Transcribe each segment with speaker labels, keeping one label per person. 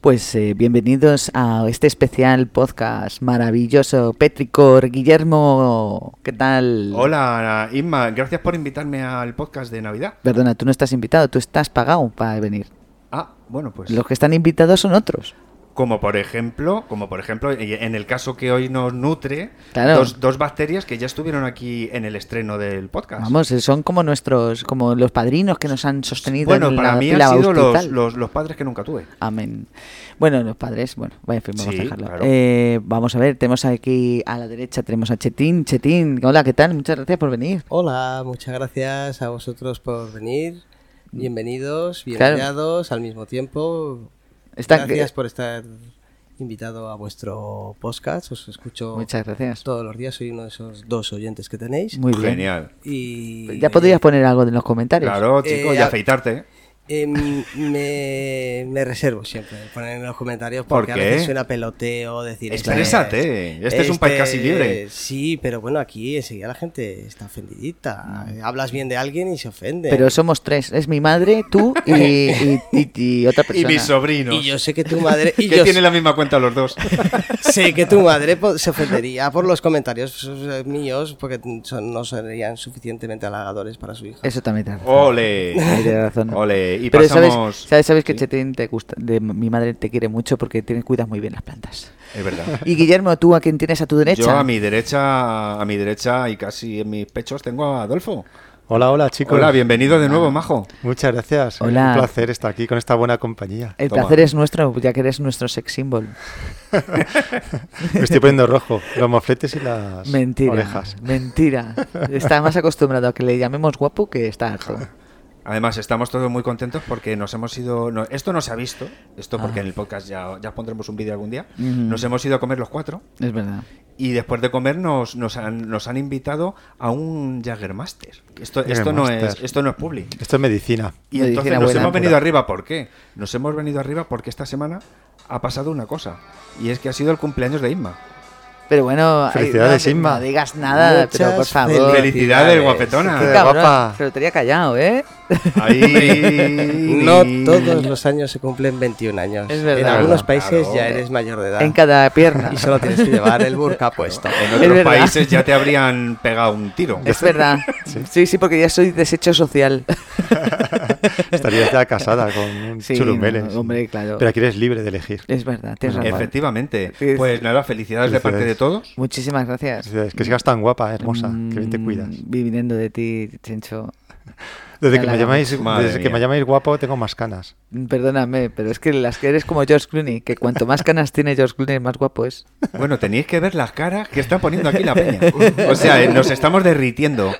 Speaker 1: Pues eh, bienvenidos a este especial podcast maravilloso. Petricor, Guillermo, ¿qué tal?
Speaker 2: Hola Inma, gracias por invitarme al podcast de Navidad.
Speaker 1: Perdona, tú no estás invitado, tú estás pagado para venir.
Speaker 2: Ah, bueno, pues.
Speaker 1: Los que están invitados son otros.
Speaker 2: Como por ejemplo, como por ejemplo, en el caso que hoy nos nutre,
Speaker 1: Claro.
Speaker 2: dos, dos bacterias que ya estuvieron aquí en el estreno del podcast.
Speaker 1: Vamos, eh, son como nuestros, como los padrinos que nos han sostenido
Speaker 2: bueno,
Speaker 1: en
Speaker 2: para
Speaker 1: la
Speaker 2: mí
Speaker 1: pila
Speaker 2: han sido los,
Speaker 1: bautismal.
Speaker 2: los, los padres que nunca tuve.
Speaker 1: Amén. Bueno, los padres, bueno, vaya, en fin, vamos
Speaker 2: Sí,
Speaker 1: a dejarlo.
Speaker 2: claro.
Speaker 1: Eh, vamos a ver, tenemos aquí a la derecha, tenemos a Chetín. Chetín, hola, ¿qué tal? Muchas gracias por venir.
Speaker 3: Hola, muchas gracias a vosotros por venir. Bienvenidos, bien
Speaker 1: Claro.
Speaker 3: hallados al mismo tiempo.
Speaker 1: Está-
Speaker 3: Gracias por estar invitado a vuestro podcast. Os escucho
Speaker 1: Muchas gracias.
Speaker 3: todos los días. Soy uno de esos dos oyentes que tenéis.
Speaker 1: Muy bien.
Speaker 2: Genial.
Speaker 3: Y
Speaker 1: Ya podrías poner algo en los comentarios.
Speaker 2: Claro, chico,
Speaker 3: Eh,
Speaker 2: y
Speaker 3: a-
Speaker 2: afeitarte.
Speaker 3: eh, m- me, me reservo siempre poner en los comentarios
Speaker 2: ¿Por
Speaker 3: porque a
Speaker 2: qué?
Speaker 3: veces suena peloteo decir esto
Speaker 2: Exprésate, este es un país casi libre.
Speaker 3: Sí, pero bueno, aquí enseguida la gente está ofendidita. Hablas bien de alguien y se ofende.
Speaker 1: Mm. Pero somos tres. Es mi madre, tú y, y- y- y otra
Speaker 2: Y
Speaker 1: persona.
Speaker 2: mis sobrinos.
Speaker 3: Y yo sé que tu madre. Y
Speaker 2: que
Speaker 3: yo
Speaker 2: tienen la misma cuenta los dos.
Speaker 3: sé que tu madre po- se ofendería por los comentarios eh, míos porque son- no serían suficientemente halagadores para su hija.
Speaker 1: Eso también te razón.
Speaker 2: Ole.
Speaker 1: Ahí tienes razón.
Speaker 2: Ole. Y
Speaker 1: Pero
Speaker 2: pasamos.
Speaker 1: sabes, sabes, sabes que Chetín te gusta, de, mi madre te quiere mucho porque tienes, cuidas muy bien las plantas.
Speaker 2: Es verdad.
Speaker 1: Y Guillermo, ¿tú a quién tienes a tu derecha?
Speaker 2: Yo a mi derecha, a mi derecha y casi en mis pechos tengo a Adolfo.
Speaker 4: Hola, hola chicos.
Speaker 2: Hola, bienvenido de nuevo, Majo.
Speaker 4: Muchas gracias.
Speaker 1: Hola. Eh.
Speaker 4: Un placer estar aquí con esta buena compañía.
Speaker 1: El
Speaker 2: Toma.
Speaker 1: placer es nuestro, ya que eres nuestro sex symbol.
Speaker 4: Me estoy poniendo rojo. Los mofletes y las
Speaker 1: Mentira.
Speaker 4: orejas.
Speaker 1: Mentira. Está más acostumbrado a que le llamemos guapo que está harto.
Speaker 2: Además, estamos todos muy contentos porque nos hemos ido. no- esto no se ha visto, esto porque
Speaker 1: Ah.
Speaker 2: en el podcast ya, ya pondremos un vídeo algún día.
Speaker 1: Ujú.
Speaker 2: Nos hemos ido a comer los cuatro
Speaker 1: Es verdad.
Speaker 2: y después de comer nos, nos, han, nos han invitado a un Jaggermaster. Esto, esto, no es,
Speaker 4: Jaggermaster.
Speaker 2: esto no es publi.
Speaker 4: Esto es medicina.
Speaker 2: Y
Speaker 1: Medicina
Speaker 2: entonces nos
Speaker 1: buena.
Speaker 2: hemos venido arriba, ¿por qué? Nos hemos venido arriba porque esta semana ha pasado una cosa y es que ha sido el cumpleaños de Inma.
Speaker 1: Pero bueno, ay,
Speaker 4: Felicidades,
Speaker 1: no,
Speaker 4: Inma.
Speaker 1: No digas nada, pero por
Speaker 3: Muchas
Speaker 1: favor.
Speaker 3: felicidades.
Speaker 2: Felicidades, guapetona.
Speaker 1: Qué
Speaker 4: Eh,
Speaker 1: cabrón,
Speaker 4: guapa.
Speaker 1: Se lo tenía callado, ¿eh?
Speaker 2: Ahí.
Speaker 3: No todos los años se cumplen 21 años.
Speaker 1: Es verdad.
Speaker 3: en algunos
Speaker 2: Claro.
Speaker 3: países ya
Speaker 2: Claro.
Speaker 3: eres mayor de edad.
Speaker 1: En cada pierna.
Speaker 3: Y solo tienes que llevar el burka puesto.
Speaker 2: En
Speaker 1: Es
Speaker 2: otros
Speaker 1: verdad.
Speaker 2: países ya te habrían pegado un tiro.
Speaker 1: Es verdad. Sí. sí, porque ya soy desecho social.
Speaker 4: Estarías ya casada con un
Speaker 1: Sí,
Speaker 4: churumbeles.
Speaker 1: no, hombre, claro.
Speaker 4: Pero aquí eres libre de elegir.
Speaker 1: Es verdad, tienes razón.
Speaker 2: Efectivamente.
Speaker 1: Sí, sí.
Speaker 2: Pues nada, felicidades de parte de todos.
Speaker 1: Muchísimas gracias.
Speaker 4: Es que sigas tan guapa, hermosa, que bien te
Speaker 1: Mm,
Speaker 4: cuidas.
Speaker 1: Viviendo de ti, Chencho.
Speaker 4: Desde
Speaker 1: ya
Speaker 4: que
Speaker 1: la
Speaker 4: me llamáis,
Speaker 2: madre
Speaker 4: desde que
Speaker 2: mía.
Speaker 4: me llamáis guapo tengo más canas.
Speaker 1: Mm, Perdóname, pero es que las que eres como George Clooney, que cuanto más canas tiene George Clooney, más guapo es.
Speaker 2: Bueno, tenéis que ver las caras que está poniendo aquí la peña. O sea, eh, nos estamos derritiendo.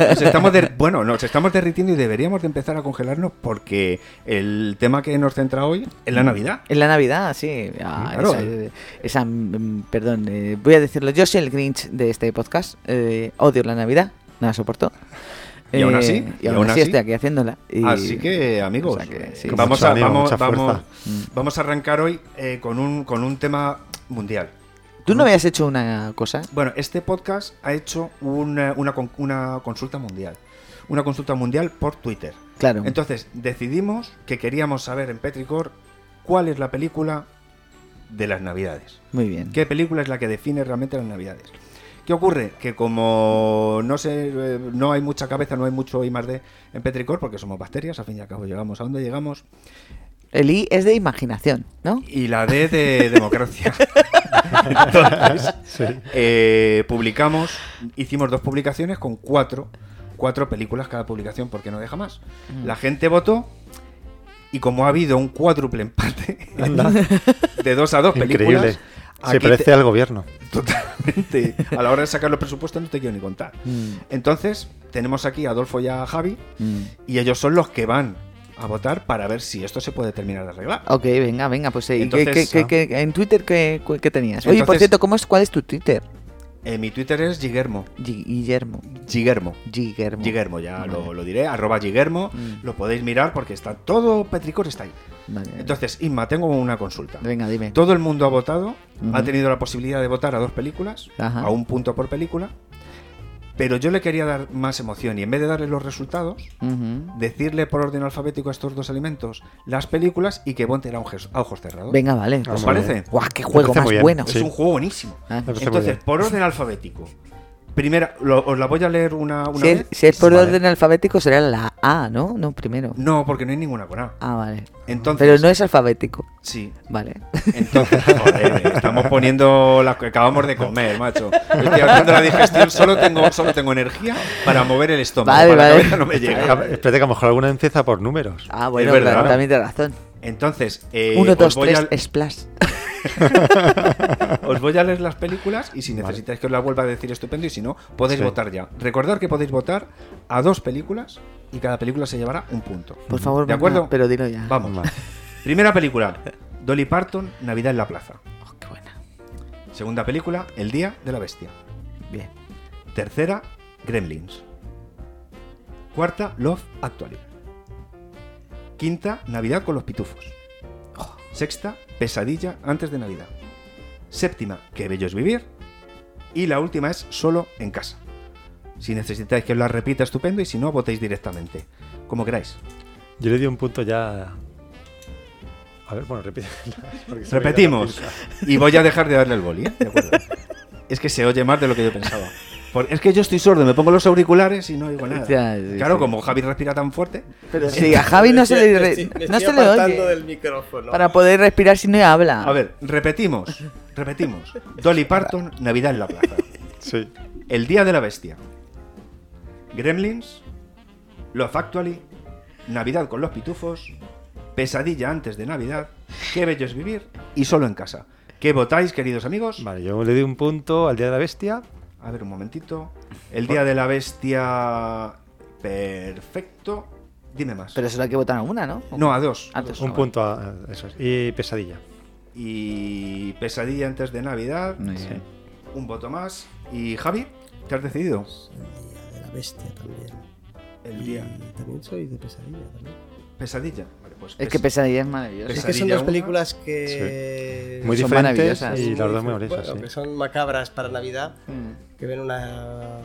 Speaker 2: Nos estamos der- bueno, nos estamos derritiendo y deberíamos de empezar a congelarnos porque el tema que nos centra hoy es la Navidad.
Speaker 1: En la Navidad, sí. Ah,
Speaker 2: Claro.
Speaker 1: esa, eh, esa, mm, perdón, eh, voy a decirlo. Yo soy el Grinch de este podcast. eh, odio la Navidad, no la soporto. Eh,
Speaker 2: Y aún así,
Speaker 1: y aún así, estoy aquí haciéndola. y-
Speaker 2: Así que,
Speaker 1: o
Speaker 2: amigos,
Speaker 1: sea que, sí.
Speaker 4: con
Speaker 2: vamos,
Speaker 4: mucho
Speaker 2: a,
Speaker 4: ánimo,
Speaker 2: vamos,
Speaker 4: mucha fuerza.
Speaker 2: vamos, vamos a arrancar hoy eh, con, un, con un tema mundial.
Speaker 1: ¿Tú no habías hecho una cosa?
Speaker 2: Bueno, este podcast ha hecho una, una con- una consulta mundial. Una consulta mundial por Twitter.
Speaker 1: Claro.
Speaker 2: Entonces, decidimos que queríamos saber en Petricor cuál es la película de las Navidades.
Speaker 1: Muy bien.
Speaker 2: ¿Qué película es la que define realmente las Navidades? ¿Qué ocurre? Que como no sé, eh, no hay mucha cabeza, no hay mucho I más D en Petricor, porque somos bacterias, al fin y al cabo llegamos a donde llegamos,
Speaker 1: El I es de imaginación, ¿no?
Speaker 2: y la D de democracia. Entonces, eh, publicamos, hicimos dos publicaciones con cuatro, cuatro películas cada publicación, porque no deja más. La gente votó y como ha habido un cuádruple empate de dos a dos
Speaker 4: Increíble.
Speaker 2: películas,
Speaker 4: Se
Speaker 2: aquí
Speaker 4: parece
Speaker 2: te-
Speaker 4: al gobierno.
Speaker 2: totalmente a la hora de sacar los presupuestos no te quiero ni contar.
Speaker 4: Mm.
Speaker 2: Entonces tenemos aquí a Adolfo y a Javi y ellos son los que van a votar para ver si esto se puede terminar de arreglar.
Speaker 1: Ok, venga, venga, pues eh, ¿qué-
Speaker 2: Entonces,
Speaker 1: qué-
Speaker 2: ah.
Speaker 1: qué- qué- en Twitter qué, cu- qué tenías. Oye, por
Speaker 2: Entonces-
Speaker 1: cierto, ¿cómo es, ¿cuál es tu Twitter?
Speaker 2: Eh, mi Twitter es Guillermo.
Speaker 1: Gi- Guillermo.
Speaker 2: Guillermo.
Speaker 1: Guillermo.
Speaker 2: Guillermo, ya lo,
Speaker 1: Vale.
Speaker 2: lo diré, arroba Guillermo,
Speaker 1: Mm.
Speaker 2: lo podéis mirar porque está todo Petricor está ahí.
Speaker 1: Vale.
Speaker 2: Entonces, Inma, tengo una consulta.
Speaker 1: venga, dime.
Speaker 2: Todo el mundo ha votado,
Speaker 1: Ujú.
Speaker 2: ha tenido la posibilidad de votar a dos películas,
Speaker 1: Ajá.
Speaker 2: a un punto por película. Pero yo le quería dar más emoción y en vez de darle los resultados,
Speaker 1: Ujú.
Speaker 2: decirle por orden alfabético a estos dos alimentos las películas y que Bonte era un ges- a ojos cerrados.
Speaker 1: Venga, vale.
Speaker 2: ¿Os
Speaker 4: Vamos
Speaker 2: parece?
Speaker 1: Guau, qué
Speaker 4: Me
Speaker 1: juego
Speaker 4: parece
Speaker 1: más
Speaker 4: muy bien.
Speaker 1: bueno.
Speaker 2: Es
Speaker 4: Sí.
Speaker 2: un juego buenísimo.
Speaker 1: Ah.
Speaker 4: Me parece muy
Speaker 2: Entonces,
Speaker 4: bien.
Speaker 2: por orden alfabético. Primera, lo- os la voy a leer una, una
Speaker 1: Si es,
Speaker 2: vez.
Speaker 1: si es por
Speaker 4: Vale.
Speaker 1: orden alfabético será la A, ¿no? No, primero.
Speaker 2: No, porque no hay ninguna con A.
Speaker 1: Ah, vale.
Speaker 2: Entonces,
Speaker 1: Pero no es alfabético.
Speaker 2: sí.
Speaker 1: Vale.
Speaker 2: Entonces, joder, estamos poniendo las que acabamos de comer, macho. Estoy haciendo la digestión, solo tengo, solo tengo energía para mover el estómago.
Speaker 1: Vale,
Speaker 2: para
Speaker 1: vale.
Speaker 2: La cabeza no me
Speaker 4: A ver,
Speaker 2: llega.
Speaker 4: Espérate que a lo mejor alguna empieza por números.
Speaker 1: Ah, bueno,
Speaker 2: verdad.
Speaker 1: claro, también tienes razón.
Speaker 2: Entonces, eh,
Speaker 1: Uno,
Speaker 2: os
Speaker 1: dos,
Speaker 2: voy
Speaker 1: tres,
Speaker 2: a-
Speaker 1: splash.
Speaker 2: Os voy a leer las películas y si necesitáis que os las vuelva a decir estupendo y si no, podéis
Speaker 4: Sí.
Speaker 2: votar ya. Recordad que podéis votar a dos películas y cada película se llevará un punto.
Speaker 1: Por favor,
Speaker 2: ¿De
Speaker 1: venga,
Speaker 2: acuerdo?
Speaker 1: pero dilo ya.
Speaker 2: Vamos.
Speaker 4: Vale.
Speaker 2: Primera película, Dolly Parton, Navidad en la Plaza.
Speaker 1: Oh, qué buena.
Speaker 2: Segunda película, El Día de la Bestia.
Speaker 1: Bien.
Speaker 2: Tercera, Gremlins. Cuarta, Love Actually. Quinta, Navidad con los pitufos. Sexta, Pesadilla antes de Navidad. Séptima, Qué bello es vivir. Y la última es Solo en casa. Si necesitáis que os la repita, estupendo, y si no, votéis directamente. Como queráis.
Speaker 4: Yo le di un punto ya. A ver, bueno, repite. porque se me ha ido la
Speaker 2: Repetimos.
Speaker 4: pinza.
Speaker 2: Y voy a dejar de darle el boli, ¿eh? De acuerdo. Es que se oye más de lo que yo pensaba. Por- es que yo estoy sordo, me pongo los auriculares y no oigo nada.
Speaker 1: Ya, sí,
Speaker 2: claro,
Speaker 1: sí.
Speaker 2: como Javi respira tan fuerte,
Speaker 1: Pero si a Javi no se le, re- no se le oye
Speaker 3: del micrófono.
Speaker 1: para poder respirar si no habla.
Speaker 2: A ver, repetimos, repetimos. Dolly Parton, Navidad en la Plaza.
Speaker 4: Sí.
Speaker 2: El Día de la Bestia. Gremlins, Love Actually, Navidad con los Pitufos, Pesadilla antes de Navidad, Qué bello es vivir y Solo en casa. ¿Qué votáis, queridos amigos?
Speaker 4: Vale, yo le di un punto al Día de la Bestia.
Speaker 2: A ver, un momentito. El Día de la Bestia... Perfecto. Dime más.
Speaker 1: Pero solo hay que votar a una, ¿no?
Speaker 2: No, a dos.
Speaker 1: A dos.
Speaker 4: Un punto a. a Eso es. Y Pesadilla.
Speaker 2: Y Pesadilla antes de Navidad.
Speaker 1: Muy bien.
Speaker 2: Un voto más. Y Javi, ¿te has decidido?
Speaker 3: De la bestia también.
Speaker 2: El día.
Speaker 3: Y también soy de pesadilla. también.
Speaker 2: Pesadilla. Vale, pues
Speaker 1: Es que
Speaker 2: pes-
Speaker 1: pesadilla es maravillosa.
Speaker 3: Es que son
Speaker 2: Pesadilla
Speaker 3: dos
Speaker 2: una.
Speaker 3: películas que.
Speaker 4: Sí. Muy
Speaker 1: Son
Speaker 4: diferentes.
Speaker 1: maravillosas.
Speaker 4: Y las dos muy
Speaker 3: bueno,
Speaker 4: bonitas. sí.
Speaker 3: que son macabras para Navidad.
Speaker 1: Mm.
Speaker 3: Que ven una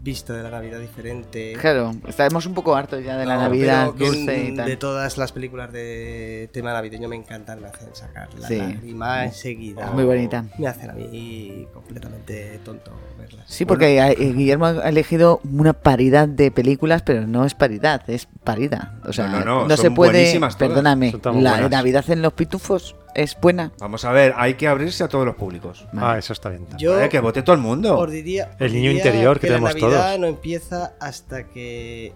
Speaker 3: vista de la Navidad diferente.
Speaker 1: Claro, estamos un poco hartos ya de la
Speaker 3: No,
Speaker 1: Navidad
Speaker 3: pero que
Speaker 1: dulce y
Speaker 3: en- De
Speaker 1: tal.
Speaker 3: todas las películas de tema navideño me encantan, me hacen sacar la
Speaker 1: Sí.
Speaker 3: lágrima enseguida.
Speaker 1: Es muy bonita.
Speaker 3: Me hacen a mí completamente tonto verlas.
Speaker 1: Sí, porque eh, Guillermo ha elegido una paridad de películas, pero no es paridad, es parida. O sea,
Speaker 2: No,
Speaker 1: no,
Speaker 2: no, no,
Speaker 1: se
Speaker 2: son
Speaker 1: puede.
Speaker 2: buenísimas todas.
Speaker 1: Perdóname,
Speaker 4: Son tan
Speaker 1: la
Speaker 4: buenas.
Speaker 1: Navidad en los pitufos es buena.
Speaker 2: Vamos a ver, hay que abrirse a todos los públicos.
Speaker 1: Vale.
Speaker 4: Ah, eso está bien.
Speaker 3: Yo
Speaker 2: Joder, que vote todo el mundo.
Speaker 3: os diría, os
Speaker 4: El niño
Speaker 3: diría
Speaker 4: interior que tenemos
Speaker 3: la Navidad
Speaker 4: todos.
Speaker 3: no empieza hasta que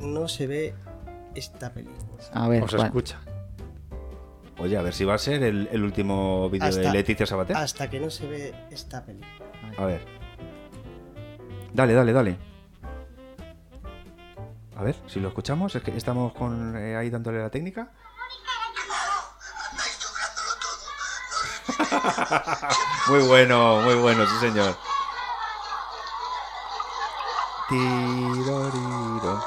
Speaker 3: no se ve esta película.
Speaker 1: A ver,
Speaker 2: pues
Speaker 4: Os
Speaker 1: ¿cuál?
Speaker 4: escucha.
Speaker 2: Oye, a ver si va a ser el, el último vídeo de
Speaker 3: Hasta-
Speaker 2: Leticia Sabater.
Speaker 3: Hasta que no se ve esta película.
Speaker 2: A ver. Dale, dale, dale. A ver, si lo escuchamos, es que estamos con eh, ahí dándole la técnica. muy bueno, muy bueno, sí señor. Tiroriro.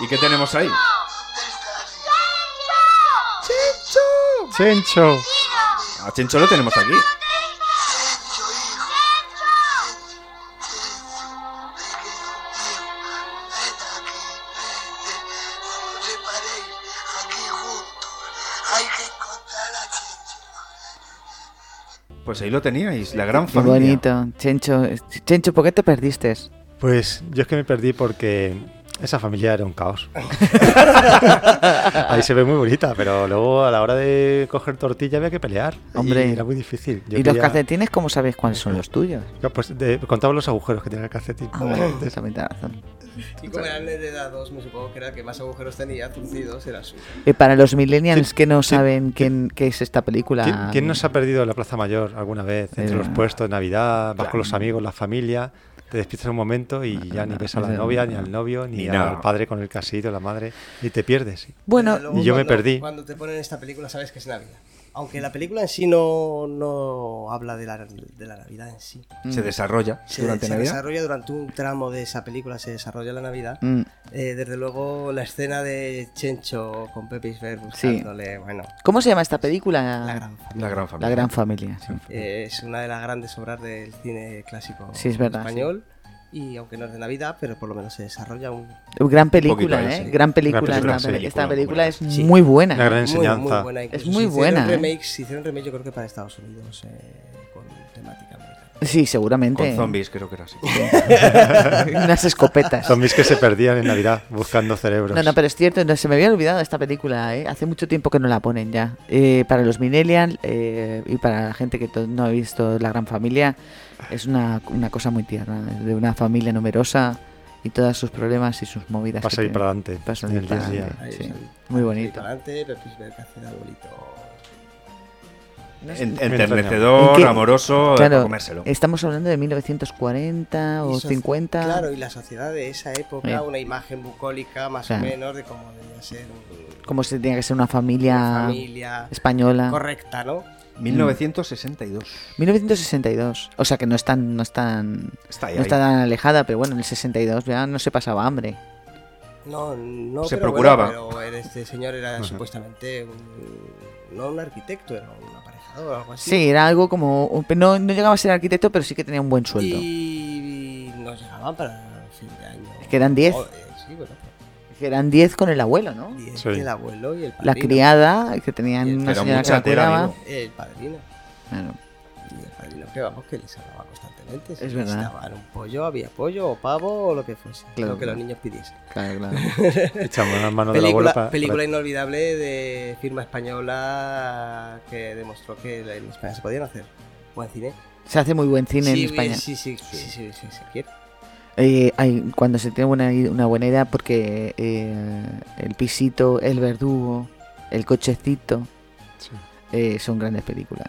Speaker 2: ¿Y qué tenemos ahí?
Speaker 4: ¡Chencho!
Speaker 2: A Chencho lo tenemos aquí.
Speaker 5: separéis aquí juntos. Hay que encontrar a Chencho.
Speaker 2: Pues ahí lo teníais, la gran
Speaker 1: Qué
Speaker 2: familia.
Speaker 1: bonito. Chencho, Chencho, ¿por qué te perdiste?
Speaker 4: Pues yo es que me perdí porque esa familia era un caos. Ahí se ve muy bonita, pero luego a la hora de coger tortilla había que pelear.
Speaker 1: Hombre.
Speaker 4: Y era muy difícil. Yo
Speaker 1: ¿Y los
Speaker 4: quería-
Speaker 1: calcetines cómo sabes cuáles son los tuyos?
Speaker 4: Yo, Pues de- contaba los agujeros que tenía el calcetín.
Speaker 1: Ah, bueno, tienes también razón.
Speaker 3: Y como eran heredados, me supongo que era el que más agujeros tenía, torcidos, era suyo.
Speaker 1: Eh, para los millennials
Speaker 4: ¿Quién-
Speaker 1: que no
Speaker 4: quién-
Speaker 1: saben quién, qué es esta película.
Speaker 4: ¿Quién, quién no se ha perdido en la Plaza Mayor alguna vez? Entre
Speaker 1: Eh,
Speaker 4: los puestos de Navidad, vas
Speaker 2: claro.
Speaker 4: con los amigos, la familia, te despiertas un momento y ya ni ves a la
Speaker 1: no,
Speaker 4: novia,
Speaker 1: no.
Speaker 4: ni al novio, ni,
Speaker 2: Ni
Speaker 4: al
Speaker 2: nada.
Speaker 4: padre con el casito, la madre, y te pierdes.
Speaker 1: Bueno,
Speaker 3: Pero luego
Speaker 4: y yo me
Speaker 3: cuando-
Speaker 4: perdí.
Speaker 3: Cuando te ponen esta película sabes que es Navidad. Aunque la película en sí no, no habla de la, de la Navidad en sí.
Speaker 1: Mm.
Speaker 2: Se desarrolla
Speaker 3: Se,
Speaker 2: durante
Speaker 3: se
Speaker 2: Navidad.
Speaker 3: desarrolla durante un tramo de esa película, se desarrolla la Navidad.
Speaker 1: Mm.
Speaker 3: Eh, desde luego la escena de Chencho con Pepe Isbert
Speaker 1: Sí. Ah.
Speaker 3: buscándole, bueno,
Speaker 1: ¿Cómo se llama esta película?
Speaker 3: la gran familia.
Speaker 2: La gran
Speaker 1: La
Speaker 2: familia.
Speaker 1: Gran Familia. sí.
Speaker 3: Eh, es una de las grandes obras del cine clásico
Speaker 1: Sí, es verdad,
Speaker 3: español. Y aunque no es de Navidad, pero por lo menos se desarrolla un
Speaker 1: Gran
Speaker 2: poquito
Speaker 1: película,
Speaker 2: ahí,
Speaker 1: ¿eh?
Speaker 2: sí.
Speaker 1: Gran película.
Speaker 4: Gran película,
Speaker 1: esta,
Speaker 4: sí.
Speaker 1: pe- esta
Speaker 4: Película,
Speaker 1: película
Speaker 4: buena.
Speaker 1: es
Speaker 3: Sí.
Speaker 1: muy buena.
Speaker 4: La gran
Speaker 3: muy, muy
Speaker 4: enseñanza.
Speaker 3: buena. Incluso
Speaker 1: muy
Speaker 3: hicieron
Speaker 1: buena, ¿eh?
Speaker 3: Remakes, Hicieron remake, yo creo que para Estados Unidos eh, con temática americana.
Speaker 1: Sí, seguramente.
Speaker 2: Con zombies, creo que era así.
Speaker 1: Unas escopetas.
Speaker 4: Zombies que se perdían en Navidad buscando cerebros.
Speaker 1: No, no, pero es cierto, no, se me había olvidado esta película, ¿eh? hace mucho tiempo que no la ponen ya. Eh, para los Millennials eh, y para la gente que to- no ha visto La Gran Familia, es una, una cosa muy tierna, ¿eh? de una familia numerosa y todos sus problemas y sus movidas.
Speaker 4: Pasa
Speaker 1: que
Speaker 4: ahí
Speaker 1: tienen.
Speaker 4: para adelante.
Speaker 1: Pasan
Speaker 4: en el día a
Speaker 1: para
Speaker 4: día.
Speaker 1: adelante.
Speaker 3: Ahí
Speaker 1: Sí,
Speaker 3: está.
Speaker 1: Muy
Speaker 3: Y
Speaker 1: bonito.
Speaker 3: para adelante, Pepe Isbert hace de abuelito.
Speaker 2: En-
Speaker 1: ¿Y
Speaker 2: Enternecedor,
Speaker 1: qué?
Speaker 2: amoroso, para
Speaker 1: Claro,
Speaker 2: comérselo.
Speaker 1: estamos hablando de 1940
Speaker 3: Y
Speaker 1: o
Speaker 3: soci-
Speaker 1: 50.
Speaker 3: Claro, y la sociedad de esa época,
Speaker 1: Bien.
Speaker 3: una imagen bucólica más
Speaker 1: Claro.
Speaker 3: o menos de cómo debía ser un-
Speaker 1: Como si tenía que ser una
Speaker 3: una
Speaker 1: familia
Speaker 3: familia
Speaker 1: española.
Speaker 3: correcta, ¿no?
Speaker 2: 1962.
Speaker 1: 1962. O sea que no es tan, no es tan,
Speaker 2: Está ahí.
Speaker 1: no está
Speaker 2: ahí.
Speaker 1: tan alejada, pero bueno, en el 62 ya no se pasaba hambre.
Speaker 3: No, no.
Speaker 2: Se
Speaker 3: pero
Speaker 2: procuraba.
Speaker 3: bueno, pero este señor era supuestamente un- no un arquitecto, era un aparejador o algo así.
Speaker 1: Sí, era algo como. un- No, no llegaba a ser arquitecto, pero sí que tenía un buen sueldo.
Speaker 3: Y nos llegaban para fin de año.
Speaker 1: Es que eran 10.
Speaker 3: Joder, Sí, bueno.
Speaker 1: Que eran 10 con el abuelo, ¿no?
Speaker 3: diez
Speaker 4: Sí.
Speaker 3: El abuelo y el padrino.
Speaker 1: La criada, que tenían
Speaker 3: Bien,
Speaker 1: una
Speaker 2: Pero
Speaker 1: señora que
Speaker 2: mucha
Speaker 1: la
Speaker 2: tela,
Speaker 1: cuidaba.
Speaker 2: amigo.
Speaker 3: El padrino.
Speaker 1: Claro.
Speaker 3: Y el padrino que vamos, que les hablaba constantemente. Si
Speaker 1: Es verdad.
Speaker 3: necesitaban un pollo, había pollo o pavo o lo que fuese.
Speaker 1: Claro.
Speaker 3: Lo que los niños pidiesen.
Speaker 1: Claro, claro.
Speaker 4: Echamos la mano del abuelo
Speaker 3: Película,
Speaker 4: para.
Speaker 3: película inolvidable de firma española que demostró que la- en España se podían hacer buen cine.
Speaker 1: Se hace muy buen cine
Speaker 3: sí,
Speaker 1: en España.
Speaker 3: Sí, sí, sí, sí, sí, sí, se quiere.
Speaker 1: Eh, hay- cuando se tiene una, i- una buena idea, porque eh, el pisito, el verdugo, el cochecito,
Speaker 4: Sí.
Speaker 1: eh, son grandes películas.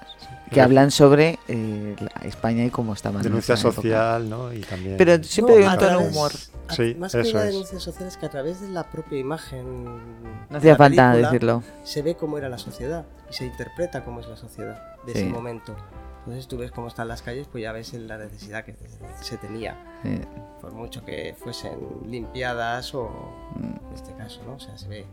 Speaker 1: Que
Speaker 4: Claro.
Speaker 1: hablan sobre eh, la España y cómo estaba. en
Speaker 4: Denuncia
Speaker 1: esa época.
Speaker 4: social, ¿no? Y también.
Speaker 1: Pero siempre hay
Speaker 4: No,
Speaker 1: un
Speaker 4: a
Speaker 1: tono
Speaker 4: través-
Speaker 1: humor.
Speaker 3: a-
Speaker 4: Sí,
Speaker 3: más que
Speaker 4: eso
Speaker 3: una
Speaker 4: es.
Speaker 3: denuncia social es que a través de la propia imagen.
Speaker 1: No hacía
Speaker 3: de la
Speaker 1: falta
Speaker 3: película,
Speaker 1: decirlo.
Speaker 3: Se ve cómo era la sociedad y se interpreta cómo es la sociedad de
Speaker 1: Sí.
Speaker 3: ese momento. Entonces tú ves cómo están las calles, pues ya ves la necesidad que se tenía,
Speaker 1: Eh,
Speaker 3: por mucho que fuesen limpiadas o en este caso, ¿no? O sea, se ve.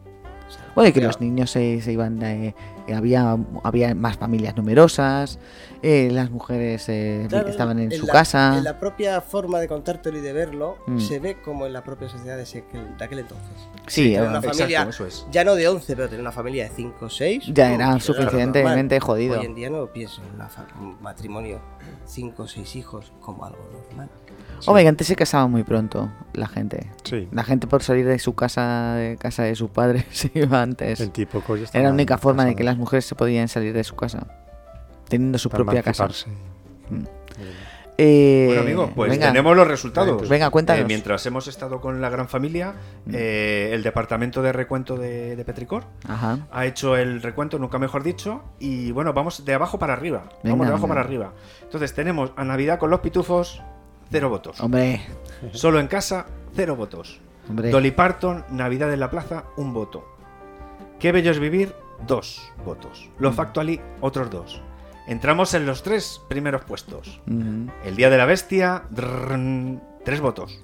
Speaker 3: o sea,
Speaker 1: Bueno, y Mm. que
Speaker 3: ya-
Speaker 1: los niños se, se iban, eh, eh, había, había más familias numerosas, eh, las mujeres eh,
Speaker 3: Claro,
Speaker 1: estaban en, su
Speaker 3: la-
Speaker 1: casa.
Speaker 3: En la propia forma de contártelo y de verlo,
Speaker 1: Mm.
Speaker 3: se ve como en la propia sociedad de, ese- de aquel entonces.
Speaker 1: sí,
Speaker 3: era
Speaker 1: eh,
Speaker 3: una
Speaker 2: Exacto,
Speaker 3: familia-
Speaker 2: eso es.
Speaker 3: Ya no de 11, pero tener una familia de 5 o uh, 6.
Speaker 1: ya era suficientemente jodido.
Speaker 3: Hoy en día no pienso en una fa- un matrimonio 5 o 6 hijos como algo normal.
Speaker 1: Hombre, que antes se casaba muy pronto la gente.
Speaker 4: Sí.
Speaker 1: La gente por salir de su casa, de casa de su padre, se iba antes.
Speaker 4: Veintipocos
Speaker 1: Era
Speaker 4: ya
Speaker 1: la
Speaker 4: estaban
Speaker 1: única forma de que
Speaker 4: casados
Speaker 1: las mujeres se podían salir de su casa, teniendo su
Speaker 4: para
Speaker 1: propia casa.
Speaker 4: emanciparse.
Speaker 1: Eh,
Speaker 2: Bueno, amigos, pues
Speaker 1: venga,
Speaker 2: tenemos los resultados.
Speaker 1: Venga, cuéntanos. Mm.
Speaker 2: Eh, mientras hemos estado con la gran familia, eh, el departamento de recuento de, de Petricor
Speaker 1: Ajá.
Speaker 2: ha hecho el recuento, nunca mejor dicho, y bueno, vamos de abajo para arriba.
Speaker 1: Venga,
Speaker 2: vamos de abajo
Speaker 1: venga.
Speaker 2: para arriba. Entonces tenemos a Navidad con los pitufos, cero votos.
Speaker 1: Hombre,
Speaker 2: Solo en casa, cero votos.
Speaker 1: hombre.
Speaker 2: Dolly Parton, Navidad en la Plaza, un voto. Qué bello es vivir, dos votos.
Speaker 1: Mm.
Speaker 2: Lo Factually, otros dos. Entramos en los tres primeros puestos.
Speaker 1: Mm.
Speaker 2: El Día de la Bestia, drrrn, tres votos.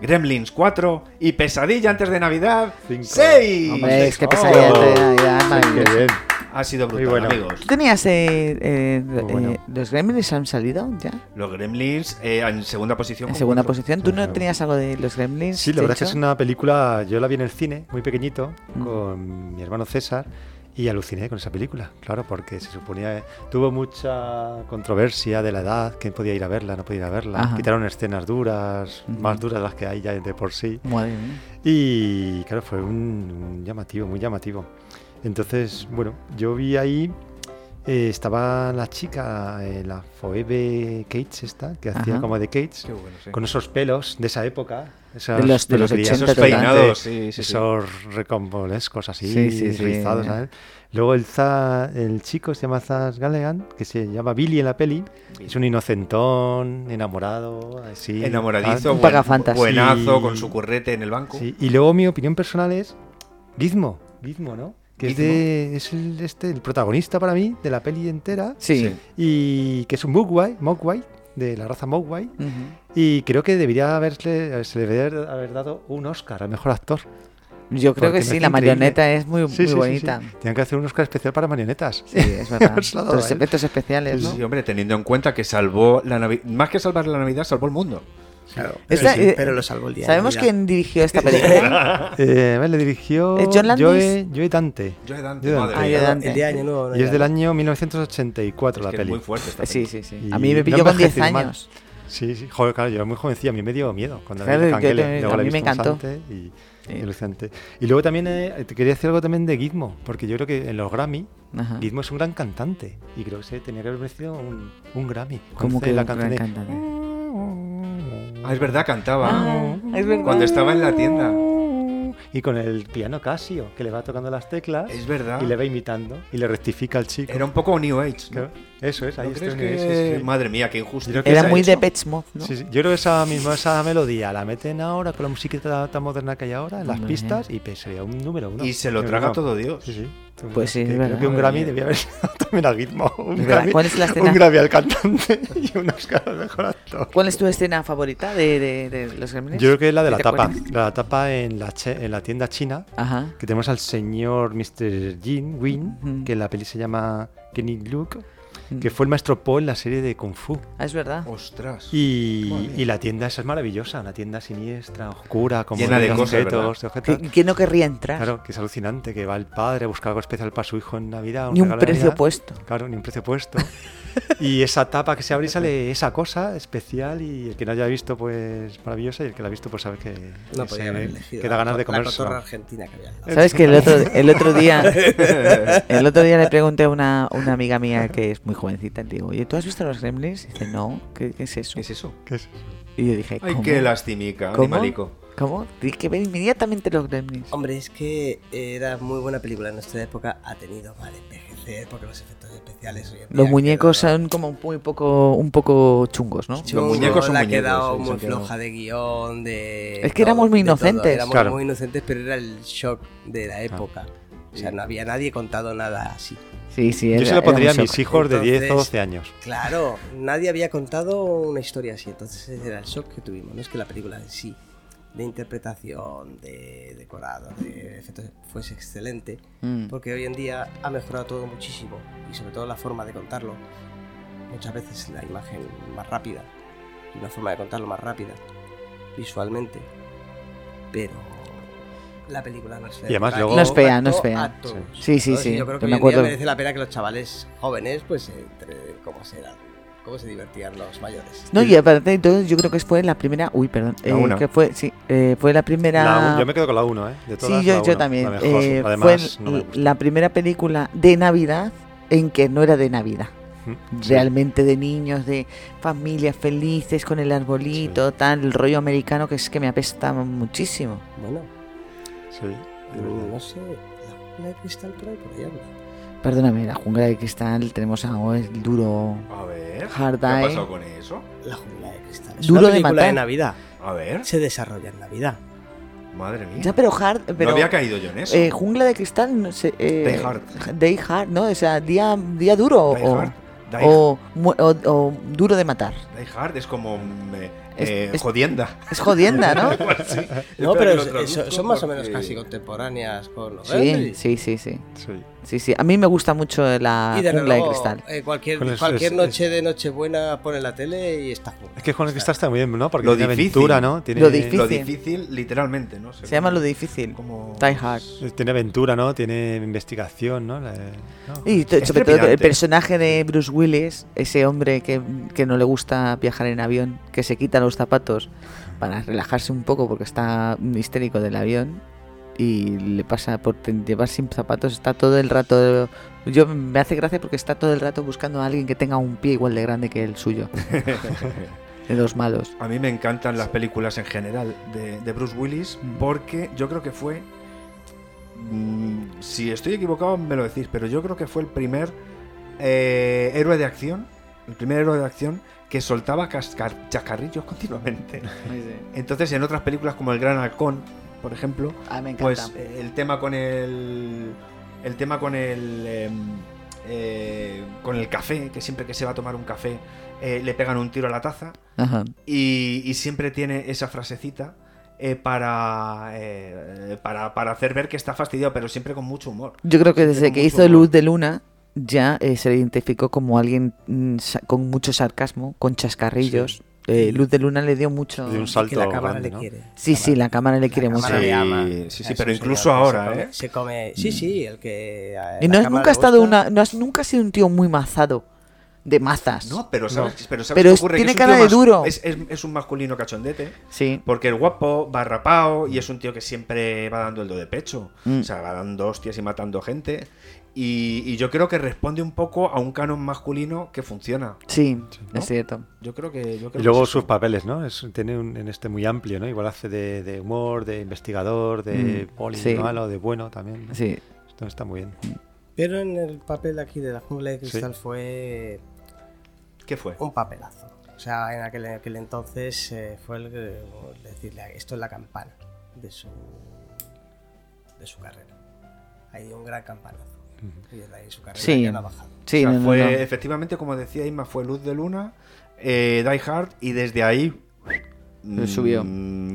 Speaker 2: Gremlins, cuatro. Y Pesadilla antes de Navidad,
Speaker 4: Cinco.
Speaker 2: seis.
Speaker 1: Hombre, es que
Speaker 4: Oh.
Speaker 1: pesadilla de Navidad es maravilloso.
Speaker 4: Qué bien.
Speaker 2: Ha sido brutal,
Speaker 4: Muy bueno.
Speaker 2: amigos.
Speaker 1: ¿Tú tenías eh, eh, eh,
Speaker 4: bueno.
Speaker 1: los Gremlins han salido ya?
Speaker 2: Los Gremlins eh, en segunda posición.
Speaker 1: En
Speaker 2: con
Speaker 1: segunda
Speaker 2: cuatro.
Speaker 1: posición. ¿Tú no
Speaker 4: Ajá.
Speaker 1: tenías algo de los Gremlins?
Speaker 4: Sí, la verdad es que es
Speaker 1: Checho?
Speaker 4: una película. Yo la vi en el cine, muy pequeñito,
Speaker 1: Mm.
Speaker 4: con mi hermano César, y aluciné con esa película, claro, porque se suponía. Tuvo mucha controversia de la edad, quién podía ir a verla, no podía ir a verla.
Speaker 1: Ajá.
Speaker 4: Quitaron escenas duras,
Speaker 1: Ujú.
Speaker 4: más duras de las que hay ya de por sí.
Speaker 1: Madre mía.
Speaker 4: Y claro, fue un, un llamativo, muy llamativo. Entonces, bueno, yo vi ahí, eh, estaba la chica, eh, la Phoebe Cates esta, que
Speaker 1: Ajá.
Speaker 4: hacía como de Cates,
Speaker 2: Qué bueno, sí.
Speaker 4: con esos pelos de esa época. Esas
Speaker 1: De los- de los
Speaker 4: peluquerías,
Speaker 1: 80
Speaker 4: esos peinados,
Speaker 2: total. Sí, sí, sí.
Speaker 4: esos recombolescos así,
Speaker 1: Sí, sí, sí.
Speaker 4: rizados, ¿sabes? Luego el, za- el chico se llama Zaz Gallegan, que se llama Billy en la peli. Es un inocentón, enamorado, así.
Speaker 2: Enamoradizo,
Speaker 1: Un
Speaker 2: buen-
Speaker 1: pagafantas.
Speaker 2: buenazo,
Speaker 4: Sí.
Speaker 2: con su currete en el banco.
Speaker 4: Sí, y luego mi opinión personal es Gizmo, Gizmo, ¿no? que es,
Speaker 2: Gizmo.
Speaker 4: de, es el, este, el protagonista para mí de la peli entera
Speaker 1: Sí.
Speaker 2: Sí.
Speaker 4: y que es un Mogwai, Mogwai de la raza Mogwai
Speaker 1: Ujú.
Speaker 4: y creo que debería haberle, se le debería haber dado un Oscar al mejor actor.
Speaker 1: Yo creo
Speaker 4: Porque
Speaker 1: que
Speaker 4: me
Speaker 1: sí,
Speaker 4: hace
Speaker 1: la
Speaker 4: increíble.
Speaker 1: marioneta es muy,
Speaker 4: Sí,
Speaker 1: muy
Speaker 4: sí, sí,
Speaker 1: bonita.
Speaker 4: sí. Tenían que hacer un Oscar especial para marionetas.
Speaker 1: Sí, es verdad.
Speaker 4: Habérselo dado
Speaker 1: Los
Speaker 4: a él.
Speaker 1: efectos especiales, ¿no?
Speaker 2: Sí, hombre, teniendo en cuenta que salvó la Navidad. Más que salvar la Navidad, salvó el mundo.
Speaker 3: Claro,
Speaker 1: Esta-
Speaker 3: pero,
Speaker 1: eh,
Speaker 3: pero lo salvo el día. de
Speaker 1: ¿Sabemos
Speaker 3: Navidad.
Speaker 1: quién dirigió esta película?
Speaker 4: Eh, a ver, le dirigió
Speaker 1: ¿Es John Landis?
Speaker 4: Joe, Joe Dante.
Speaker 2: Joe Dante,
Speaker 4: Joe
Speaker 2: madre
Speaker 1: Ah,
Speaker 2: mía.
Speaker 1: Joe Dante.
Speaker 3: El día de año nuevo. no
Speaker 4: Y es
Speaker 3: llega.
Speaker 4: del año 1984
Speaker 2: Es
Speaker 4: la
Speaker 2: que es
Speaker 4: peli.
Speaker 2: muy fuerte esta
Speaker 1: sí,
Speaker 2: peli.
Speaker 1: sí, sí.
Speaker 4: Y
Speaker 1: A mí me
Speaker 4: no
Speaker 1: pilló con 10
Speaker 4: envejeció mal.
Speaker 1: años.
Speaker 4: Sí, sí, joder, claro, yo era muy jovencilla, a mí me dio miedo cuando
Speaker 1: Claro,
Speaker 4: la vi
Speaker 1: yo
Speaker 4: en Cangele,
Speaker 1: también-
Speaker 4: luego
Speaker 1: a
Speaker 4: la
Speaker 1: mí me
Speaker 4: vimos
Speaker 1: encantó.
Speaker 4: antes y,
Speaker 1: Sí.
Speaker 4: y alucinante. Y luego también eh, te quería decir algo también de Gizmo, porque yo creo que en los Grammy,
Speaker 1: Ajá.
Speaker 4: Gizmo es un gran cantante y creo que se tenía que haber merecido un, un Grammy.
Speaker 1: Como
Speaker 4: Conoce
Speaker 1: que
Speaker 4: la
Speaker 1: un gran
Speaker 4: canción de- ah,
Speaker 1: cantante.
Speaker 2: Ah, es verdad, cantaba.
Speaker 1: es verdad.
Speaker 2: Ah. Cuando estaba en la tienda.
Speaker 4: Y con el piano Casio, que le va tocando las teclas
Speaker 2: Es verdad.
Speaker 4: y le va imitando y le rectifica al chico.
Speaker 2: Era un poco New Age. ¿no?
Speaker 4: Claro, Eso es, ahí
Speaker 2: ¿No
Speaker 4: está
Speaker 2: crees
Speaker 4: un-
Speaker 2: que-
Speaker 4: sí, sí, sí.
Speaker 2: Madre mía, qué injusto.
Speaker 4: Creo que
Speaker 1: Era
Speaker 4: se ha
Speaker 1: muy de
Speaker 4: hecho.
Speaker 1: Pet Mod, ¿no?
Speaker 4: Sí, sí. Yo creo que esa misma esa melodía la meten ahora con la musiquita tan moderna que hay ahora en las
Speaker 1: Hombre.
Speaker 4: pistas y pues, sería un número uno.
Speaker 2: Y se lo
Speaker 4: Yo
Speaker 2: traga
Speaker 4: creo.
Speaker 2: todo Dios.
Speaker 4: Sí, sí. Tú
Speaker 1: Pues sí,
Speaker 4: mira, que
Speaker 1: es
Speaker 4: creo
Speaker 1: verdad.
Speaker 4: que un
Speaker 2: Madre
Speaker 4: Grammy
Speaker 2: mía.
Speaker 4: debía haber sido también a Gizmo. Un
Speaker 1: Es verdad.
Speaker 4: Grammy,
Speaker 1: ¿Cuál es la escena?
Speaker 4: un Grammy al cantante y un Oscar al mejor actor.
Speaker 1: ¿Cuál es tu escena favorita de, de- de los Gremlins?
Speaker 4: Yo creo que es la de la
Speaker 1: ¿Te
Speaker 4: tapa.
Speaker 1: acuerdas?
Speaker 4: La tapa en la, che- en la tienda china.
Speaker 1: Ajá.
Speaker 4: Que tenemos al señor Mr. Jin Win,
Speaker 1: Ujú. Mm.
Speaker 4: que en la peli se llama Kenny Luke, que fue el maestro Po en la serie de Kung Fu.
Speaker 1: Ah, es verdad.
Speaker 2: Ostras.
Speaker 4: Y, y la tienda esa es maravillosa, una tienda siniestra, oscura, como
Speaker 2: Llena de cosas,
Speaker 4: objetos, de objetos.
Speaker 1: Que, que no querría entrar.
Speaker 4: Claro, que es alucinante, que va el padre a buscar algo especial para su hijo en Navidad.
Speaker 1: Ni un
Speaker 4: regalo de
Speaker 1: precio
Speaker 4: Navidad.
Speaker 1: puesto.
Speaker 4: Claro, ni un precio puesto. y esa tapa que se abre y sale esa cosa especial y el que no haya visto, pues maravillosa, y el que la ha visto, pues sabe que,
Speaker 3: No
Speaker 4: que
Speaker 3: podía
Speaker 4: se-
Speaker 3: haber elegido.
Speaker 4: que da ganas de
Speaker 3: La cotorra
Speaker 4: comerse.
Speaker 3: argentina que había.
Speaker 1: ¿Sabes que el otro, el otro día el otro día le pregunté a una, una amiga mía que es muy jovencita, le digo, oye, ¿tú has visto los Gremlins? Y dice, no, ¿qué, qué es eso?
Speaker 2: ¿Qué es eso?
Speaker 4: ¿Qué es?
Speaker 1: Y yo
Speaker 4: Eh,
Speaker 1: dije,
Speaker 2: Ay,
Speaker 1: ¿cómo?
Speaker 2: qué lastimica,
Speaker 1: ¿Cómo?
Speaker 2: animalico.
Speaker 1: ¿Cómo? Tienes que ver inmediatamente los Gremlins.
Speaker 3: Hombre, es que era muy buena película en nuestra época. Ha tenido mal envejecer porque los efectos especiales. hoy en
Speaker 1: Los
Speaker 3: día
Speaker 1: muñecos
Speaker 3: quedan-
Speaker 1: son como muy poco, un poco chungos, ¿no?
Speaker 2: Sí. Los muñecos son
Speaker 3: la
Speaker 2: muñecos,
Speaker 3: ha quedado
Speaker 2: sí, se
Speaker 3: muy
Speaker 2: han quedado.
Speaker 3: floja de guión, de.
Speaker 1: Es que éramos muy
Speaker 3: de todo.
Speaker 1: inocentes.
Speaker 3: Éramos
Speaker 4: Claro.
Speaker 3: muy inocentes, pero era el shock de la época. O sea, no había nadie contado nada así.
Speaker 1: Sí, sí.
Speaker 4: Yo
Speaker 1: era-
Speaker 4: se
Speaker 1: era
Speaker 4: lo
Speaker 1: un
Speaker 4: pondría a
Speaker 1: shock.
Speaker 4: mis hijos de 10 o
Speaker 3: Entonces-
Speaker 4: 12 años.
Speaker 3: Claro, nadie había contado una historia así, entonces ese era el shock que tuvimos. No es que la película en sí, de interpretación, de decorado, de efectos, fuese excelente,
Speaker 1: Mm.
Speaker 3: porque hoy en día ha mejorado todo muchísimo y sobre todo la forma de contarlo. Muchas veces la imagen más rápida, y una forma de contarlo más rápida, visualmente, pero la película no es fea.
Speaker 4: Y además luego-
Speaker 1: No es fea, no es fea.
Speaker 3: A todos.
Speaker 1: Sí, sí,
Speaker 3: Entonces,
Speaker 1: sí,
Speaker 3: Yo creo
Speaker 1: yo me
Speaker 3: que hoy en día
Speaker 1: acuerdo.
Speaker 3: merece la pena que los chavales jóvenes, pues, entre cómo serán, cómo se divertían los mayores.
Speaker 1: No, y aparte de todo, yo creo que fue la primera... Uy, perdón. eh,
Speaker 2: una.
Speaker 1: que fue, sí, eh, fue la primera...
Speaker 4: La un- yo me quedo con la 1, ¿eh? De todas,
Speaker 1: Sí, yo,
Speaker 4: la
Speaker 1: yo
Speaker 4: uno,
Speaker 1: también.
Speaker 4: La mejor.
Speaker 1: Eh,
Speaker 4: Además,
Speaker 1: fue
Speaker 4: no me gusta.
Speaker 1: la primera película de Navidad en que no era de Navidad.
Speaker 4: Mm, sí.
Speaker 1: Realmente de niños, de familias felices con el arbolito, tal, el rollo americano que es que me apesta muchísimo.
Speaker 3: Bueno,
Speaker 4: Sí, de verdad.
Speaker 3: no sé, la jungla de cristal por ahí, por ahí anda.
Speaker 1: Perdóname, la jungla de cristal tenemos a el duro.
Speaker 2: A ver.
Speaker 1: Hard
Speaker 2: ¿Qué ha
Speaker 1: Eye.
Speaker 2: pasado con eso?
Speaker 3: La jungla de cristal. Es
Speaker 1: Duro
Speaker 3: una
Speaker 1: de
Speaker 3: película
Speaker 1: matar.
Speaker 3: de Navidad.
Speaker 2: A ver.
Speaker 3: Se desarrolla en Navidad.
Speaker 2: Madre mía.
Speaker 1: Ya, pero hard, pero
Speaker 2: no había caído yo en eso.
Speaker 1: eh, jungla de cristal, no sé. eh,
Speaker 2: Day Hard.
Speaker 1: Day Hard, ¿no? O sea, día, día duro
Speaker 2: Die
Speaker 1: o,
Speaker 2: Hard. Die,
Speaker 1: o mu- o- o duro de matar.
Speaker 2: Die Hard es como mm, eh,
Speaker 1: Es-
Speaker 2: eh,
Speaker 1: es-
Speaker 2: jodienda.
Speaker 1: Es jodienda, ¿no?
Speaker 3: No,
Speaker 2: Espera
Speaker 3: pero
Speaker 2: que lo
Speaker 3: es-
Speaker 2: traduzco
Speaker 3: son- son más o
Speaker 2: porque-
Speaker 3: menos casi contemporáneas con los
Speaker 1: sí,
Speaker 3: Gremlins.
Speaker 1: sí, sí, sí.
Speaker 4: Sí.
Speaker 1: Sí, sí. A mí me gusta mucho la
Speaker 3: Y de
Speaker 1: jungla de
Speaker 3: luego,
Speaker 1: cristal.
Speaker 3: eh, cualquier
Speaker 4: Con el-
Speaker 3: cualquier
Speaker 4: es-
Speaker 3: noche de Nochebuena pone la tele y está jungla.
Speaker 4: Es que Juan Cristal está muy bien, ¿no? Porque
Speaker 2: Lo
Speaker 4: tiene
Speaker 2: difícil.
Speaker 4: aventura, ¿no? Tiene,
Speaker 1: Lo difícil.
Speaker 2: Lo difícil, literalmente, ¿no?
Speaker 1: Se llama lo difícil.
Speaker 2: Como...
Speaker 1: Die Hard.
Speaker 4: Tiene aventura, ¿no? Tiene investigación, ¿no? La- ¿no?
Speaker 1: Y to-
Speaker 2: Es
Speaker 1: sobre todo el
Speaker 2: trepidante.
Speaker 1: personaje de Bruce Willis, ese hombre que, que no le gusta viajar en avión, que se quita los zapatos para relajarse un poco porque está histérico del avión y le pasa por ten- llevar sin zapatos, está todo el rato... Yo me hace gracia porque está todo el rato buscando a alguien que tenga un pie igual de grande que el suyo, de los malos.
Speaker 2: A mí me encantan las películas en general de, de Bruce Willis porque yo creo que fue, mm, si estoy equivocado me lo decís, pero yo creo que fue el primer eh, héroe de acción, el primer héroe de acción que soltaba cascar- chascarrillos continuamente. Entonces en otras películas como El Gran Halcón, por ejemplo,
Speaker 1: Ah, me encanta.
Speaker 2: pues eh, el tema con el el tema con el em, eh, con el café, que siempre que se va a tomar un café eh, le pegan un tiro a la taza
Speaker 1: Ajá.
Speaker 2: y, y siempre tiene esa frasecita eh, para, eh, para para hacer ver que está fastidiado, pero siempre con mucho humor.
Speaker 1: Yo creo que
Speaker 2: Siempre
Speaker 1: desde
Speaker 2: con
Speaker 1: que
Speaker 2: mucho
Speaker 1: hizo
Speaker 2: humor.
Speaker 1: Luz de Luna ya eh, se le identificó como alguien mm, sa- con mucho sarcasmo, con chascarrillos. Eh, Luz de Luna le dio mucho...
Speaker 6: De un
Speaker 3: Y
Speaker 6: salto
Speaker 3: que la cámara
Speaker 6: grande,
Speaker 3: le
Speaker 6: ¿no?
Speaker 3: quiere.
Speaker 1: Sí, sí, la cámara le
Speaker 3: La
Speaker 1: quiere mucho.
Speaker 3: cámara le
Speaker 2: Sí,
Speaker 3: ama.
Speaker 2: sí,
Speaker 3: Es
Speaker 2: sí,
Speaker 3: un
Speaker 2: pero incluso
Speaker 3: señor que
Speaker 2: ahora,
Speaker 3: se come-
Speaker 2: ¿eh?
Speaker 3: Se come, sí, sí, el que. a-
Speaker 1: Y
Speaker 3: la
Speaker 1: no has
Speaker 3: cámara
Speaker 1: nunca ha
Speaker 3: le
Speaker 1: estado
Speaker 3: gusta.
Speaker 1: una, no has nunca ha sido un tío muy mazado de mazas.
Speaker 2: No, pero sabes, pero sabes
Speaker 1: Pero
Speaker 2: qué
Speaker 1: es-
Speaker 2: ocurre, que
Speaker 1: tiene
Speaker 2: es un
Speaker 1: cara
Speaker 2: tío
Speaker 1: de
Speaker 2: mas-
Speaker 1: duro.
Speaker 2: Es, es- es un masculino cachondete.
Speaker 1: Sí.
Speaker 2: Porque es guapo, va rapao y es un tío que siempre va dando el do de pecho.
Speaker 1: Mm.
Speaker 2: O sea, va dando hostias y matando gente. Y, y yo creo que responde un poco a un canon masculino que funciona.
Speaker 1: Sí,
Speaker 2: ¿no?
Speaker 1: es cierto.
Speaker 2: Yo creo que. Yo creo
Speaker 4: Y
Speaker 2: que
Speaker 4: luego
Speaker 2: es eso.
Speaker 4: sus papeles, ¿no? Es, tiene un, en este muy amplio, ¿no? Igual hace de, de humor, de investigador, de
Speaker 1: Mm,
Speaker 4: poli,
Speaker 1: sí.
Speaker 4: de malo, de bueno también. ¿no?
Speaker 1: Sí.
Speaker 4: Esto está muy bien.
Speaker 3: Pero en el papel aquí de la jungla de cristal fue
Speaker 2: ¿Qué fue?
Speaker 3: un papelazo. O sea, en aquel, en aquel entonces eh, fue el que- el decirle, esto es la campana de su, de su carrera. Ahí dio un gran campanazo. Y desde ahí su carrera
Speaker 1: Sí.
Speaker 3: ya no ha bajado.
Speaker 1: Sí,
Speaker 2: O sea,
Speaker 1: no, no,
Speaker 2: fue,
Speaker 1: no.
Speaker 2: efectivamente, como decía Isma, fue Luz de Luna, eh, Die Hard, y desde ahí. mm,
Speaker 1: Subió.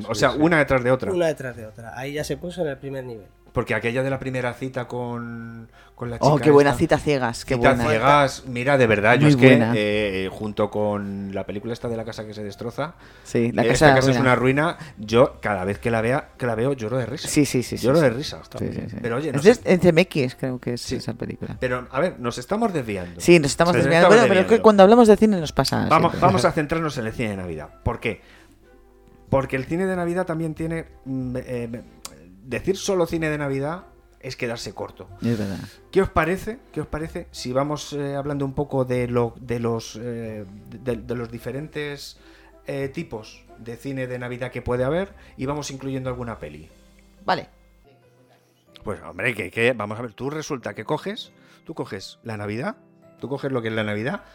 Speaker 2: O sea, una detrás de otra.
Speaker 3: Una detrás de otra. Ahí ya se puso en el primer nivel.
Speaker 2: Porque aquella de la primera cita con, con la chica.
Speaker 1: Oh, qué buena
Speaker 2: esta-
Speaker 1: cita ciegas, qué
Speaker 2: Cita
Speaker 1: buena.
Speaker 2: ciegas, mira, de verdad, yo
Speaker 1: Muy
Speaker 2: es que
Speaker 1: buena.
Speaker 2: eh, junto con la película esta de la casa que se destroza,
Speaker 1: Sí, la casa,
Speaker 2: eh,
Speaker 1: de
Speaker 2: esta
Speaker 1: la
Speaker 2: casa es
Speaker 1: ruina.
Speaker 2: una ruina, yo cada vez que la vea, que la veo lloro de risa.
Speaker 1: Sí, sí, sí, sí,
Speaker 2: Lloro
Speaker 1: sí.
Speaker 2: de risa.
Speaker 1: Sí, sí, sí.
Speaker 2: Pero oye,
Speaker 1: es,
Speaker 2: nos-
Speaker 1: de- es de Zemeckis, creo que es
Speaker 2: Sí.
Speaker 1: esa película.
Speaker 2: pero a ver, nos estamos desviando.
Speaker 1: Sí, nos estamos
Speaker 2: Sí, nos
Speaker 1: desviando.
Speaker 2: estamos
Speaker 1: Bueno, pero es que
Speaker 2: desviando.
Speaker 1: cuando hablamos de cine nos pasa.
Speaker 2: Vamos,
Speaker 1: siempre.
Speaker 2: vamos a centrarnos en el cine de Navidad. ¿Por qué? Porque el cine de Navidad también tiene... mm, eh, decir solo cine de Navidad es quedarse corto.
Speaker 1: Es verdad.
Speaker 2: ¿Qué os parece? ¿Qué os parece? Si vamos eh, hablando un poco de lo, de los eh, de, de los diferentes eh, tipos de cine de Navidad que puede haber y vamos incluyendo alguna peli.
Speaker 1: Vale.
Speaker 2: Pues hombre, que, que- vamos a ver, tú resulta que coges, tú coges la Navidad, tú coges lo que es la Navidad,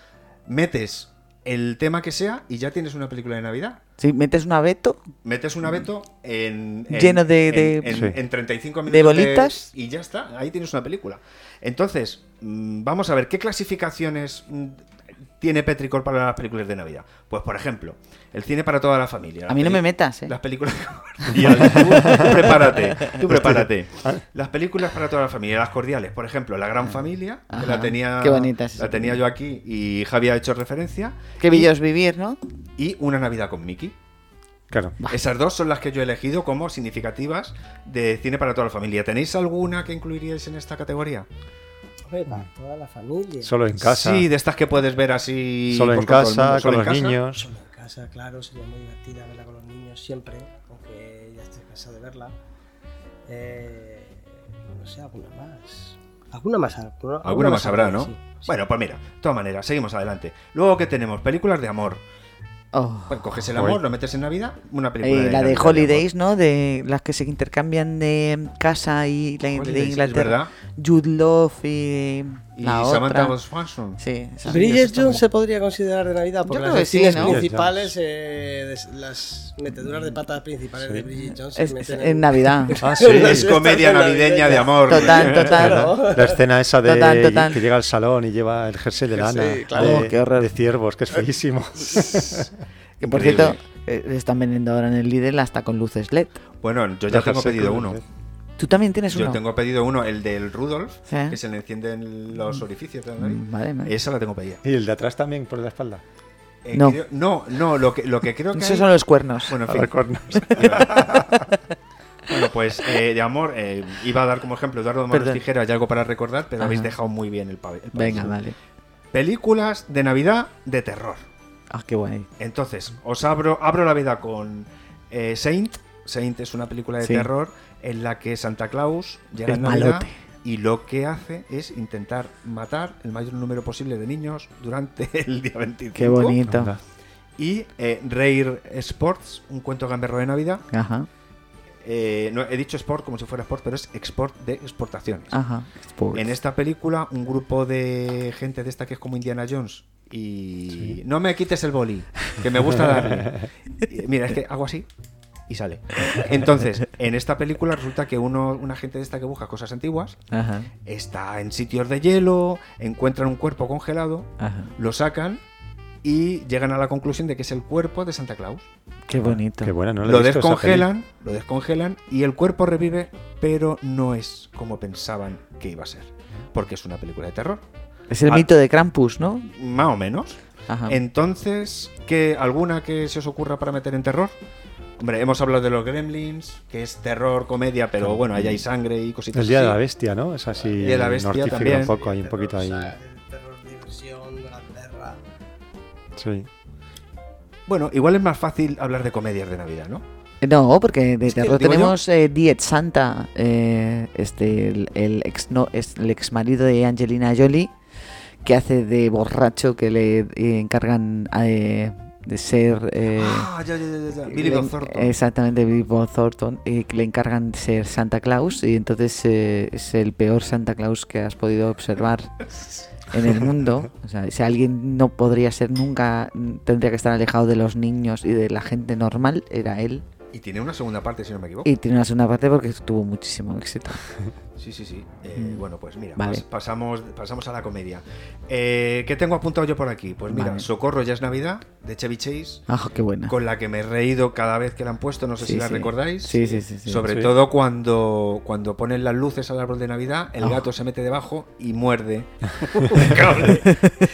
Speaker 2: metes el tema que sea y ya tienes una película de Navidad.
Speaker 1: Si metes un abeto,
Speaker 2: Metes un abeto en, en-
Speaker 1: Lleno de-
Speaker 2: en-
Speaker 1: de-
Speaker 2: en,
Speaker 4: Sí.
Speaker 2: en 35 minutos
Speaker 1: De bolitas.
Speaker 2: y ya está, ahí tienes una película. Entonces, mm, vamos a ver qué clasificaciones mm, tiene Petricor para las películas de Navidad. Pues por ejemplo, el cine para toda la familia.
Speaker 1: a mí no me
Speaker 2: metes
Speaker 1: metas, ¿eh?
Speaker 2: Las películas. Tío, tú prepárate,
Speaker 4: Este,
Speaker 2: tú prepárate.
Speaker 4: ¿ah?
Speaker 2: Las películas para toda la familia, las cordiales. Por ejemplo, La Gran Familia, que la
Speaker 1: Ajá.
Speaker 2: tenía,
Speaker 1: Qué bonita es esa
Speaker 2: la tenía yo aquí y Javi ha hecho referencia.
Speaker 1: Qué bello es vivir, ¿no?
Speaker 2: Y Una Navidad con Mickey.
Speaker 4: Claro.
Speaker 2: Esas dos son las que yo he elegido como significativas de cine para toda la familia. ¿Tenéis alguna que incluiríais en esta categoría?
Speaker 3: Hombre, para toda la familia.
Speaker 4: Solo en casa.
Speaker 2: Sí, de estas que puedes ver así.
Speaker 4: solo en
Speaker 2: pues, con todo el
Speaker 4: casa,
Speaker 2: mundo,
Speaker 4: con
Speaker 2: solo
Speaker 4: los
Speaker 2: en casa.
Speaker 4: niños.
Speaker 3: Solo en casa, claro, sería muy divertida verla con los niños siempre, aunque ya estés cansado de verla. Eh, no sé, alguna más. Alguna más, alguna,
Speaker 2: Alguna más habrá, ¿no?
Speaker 3: sí, sí.
Speaker 2: Bueno, pues mira, de todas maneras, seguimos adelante. Luego que tenemos películas de amor.
Speaker 1: Oh.
Speaker 2: Pues coges el amor,
Speaker 4: Joder.
Speaker 2: lo metes en Navidad, una película.
Speaker 1: Eh, la de
Speaker 2: Navidad
Speaker 1: Holidays, ¿no? De las que se intercambian de casa y la
Speaker 2: amor.
Speaker 1: de
Speaker 2: Holidays, es
Speaker 1: Inglaterra.
Speaker 2: verdad.
Speaker 1: Jude Law y,
Speaker 2: Y
Speaker 1: la
Speaker 2: Samantha
Speaker 1: otra.
Speaker 2: Johnson.
Speaker 1: Sí, esa-
Speaker 3: Bridget
Speaker 1: esa-
Speaker 3: Jones se podría considerar de Navidad porque
Speaker 1: Yo
Speaker 3: las
Speaker 1: creo que sí,
Speaker 3: escenas
Speaker 1: ¿no?
Speaker 3: principales, eh, des- las meteduras de patas principales de Bridget Jones se
Speaker 1: es- es
Speaker 3: meten
Speaker 1: en Navidad.
Speaker 4: Ah, sí.
Speaker 2: Es comedia navideña de amor.
Speaker 1: Total, total.
Speaker 4: ¿Verdad? La escena esa de
Speaker 1: Total, total.
Speaker 4: que llega al salón y lleva el jersey de lana
Speaker 1: claro.
Speaker 4: de,
Speaker 1: Oh, qué horror.
Speaker 4: de ciervos, que es feísimo.
Speaker 1: Que por
Speaker 2: Increíble.
Speaker 1: cierto, eh, le están vendiendo ahora en el Lidl hasta con luces LED.
Speaker 2: Bueno, yo ya
Speaker 4: Los
Speaker 2: tengo
Speaker 4: jersey
Speaker 2: pedido
Speaker 4: con-
Speaker 2: uno.
Speaker 1: Tú también tienes
Speaker 2: Yo
Speaker 1: uno.
Speaker 2: tengo pedido uno, el del Rudolf,
Speaker 1: Sí.
Speaker 2: que se le encienden los orificios de la nariz.
Speaker 1: Mm, Vale, vale.
Speaker 2: Esa la tengo pedida.
Speaker 4: Y el de atrás también por la espalda.
Speaker 2: Eh,
Speaker 1: No.
Speaker 2: creo- no, no, lo que, lo que creo que.
Speaker 1: Esos
Speaker 2: hay-
Speaker 1: son los cuernos.
Speaker 2: Bueno, en
Speaker 4: Para
Speaker 2: fin.
Speaker 4: cornos.
Speaker 2: Bueno, pues eh, de amor, eh, iba a dar como ejemplo Eduardo Manos
Speaker 1: Perdón.
Speaker 2: Tijeras y algo para recordar, pero
Speaker 1: Ajá.
Speaker 2: habéis dejado muy bien el, pabellón.
Speaker 1: Venga, vale.
Speaker 2: Películas de Navidad de terror.
Speaker 1: Ah, qué guay.
Speaker 2: Entonces, os abro, abro la veda con eh, Saint. Saint es una película de
Speaker 1: Sí.
Speaker 2: terror en la que Santa Claus llega
Speaker 1: Es
Speaker 2: en Navidad
Speaker 1: malote.
Speaker 2: y lo que hace es intentar matar el mayor número posible de niños durante el día 25.
Speaker 1: Qué bonito.
Speaker 4: Anda.
Speaker 2: Y eh, Rare Sports, un cuento gamberro de Navidad.
Speaker 1: Ajá,
Speaker 2: Eh, no, he dicho sport como si fuera sport, pero es export de exportaciones.
Speaker 1: ajá.
Speaker 4: Pues.
Speaker 1: Sports.
Speaker 2: En este- esta película, un grupo de gente de esta que es como Indiana Jones. Y no me quites el boli, que me gusta darle. Y, Mira, es que hago así. y sale. Entonces, en esta película resulta que uno, una gente de esta que busca cosas antiguas
Speaker 1: Ajá.
Speaker 2: está en sitios de hielo, encuentran un cuerpo congelado,
Speaker 1: Ajá.
Speaker 2: lo sacan y llegan a la conclusión de que es el cuerpo de Santa Claus.
Speaker 1: Qué bonito.
Speaker 4: Qué buena, no la he
Speaker 2: lo
Speaker 4: visto esa peli.
Speaker 2: descongelan, lo descongelan y el cuerpo revive, pero no es como pensaban que iba a ser, porque es una película de terror,
Speaker 1: Es el
Speaker 2: Ah.
Speaker 1: mito de Krampus, ¿no?
Speaker 2: más o menos.
Speaker 1: Ajá.
Speaker 2: Entonces, ¿qué, ¿alguna que se os ocurra para meter en terror? Hombre, hemos hablado de los Gremlins, que es terror, comedia, pero bueno, ahí hay sangre y cositas
Speaker 4: El día de la
Speaker 2: así.
Speaker 4: bestia, ¿no? Es así.
Speaker 2: Día de la Bestia
Speaker 4: mortifica
Speaker 2: también.
Speaker 4: un poco, hay un poquito
Speaker 3: O
Speaker 4: ahí.
Speaker 3: sea, el terror, diversión, la guerra.
Speaker 4: Sí.
Speaker 2: Bueno, igual es más fácil hablar de comedias de Navidad, ¿no?
Speaker 1: No, porque de
Speaker 2: Es que,
Speaker 1: terror
Speaker 2: digo yo-
Speaker 1: tenemos eh, Diet Santa, eh, este, el, el ex no, es el ex marido de Angelina Jolie, que hace de borracho que le eh, encargan eh, de ser... eh,
Speaker 2: ah, ya, ya, ya, ya. Billy
Speaker 1: le-
Speaker 2: Bob Thornton.
Speaker 1: Exactamente, Billy Bob Thornton, eh, que le encargan de ser Santa Claus y entonces eh, es el peor Santa Claus que has podido observar en el mundo. O sea, si alguien no podría ser nunca, mm, tendría que estar alejado de los niños y de la gente normal, era él.
Speaker 2: Y tiene una segunda parte, si no me equivoco.
Speaker 1: Y tiene una segunda parte porque tuvo muchísimo éxito.
Speaker 2: Sí, sí, sí. Eh,
Speaker 1: Mm.
Speaker 2: Bueno, pues mira,
Speaker 1: Vale.
Speaker 2: pas- pasamos, pasamos a la comedia. Eh, ¿Qué tengo apuntado yo por aquí? Pues mira,
Speaker 1: Vale.
Speaker 2: Socorro ya es Navidad, de Chevy Chase,
Speaker 1: Ah, qué buena.
Speaker 2: con la que me he reído cada vez que la han puesto, no sé
Speaker 1: Sí,
Speaker 2: si la
Speaker 1: sí.
Speaker 2: recordáis.
Speaker 1: Sí, sí, sí. sí.
Speaker 2: Sobre
Speaker 4: Sí.
Speaker 2: todo cuando, cuando ponen las luces al árbol de Navidad, el
Speaker 1: Oh.
Speaker 2: gato se mete debajo y muerde. el cable.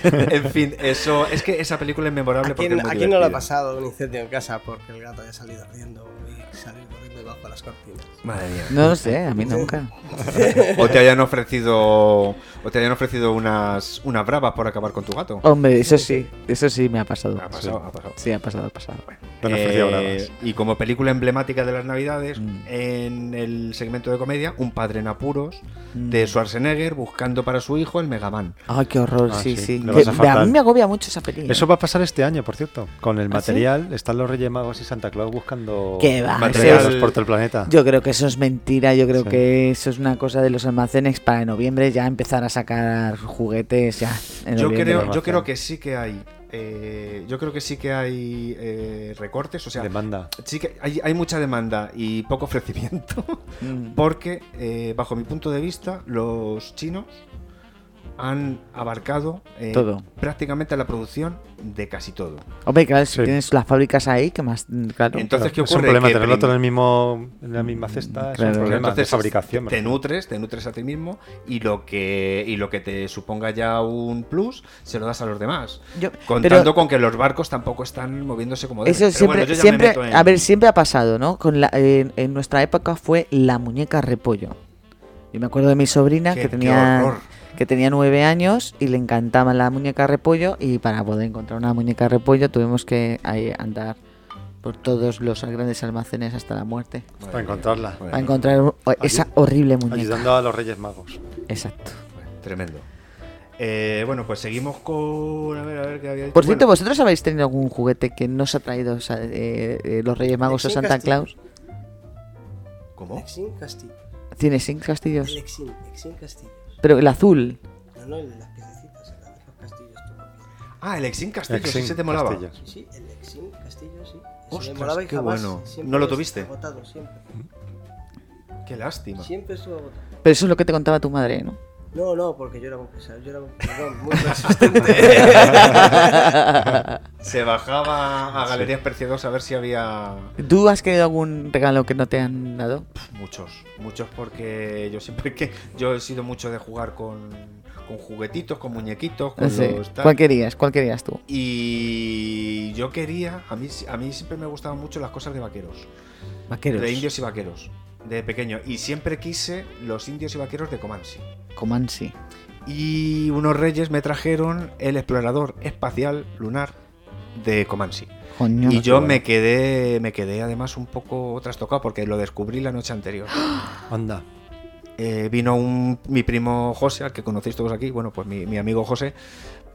Speaker 2: en fin, eso es que esa película es memorable
Speaker 3: ¿A
Speaker 2: porque
Speaker 3: quién,
Speaker 2: es muy
Speaker 3: a quién no le ha
Speaker 2: divertida.
Speaker 3: pasado un incendio en casa porque el gato haya salido riendo y salió corriendo debajo de las cortinas?
Speaker 2: Madre mía.
Speaker 1: No lo sé, a mí nunca.
Speaker 2: O te hayan ofrecido o te hayan ofrecido unas unas bravas por acabar con tu gato.
Speaker 1: Hombre, eso sí, eso Oh, sí me ha pasado.
Speaker 2: Ha pasado, ha pasado.
Speaker 1: Sí, ha pasado, ha pasado.
Speaker 4: Te han ofrecido
Speaker 2: Eh,
Speaker 4: bravas.
Speaker 2: y como película emblemática de las Navidades,
Speaker 1: Mm.
Speaker 2: en el segmento de comedia, Un padre en apuros
Speaker 1: Mm.
Speaker 2: de Schwarzenegger buscando para su hijo el Megaman.
Speaker 1: Ay, qué horror,
Speaker 4: Ah,
Speaker 1: pues sí,
Speaker 4: sí,
Speaker 1: sí.
Speaker 4: le
Speaker 1: Que-
Speaker 4: vas a
Speaker 1: a,
Speaker 4: faltar.
Speaker 1: mí me agobia mucho esa ¿eh? película.
Speaker 4: Eso va a pasar este año, por cierto. Con el
Speaker 1: ¿Ah, sí?
Speaker 4: material, están los Reyes Magos y Santa Claus buscando
Speaker 1: Qué va,
Speaker 4: materiales
Speaker 2: eso es-
Speaker 4: por todo el planeta.
Speaker 1: Yo creo que eso es mentira, yo creo
Speaker 4: Sí.
Speaker 1: que eso es una cosa de los almacenes para noviembre ya empezar a sacar juguetes ya. en
Speaker 2: Yo
Speaker 1: noviembre.
Speaker 2: creo,
Speaker 4: lo
Speaker 2: yo
Speaker 4: hacen.
Speaker 2: creo que sí que hay. eh, yo creo que sí que hay eh, recortes, o sea,
Speaker 4: Demanda.
Speaker 2: sí que hay, hay mucha demanda y poco ofrecimiento,
Speaker 1: Mm.
Speaker 2: porque eh, bajo mi punto de vista los chinos han abarcado eh,
Speaker 1: Todo.
Speaker 2: prácticamente la producción de casi todo.
Speaker 1: Hombre, claro, si
Speaker 4: Sí.
Speaker 1: tienes las fábricas ahí, que más, mm, claro.
Speaker 2: Entonces, ¿qué
Speaker 4: es un
Speaker 2: ocurre?
Speaker 4: problema
Speaker 2: Que
Speaker 4: tenerlo
Speaker 2: prim-
Speaker 4: todo en, el mismo, en la misma cesta.
Speaker 1: Claro.
Speaker 4: es un problema
Speaker 2: Entonces,
Speaker 4: de fabricación.
Speaker 2: te
Speaker 4: ¿verdad?
Speaker 2: nutres, te nutres a ti mismo y lo que y lo que te suponga ya un plus se lo das a los demás.
Speaker 1: Yo-
Speaker 2: Contando
Speaker 1: pero-
Speaker 2: con que los barcos tampoco están moviéndose como deben.
Speaker 1: Eso
Speaker 2: Pero
Speaker 1: siempre,
Speaker 2: bueno, yo ya me
Speaker 1: siempre
Speaker 2: meto en-
Speaker 1: a ver, siempre ha pasado, ¿no? Con la, en, en nuestra época fue la muñeca repollo. Yo me acuerdo de mi sobrina
Speaker 2: Qué-
Speaker 1: que
Speaker 2: qué
Speaker 1: tenía
Speaker 2: horror.
Speaker 1: que tenía nueve años y le encantaba la muñeca repollo y para poder encontrar una muñeca repollo tuvimos que ahí andar por todos los grandes almacenes hasta la muerte
Speaker 2: Madre
Speaker 4: Para
Speaker 2: mía.
Speaker 4: encontrarla.
Speaker 2: Madre
Speaker 1: para
Speaker 2: mía.
Speaker 1: encontrar o- esa horrible muñeca.
Speaker 4: Ayudando a los Reyes Magos.
Speaker 1: Exacto.
Speaker 2: Bueno, Tremendo. Eh, bueno, pues seguimos con. A ver, a ver qué había dicho.
Speaker 1: Por cierto,
Speaker 2: Bueno,
Speaker 1: ¿vosotros habéis tenido algún juguete que no os ha traído o sea, eh, eh, los Reyes Magos o
Speaker 3: Exin
Speaker 1: Santa
Speaker 3: Castillo.
Speaker 1: Claus?
Speaker 2: ¿Cómo?
Speaker 3: Exin Castillo.
Speaker 1: Tiene cinco castillos.
Speaker 3: El Exin, Exin Castillos.
Speaker 1: Pero el azul.
Speaker 3: No, no, el- las piececitas, el- los castillos. tú.
Speaker 2: Ah, el Exin Castillo, sí
Speaker 4: Exin
Speaker 2: se te molaba.
Speaker 4: Castillos.
Speaker 3: Sí, sí, el Exin Castillo, sí. Eso
Speaker 2: Ostras,
Speaker 3: me molaba y
Speaker 2: qué
Speaker 3: jamás,
Speaker 2: bueno.
Speaker 3: siempre
Speaker 2: ¿No lo
Speaker 3: estuvo
Speaker 2: tuviste?
Speaker 3: Agotado, siempre.
Speaker 2: Qué lástima.
Speaker 3: Siempre estuvo agotado.
Speaker 1: Pero eso es lo que te contaba tu madre, ¿no?
Speaker 3: No, no, porque yo era un pesado, yo era un, perdón, muy resistente.
Speaker 2: Se bajaba a Galerías Preciados a ver si había.
Speaker 1: ¿Tú has querido algún regalo que no te han dado?
Speaker 4: Pues
Speaker 2: Muchos, muchos porque yo siempre que yo he sido mucho de jugar con, con juguetitos, con muñequitos, con
Speaker 1: No sé.
Speaker 2: los tal.
Speaker 1: ¿Cuál querías? ¿Cuál querías tú?
Speaker 2: Y yo quería, a mí, a mí siempre me gustaban mucho las cosas de vaqueros,
Speaker 1: Vaqueros.
Speaker 2: de indios y vaqueros, de pequeño. Y siempre quise los indios y vaqueros de Comanche.
Speaker 1: Comansi.
Speaker 2: Y unos reyes me trajeron el explorador espacial lunar de Comanche.
Speaker 1: Coño.
Speaker 2: y yo me quedé, me quedé además un poco trastocado porque lo descubrí la noche anterior.
Speaker 4: Anda.
Speaker 2: Eh, vino un, mi primo José, al que conocéis todos aquí, bueno, pues mi, mi amigo José,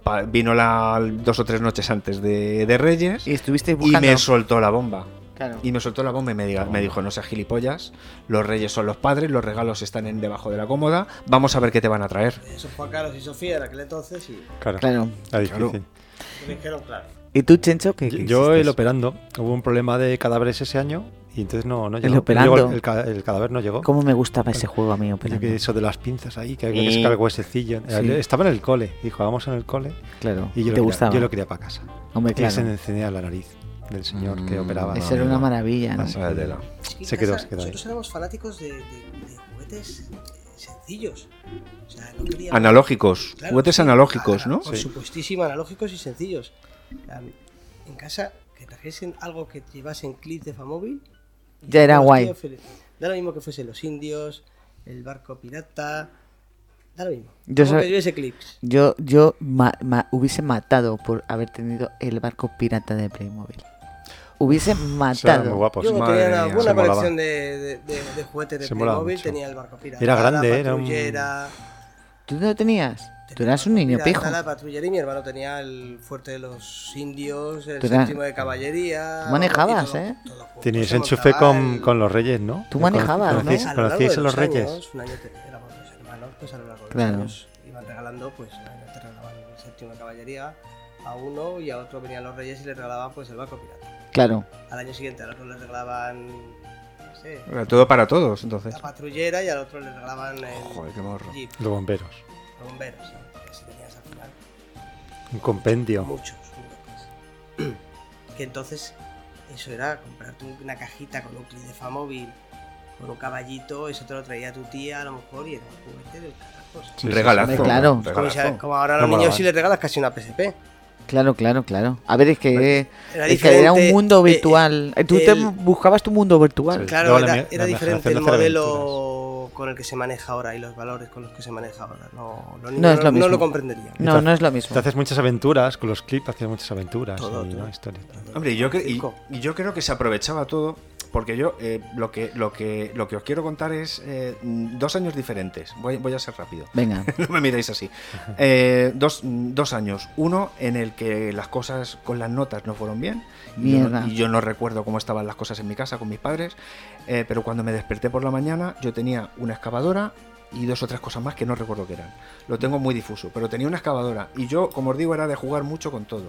Speaker 2: pa- vino la, dos o tres noches antes de, de Reyes
Speaker 1: Y
Speaker 2: y,
Speaker 1: estuviste buscando.
Speaker 2: me soltó la bomba.
Speaker 1: Claro.
Speaker 2: Y me soltó la bomba y me, diga- me dijo, no seas gilipollas, los reyes son los padres, los regalos están en debajo de la cómoda, vamos a ver qué te van a traer.
Speaker 3: Eso fue a Carlos y Sofía en aquel entonces y
Speaker 4: Claro.
Speaker 1: Claro.
Speaker 4: Era difícil.
Speaker 3: me dijeron, claro.
Speaker 1: ¿Y tú, Chencho? ¿Qué, qué
Speaker 4: Yo
Speaker 1: hiciste?
Speaker 4: el operando. Hubo un problema de cadáveres ese año Y entonces no, no
Speaker 1: El
Speaker 4: llegó.
Speaker 1: operando.
Speaker 4: Llegó el, ca- el cadáver no llegó.
Speaker 1: ¿Cómo me gustaba ese juego a mí,
Speaker 4: Y
Speaker 1: operando?
Speaker 4: que Eso de las pinzas ahí, que
Speaker 2: Y-
Speaker 4: había que sacar el huesecillo. Eh,
Speaker 1: Sí.
Speaker 4: Estaba en el cole, dijo, vamos en el cole.
Speaker 1: Claro,
Speaker 4: Y yo,
Speaker 1: te
Speaker 4: lo,
Speaker 1: gustaba.
Speaker 4: quería, yo lo quería para casa.
Speaker 1: Hombre,
Speaker 4: Y se me
Speaker 1: claro.
Speaker 4: encendía la nariz del señor que
Speaker 2: Mm,
Speaker 4: operaba.
Speaker 2: ese
Speaker 1: Eso era
Speaker 4: amigo.
Speaker 1: una maravilla, ¿no?
Speaker 4: Así que-
Speaker 2: Váyatela.
Speaker 4: Se quedó,
Speaker 3: casa,
Speaker 4: se quedó ahí.
Speaker 3: Nosotros éramos fanáticos de, de- de juguetes eh, sencillos. O sea, no queríamos-
Speaker 2: Analógicos.
Speaker 3: Claro,
Speaker 2: Juguetes
Speaker 3: sí.
Speaker 2: analógicos,
Speaker 3: Ah,
Speaker 2: ¿no?
Speaker 3: Por
Speaker 4: Sí.
Speaker 3: supuestísimo, analógicos y sencillos. Um, En casa, que trajesen algo que llevasen clip de Famóvil. y
Speaker 1: Ya era
Speaker 3: todos los
Speaker 1: guay.
Speaker 3: tíos felices. Da lo mismo que fuesen los indios, el barco pirata. Da lo mismo.
Speaker 1: Yo
Speaker 3: Como
Speaker 1: sab-
Speaker 3: que llevase clips.
Speaker 1: Yo, yo ma- ma- hubiese matado por haber tenido el barco pirata de Playmobil. Hubiese
Speaker 4: Eso era muy
Speaker 1: matado.
Speaker 4: guapo.
Speaker 3: Yo
Speaker 4: sí.
Speaker 3: como
Speaker 2: madre
Speaker 3: tenía una
Speaker 2: mía,
Speaker 3: buena
Speaker 4: Pues se molaba.
Speaker 3: colección de, de- de- de juguetes de
Speaker 4: Se molaba
Speaker 3: Playmobil,
Speaker 4: mucho.
Speaker 3: tenía el barco pirata.
Speaker 4: Era grande,
Speaker 3: la
Speaker 4: era un-
Speaker 3: patrullera,
Speaker 1: ¿Tú no lo tenías? Tú
Speaker 3: tenía
Speaker 1: eras un
Speaker 3: el barco
Speaker 1: niño
Speaker 3: pirata,
Speaker 1: pijo.
Speaker 3: La patrullera y mi hermano tenía el fuerte de los indios, el
Speaker 1: Tú eras-
Speaker 3: séptimo de caballería.
Speaker 1: Tú manejabas,
Speaker 3: y todo-
Speaker 1: ¿eh?
Speaker 3: todo junto,
Speaker 2: Pues
Speaker 4: Teníais
Speaker 3: se
Speaker 4: enchufe
Speaker 3: montaba
Speaker 4: con,
Speaker 3: el-
Speaker 4: con los reyes, ¿no?
Speaker 1: Tú
Speaker 4: Cono-
Speaker 1: manejabais, ¿no?
Speaker 4: ¿Conocíais,
Speaker 1: A
Speaker 3: lo largo
Speaker 4: conocíais
Speaker 3: de
Speaker 4: a los reyes?
Speaker 3: años, un año te- éramos los hermanos, pues a lo largo de
Speaker 1: Claro.
Speaker 3: los años iban regalando, pues un año te regalaban el séptimo de caballería a uno y a otro venían los reyes y le regalaban pues el barco pirata.
Speaker 1: Claro.
Speaker 3: Al año siguiente al otro le regalaban, no sé,
Speaker 2: Era Todo para todos, entonces.
Speaker 3: la patrullera y al otro le regalaban el
Speaker 2: Joder, qué morro.
Speaker 3: jeep,
Speaker 4: Los bomberos.
Speaker 3: los bomberos. ¿no? Así tenías al final
Speaker 4: Un compendio.
Speaker 3: muchos juguetes. Que entonces eso era comprarte un- una cajita con un clip de Famóvil, con un caballito, eso te lo traía tu tía a lo mejor y era un juguete del carajo. ¿sabes?
Speaker 2: Regalazo.
Speaker 1: Hombre, claro.
Speaker 3: Como,
Speaker 2: regalazo.
Speaker 3: si- como ahora a
Speaker 4: No
Speaker 3: los niños
Speaker 4: molaban.
Speaker 3: sí les regalas casi una PSP.
Speaker 1: Claro, claro, claro. A ver, es que,
Speaker 3: Era
Speaker 1: es que era un
Speaker 3: diferente,
Speaker 1: mundo
Speaker 3: eh,
Speaker 1: virtual. Tú te
Speaker 3: el-
Speaker 1: buscabas tu mundo virtual.
Speaker 4: Sí.
Speaker 3: Claro,
Speaker 4: Luego la
Speaker 3: era,
Speaker 4: mía-
Speaker 3: era
Speaker 4: la
Speaker 3: diferente
Speaker 4: imaginación
Speaker 3: el
Speaker 4: hace
Speaker 3: modelo con el que se maneja ahora y los valores con los que se maneja ahora. No, los niños
Speaker 1: No es lo mismo.
Speaker 3: comprenderían.
Speaker 1: No, no es lo mismo.
Speaker 4: Te haces muchas aventuras, con los clips hacías muchas aventuras.
Speaker 3: Todo,
Speaker 4: y,
Speaker 3: todo.
Speaker 4: ¿no? Historias.
Speaker 2: Hombre, y yo, cre- y,
Speaker 3: Circo.
Speaker 2: y yo creo que se aprovechaba todo, porque yo eh, lo, que, lo, que, lo que os quiero contar es eh, mm, dos años diferentes. Voy, voy a ser rápido.
Speaker 1: Venga.
Speaker 2: no me miréis así. Eh, dos, mm, dos años. Uno en el que las cosas con las notas no fueron bien. Y yo no-
Speaker 1: Mierda.
Speaker 2: Y yo no recuerdo cómo estaban las cosas en mi casa con mis padres. eh, pero cuando me desperté por la mañana, yo tenía una excavadora y dos o tres cosas más que no recuerdo qué eran. Lo tengo muy difuso, pero tenía una excavadora. Y yo, como os digo, era de jugar mucho con todo.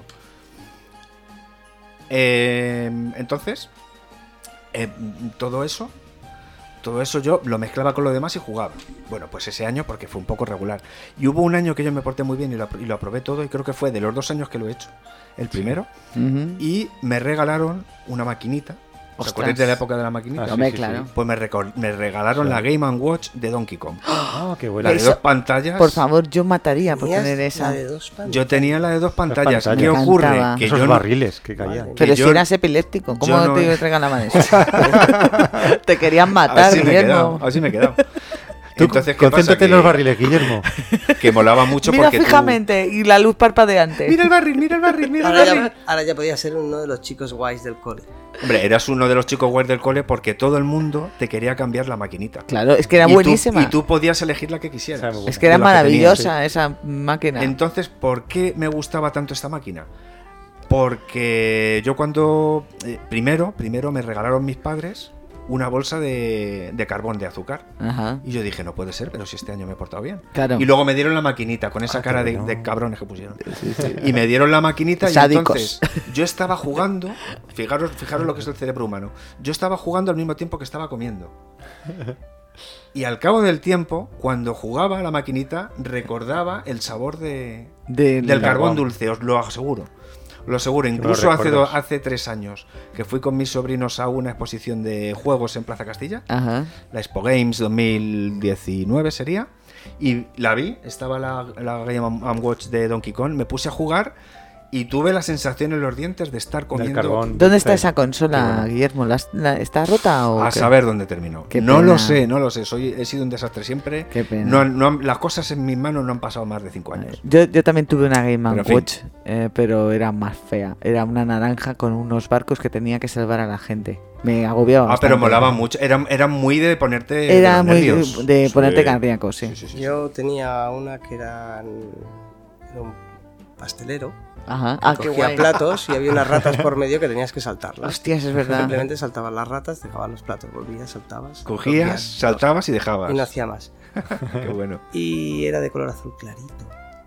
Speaker 2: Eh, entonces, eh, todo eso todo eso yo lo mezclaba con lo demás y jugaba. Bueno, pues ese año porque fue un poco regular. Y hubo un año que yo me porté muy bien y lo, apro- y lo aprobé todo y creo que fue de los dos años que lo he hecho, el primero.
Speaker 1: Ujú.
Speaker 2: Y me regalaron una maquinita. ¿Os
Speaker 1: Ostras.
Speaker 2: acordáis de la época de la maquinita?
Speaker 4: Ah, sí,
Speaker 1: Hombre,
Speaker 4: sí, sí.
Speaker 1: claro.
Speaker 2: Pues me, reco- me regalaron
Speaker 4: Sí.
Speaker 2: la Game and Watch de Donkey Kong.
Speaker 4: Ah, qué
Speaker 2: La
Speaker 4: buena.
Speaker 2: de dos pantallas.
Speaker 1: Por favor, yo mataría por
Speaker 3: Tenías
Speaker 1: tener esa.
Speaker 3: la de dos pan-
Speaker 2: Yo tenía la de dos pantallas. ¿Qué
Speaker 4: pantallas.
Speaker 1: Me
Speaker 2: ocurre?
Speaker 1: encantaba.
Speaker 2: Que
Speaker 4: Esos
Speaker 2: yo no-
Speaker 4: barriles que caían.
Speaker 1: Pero
Speaker 2: que
Speaker 1: si
Speaker 2: yo-
Speaker 1: eras epiléptico, ¿cómo
Speaker 2: yo no-
Speaker 1: te regalaban eso? te querían matar,
Speaker 2: Así me he quedado.
Speaker 1: Guillermo.
Speaker 2: Así me he quedado.
Speaker 4: Tú
Speaker 2: Entonces, ¿qué
Speaker 4: concéntrate
Speaker 2: pasa? Que,
Speaker 4: en los barriles, Guillermo.
Speaker 2: que molaba mucho
Speaker 1: Mira
Speaker 2: porque tú-
Speaker 1: fijamente y la luz parpadeante.
Speaker 2: Mira el barril, mira el barril, mira el
Speaker 3: Ahora
Speaker 2: barril.
Speaker 3: ya, ahora ya podía ser uno de los chicos guays del cole.
Speaker 2: Hombre, eras uno de los chicos guays del cole porque todo el mundo te quería cambiar la maquinita.
Speaker 1: Claro, es que era
Speaker 2: Y tú-
Speaker 1: buenísima.
Speaker 2: y tú podías elegir la que quisieras.
Speaker 4: Sabe,
Speaker 1: es que era
Speaker 2: de la que
Speaker 1: maravillosa esa máquina.
Speaker 2: Entonces, ¿por qué me gustaba tanto esta máquina? Porque yo cuando... eh, primero, primero me regalaron mis padres una bolsa de, de carbón de azúcar.
Speaker 1: Ajá.
Speaker 2: Y yo dije, no puede ser, pero si este año me he portado bien.
Speaker 1: Claro.
Speaker 2: Y luego me dieron la maquinita con esa
Speaker 4: Ah,
Speaker 2: cara de,
Speaker 4: claro.
Speaker 2: de cabrones que pusieron. Y me dieron la maquinita
Speaker 1: Sádicos.
Speaker 2: y entonces yo estaba jugando. Fijaros, fijaros lo que es el cerebro humano. Yo estaba jugando al mismo tiempo que estaba comiendo. Y al cabo del tiempo, cuando jugaba a la maquinita, recordaba el sabor de,
Speaker 1: Del-
Speaker 2: del carbón
Speaker 4: carbón.
Speaker 2: dulce, os lo aseguro. Lo aseguro,
Speaker 4: me lo
Speaker 2: incluso hace, do-
Speaker 4: recuerdas.
Speaker 2: hace tres años que fui con mis sobrinos a una exposición de juegos en Plaza Castilla
Speaker 1: Ajá.
Speaker 2: la Expo Games 2019 sería, y la vi, estaba la, la Game and Watch de Donkey Kong, me puse a jugar y tuve la sensación en los dientes de estar
Speaker 4: Del
Speaker 2: comiendo
Speaker 4: carbón.
Speaker 1: ¿Dónde está
Speaker 4: Sí.
Speaker 1: esa
Speaker 4: Qué
Speaker 1: consola,
Speaker 4: bueno.
Speaker 1: Guillermo? ¿La- la- ¿Está rota o
Speaker 2: a
Speaker 1: qué?
Speaker 2: saber dónde terminó.
Speaker 1: Qué
Speaker 2: no
Speaker 1: pena.
Speaker 2: lo sé, no lo sé, soy, he sido un desastre siempre.
Speaker 1: Qué pena.
Speaker 2: No han- no han- las cosas en mis manos no han pasado más de 5 años.
Speaker 1: Yo, yo también tuve una Game
Speaker 2: Pero,
Speaker 1: Man
Speaker 2: en fin.
Speaker 1: Watch, eh, pero era más fea. Era una naranja con unos barcos que tenía que salvar a la gente. Me agobiaba.
Speaker 2: Ah,
Speaker 1: bastante.
Speaker 2: pero molaba mucho, era, era muy de ponerte... de
Speaker 1: Era
Speaker 2: los
Speaker 1: muy
Speaker 2: nervios.
Speaker 1: de ponerte
Speaker 2: Sí.
Speaker 1: cardíaco, sí.
Speaker 3: Yo tenía una que era, era un pastelero.
Speaker 1: Ajá. Ah, qué
Speaker 3: cogía
Speaker 1: guay.
Speaker 3: platos y había unas ratas por medio que tenías que saltarlas.
Speaker 1: Hostias, es verdad.
Speaker 3: Simplemente saltabas las ratas, dejabas los platos, volvías, saltabas.
Speaker 2: Cogías, saltabas y
Speaker 3: Y no
Speaker 2: dejabas.
Speaker 3: hacía más.
Speaker 2: Qué bueno.
Speaker 3: Y era de color azul clarito.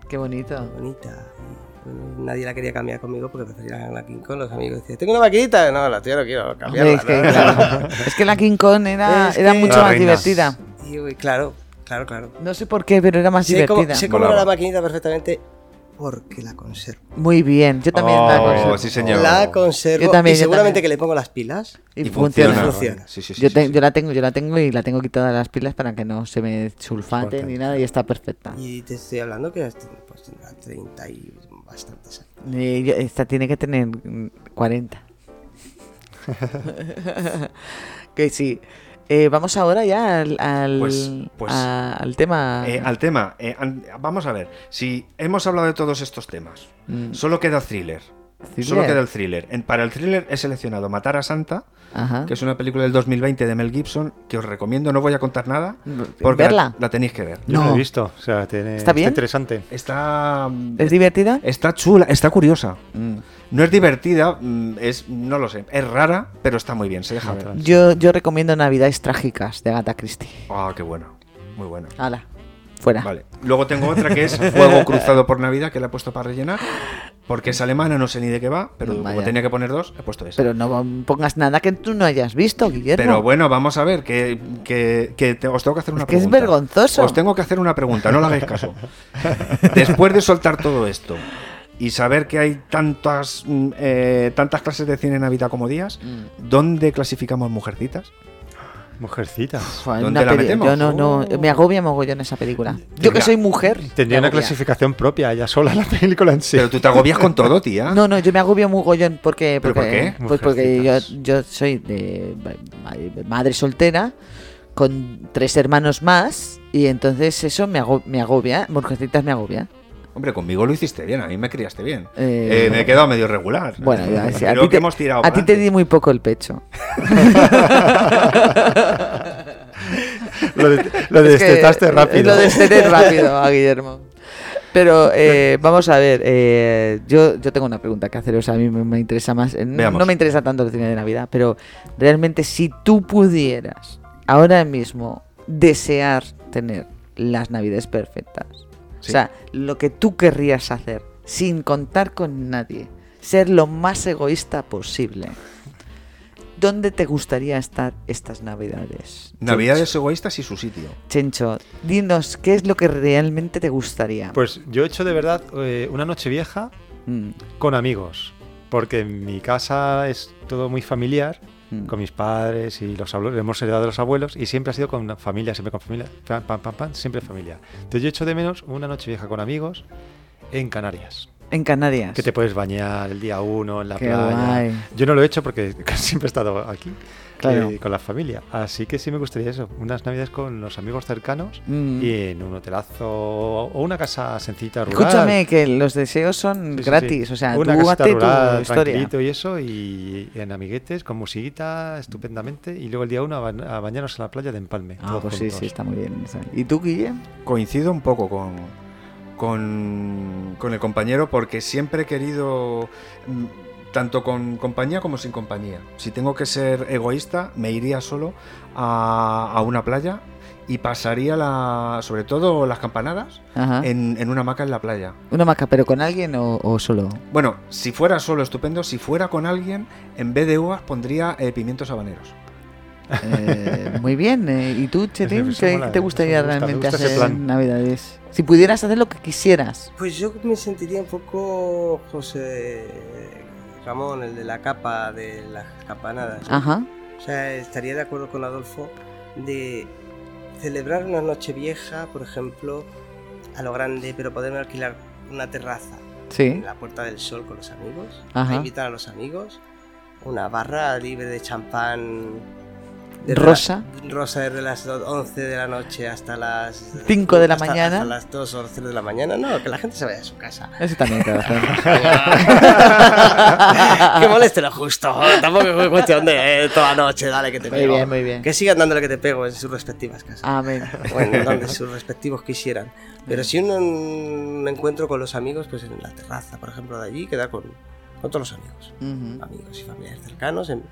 Speaker 1: Qué bonito.
Speaker 3: bonita. Y, bueno, nadie la quería cambiar conmigo porque preferían la King Kong. Los amigos decían, tengo una maquinita. No, la tía no quiero cambiarla.
Speaker 1: Hombre, es, que,
Speaker 3: ¿no?
Speaker 1: claro, es que la King Kong era,
Speaker 3: Es
Speaker 1: era
Speaker 3: que-
Speaker 1: mucho
Speaker 4: La
Speaker 1: más
Speaker 4: reina.
Speaker 1: divertida.
Speaker 3: Y, uy, claro, claro, claro.
Speaker 1: No sé por qué, pero era más
Speaker 3: Sé cómo,
Speaker 1: divertida.
Speaker 3: sé cómo era la
Speaker 2: Volaba.
Speaker 3: maquinita perfectamente porque la conservo.
Speaker 1: Muy bien, yo también
Speaker 2: Oh,
Speaker 1: la conservo.
Speaker 2: sí, señor.
Speaker 3: La conservo.
Speaker 1: Yo también,
Speaker 3: y
Speaker 1: yo
Speaker 3: seguramente
Speaker 1: también.
Speaker 3: que le pongo las pilas.
Speaker 1: Y funciona.
Speaker 3: funciona.
Speaker 2: Sí, sí, sí,
Speaker 1: Yo,
Speaker 2: sí,
Speaker 1: te-
Speaker 2: sí.
Speaker 1: yo la tengo, yo la tengo y la tengo quitada de las pilas para que no se me sulfate ni nada y está perfecta.
Speaker 3: Y te estoy hablando que las ten- pues tendrá 30 y bastantes años.
Speaker 1: Eh, yo- esta tiene que tener mm, 40. que sí. Eh, vamos ahora ya al, al,
Speaker 2: Pues- pues-
Speaker 1: a- al tema.
Speaker 2: Eh, al tema, eh, an- vamos a ver, si hemos hablado de todos estos temas,
Speaker 1: Mm,
Speaker 2: solo queda thriller.
Speaker 1: thriller.
Speaker 2: Solo queda el thriller. En- para el thriller he seleccionado Matar a Santa,
Speaker 1: Ajá.
Speaker 2: que es una película del 2020 de Mel Gibson, que os recomiendo, no voy a contar nada, porque la-
Speaker 1: Mm. ¿Verla?
Speaker 2: La, tenéis que ver.
Speaker 4: Yo no.
Speaker 1: No.
Speaker 4: he visto. O sea, tiene- este
Speaker 1: ¿Está bien?
Speaker 4: interesante.
Speaker 2: Está...
Speaker 1: ¿Es divertida?
Speaker 2: Está chula, está curiosa.
Speaker 1: Mm.
Speaker 2: No es divertida, mm, es no lo sé, es rara, pero está muy bien, se deja ver.
Speaker 4: Matar.
Speaker 1: Yo, yo recomiendo Navidades Trágicas de Agatha Christie.
Speaker 2: Ah, qué bueno, muy buena.
Speaker 1: Hala, fuera.
Speaker 2: Vale. Luego tengo otra que es Fuego Cruzado por Navidad, que la he puesto para rellenar. Porque es alemana, no sé ni de qué va, pero como
Speaker 1: Vaya.
Speaker 2: tenía que poner dos, he puesto esa. Pero,
Speaker 1: Pero no pongas nada que tú no hayas visto, Guillermo.
Speaker 2: bueno, vamos a ver, que, que- que te- os tengo que hacer una
Speaker 1: que es
Speaker 2: pregunta.
Speaker 1: vergonzoso.
Speaker 2: Os tengo que hacer una pregunta, no le hagáis caso. Después de soltar todo esto y saber que hay tantas, mm, eh, tantas clases de cine en Navidad como días,
Speaker 1: Mm.
Speaker 2: ¿dónde clasificamos mujercitas?
Speaker 4: Mujercitas.
Speaker 1: Joder,
Speaker 2: ¿Dónde
Speaker 1: una
Speaker 2: la
Speaker 1: peli-
Speaker 2: metemos? Oh.
Speaker 1: Yo no, no, me agobia mogollón esa película. Yo que
Speaker 2: Venga.
Speaker 1: soy mujer. me
Speaker 4: Tendría una
Speaker 1: agobia.
Speaker 4: clasificación propia, ella sola la película en sí.
Speaker 2: Pero tú te agobias con todo, tía.
Speaker 1: No, no, yo me agobio mogollón porque,
Speaker 2: ¿Ah? ¿Pero
Speaker 1: porque
Speaker 2: por qué?
Speaker 1: pues porque yo,
Speaker 4: Mujercitas.
Speaker 1: yo soy de ma- madre soltera con tres hermanos más y entonces eso me, ago- me agobia, Mujercitas me agobia.
Speaker 2: Hombre, conmigo lo hiciste bien, a mí me criaste bien.
Speaker 1: Eh,
Speaker 2: Eh, me he quedado medio regular.
Speaker 1: Bueno, ya, sí, a
Speaker 2: Creo
Speaker 1: ti
Speaker 2: que
Speaker 1: te-
Speaker 2: hemos tirado
Speaker 1: A ti te
Speaker 2: pa'lante.
Speaker 1: di muy poco el pecho.
Speaker 4: Lo, de,
Speaker 1: Es que
Speaker 4: lo
Speaker 1: eh,
Speaker 4: destetaste rápido.
Speaker 1: Lo desteté rápido a Guillermo. Pero eh, vamos a ver, eh, yo, yo tengo una pregunta que haceros, a mí me, me interesa más, eh, no,
Speaker 2: Veamos.
Speaker 1: no me interesa tanto el cine de Navidad, pero realmente si tú pudieras ahora mismo desear tener las Navidades perfectas,
Speaker 2: Sí.
Speaker 1: o sea, lo que tú querrías hacer sin contar con nadie, ser lo más egoísta posible, ¿dónde te gustaría estar estas Navidades?
Speaker 2: Navidades egoístas y su sitio.
Speaker 1: Chencho, dinos, ¿qué es lo que realmente te gustaría?
Speaker 4: Pues yo he hecho de verdad eh, una noche vieja
Speaker 1: Mm,
Speaker 4: con amigos. Porque en mi casa es todo muy familiar,
Speaker 1: mm.
Speaker 4: con mis padres y los abuelos, hemos heredado de los abuelos y siempre ha sido con la familia, siempre con familia, pam, pam, pam, pam, siempre familia. Entonces yo echo de menos una noche vieja con amigos en Canarias,
Speaker 1: En Canarias.
Speaker 4: que te puedes bañar el día uno en la
Speaker 1: Qué
Speaker 4: playa.
Speaker 1: guay.
Speaker 4: Yo no lo he hecho porque siempre he estado aquí
Speaker 1: Claro.
Speaker 4: eh, con la familia, así que sí me gustaría eso, unas navidades con los amigos cercanos
Speaker 1: Mm.
Speaker 4: y en un hotelazo o una casa sencillita rural.
Speaker 1: Escúchame, que los deseos son
Speaker 4: Sí, sí,
Speaker 1: gratis,
Speaker 4: sí.
Speaker 1: o sea,
Speaker 4: Una
Speaker 1: tú
Speaker 4: casita
Speaker 1: hazte tu
Speaker 4: rural,
Speaker 1: historia.
Speaker 4: tranquilito y eso, y, y en amiguetes, con musiquita, estupendamente, y luego el día uno a, ba- a bañarnos en la playa de Empalme.
Speaker 1: Ah,
Speaker 4: todos
Speaker 1: pues sí,
Speaker 4: juntos.
Speaker 1: sí, está muy bien. o sea. ¿Y tú, Guillem?
Speaker 2: Coincido un poco con, con, con el compañero porque siempre he querido, mm, tanto con compañía como sin compañía. Si tengo que ser egoísta, me iría solo a, a una playa y pasaría, la, sobre todo las campanadas,
Speaker 1: Ajá.
Speaker 2: en, en una hamaca en la playa.
Speaker 1: Eh, Una maca, pero con alguien o, o solo.
Speaker 2: Bueno, si fuera solo, estupendo. Si fuera con alguien, en vez de uvas pondría eh, pimientos habaneros.
Speaker 1: Eh, muy bien. eh, ¿Y tú, Chetín,
Speaker 4: eso
Speaker 1: qué
Speaker 4: mola,
Speaker 1: te
Speaker 4: eso
Speaker 1: gustaría
Speaker 4: me gusta, me
Speaker 1: realmente
Speaker 4: gusta ese
Speaker 1: hacer en
Speaker 4: plan.
Speaker 1: Navidades? Si pudieras hacer lo que quisieras.
Speaker 3: Pues yo me sentiría un poco José Ramón, el de la capa de las campanadas.
Speaker 1: Ajá.
Speaker 3: O sea, estaría de acuerdo con Adolfo de celebrar una noche vieja, por ejemplo, a lo grande, pero poder alquilar una terraza
Speaker 1: Sí.
Speaker 3: en la Puerta del Sol con los amigos,
Speaker 1: Ajá.
Speaker 3: a invitar a los amigos, una barra libre de champán
Speaker 1: Rosa.
Speaker 3: la- rosa desde las do- 11 de la noche hasta las
Speaker 1: Cinco de la
Speaker 3: hasta-
Speaker 1: mañana.
Speaker 3: hasta las 2 o las 3 de la mañana, no, que la gente se vaya a su casa.
Speaker 1: Eso también te
Speaker 3: que moleste lo justo, tampoco es cuestión de eh, toda noche, dale que te
Speaker 1: Muy
Speaker 3: pego.
Speaker 1: bien, muy bien. Ah.
Speaker 3: Que sigan dándole que te pego en sus respectivas casas.
Speaker 1: Amén.
Speaker 3: Bueno, donde sus respectivos quisieran. Pero si un, un encuentro con los amigos, pues en la terraza, por ejemplo, de allí, quedar con, con todos los amigos,
Speaker 1: Ujú.
Speaker 3: amigos y familiares cercanos, en,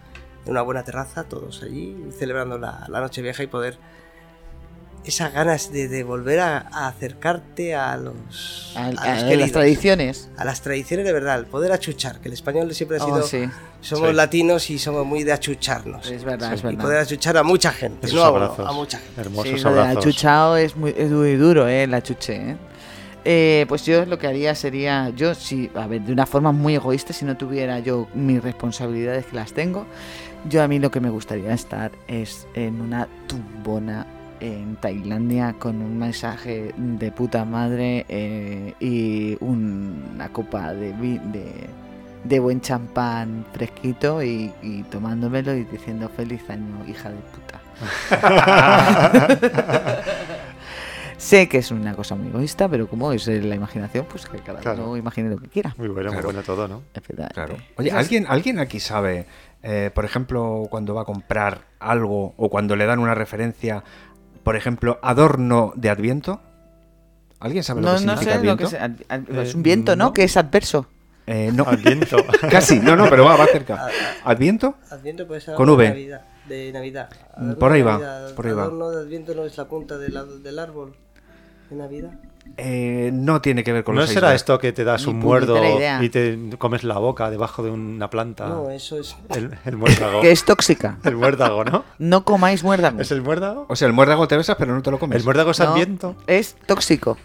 Speaker 3: en una buena terraza, todos allí, celebrando la, la noche vieja y poder esas ganas de, de volver a, a acercarte a los,
Speaker 1: A-
Speaker 3: a los
Speaker 1: a- a
Speaker 3: queridos,
Speaker 1: Ah, las tradiciones.
Speaker 3: a las tradiciones de verdad, el poder achuchar, que el español siempre ha sido,
Speaker 1: Oh, sí.
Speaker 3: somos
Speaker 4: Sí.
Speaker 3: latinos y somos muy de achucharnos.
Speaker 1: Es verdad,
Speaker 4: Sí.
Speaker 1: es
Speaker 3: y poder
Speaker 1: verdad.
Speaker 3: achuchar a mucha gente,
Speaker 4: Esos
Speaker 3: no a uno,
Speaker 4: abrazos.
Speaker 3: a mucha gente.
Speaker 4: Hermosos
Speaker 1: sí, lo del
Speaker 4: abrazos.
Speaker 1: achuchao es muy, es muy duro, eh, el achuche. ¿eh? Eh, pues yo lo que haría sería, yo si, a ver, de una forma muy egoísta, si no tuviera yo mis responsabilidades que las tengo, yo a mí lo que me gustaría estar es en una tumbona en Tailandia con un mensaje de puta madre eh, y una copa de, vi- de, de buen champán fresquito y, y tomándomelo y diciendo feliz año, hija de puta. Sé que es una cosa muy egoísta, pero como es eh, la imaginación, pues que cada
Speaker 4: Claro.
Speaker 1: uno imagine lo que quiera.
Speaker 4: Muy bueno,
Speaker 2: Claro.
Speaker 4: muy bueno todo, ¿no?
Speaker 1: Efectivamente.
Speaker 2: Claro. Oye, ¿alguien, ¿alguien aquí sabe, eh, por ejemplo, cuando va a comprar algo o cuando le dan una referencia, por ejemplo, adorno de Adviento? ¿Alguien sabe lo
Speaker 1: No,
Speaker 2: que
Speaker 1: no
Speaker 2: significa
Speaker 1: sé lo
Speaker 2: Adviento?
Speaker 1: que es. ad- ad-
Speaker 4: Eh,
Speaker 1: es un viento, ¿no?
Speaker 4: no.
Speaker 1: Que es adverso.
Speaker 2: Eh, no,
Speaker 4: Adviento.
Speaker 2: casi, no, no, pero va, va cerca. ¿Adviento?
Speaker 3: Adviento puede ser
Speaker 2: Con
Speaker 3: algo de
Speaker 2: V.
Speaker 3: Navidad, de Navidad.
Speaker 2: Mm, por ahí va,
Speaker 3: Adorno de Navidad,
Speaker 2: por ahí va.
Speaker 3: Adorno de Adviento no es la punta del, ad- del árbol de Navidad.
Speaker 2: Eh, no tiene que ver con
Speaker 4: ¿No
Speaker 2: los seis
Speaker 4: será
Speaker 2: días.
Speaker 4: esto que te das
Speaker 1: Ni
Speaker 4: un
Speaker 1: puñetera
Speaker 4: muerdo
Speaker 1: idea. eh.
Speaker 4: y te comes la boca debajo de una
Speaker 2: Ah.
Speaker 4: planta?
Speaker 3: No, eso es
Speaker 4: El, el muérdago.
Speaker 1: Que es tóxica.
Speaker 4: El muérdago, ¿no?
Speaker 1: No comáis muérdago.
Speaker 4: ¿Es el muérdago?
Speaker 2: O sea, el muérdago te besas, pero no te lo comes.
Speaker 4: ¿El muérdago es
Speaker 1: No,
Speaker 4: adviento?
Speaker 1: es tóxico.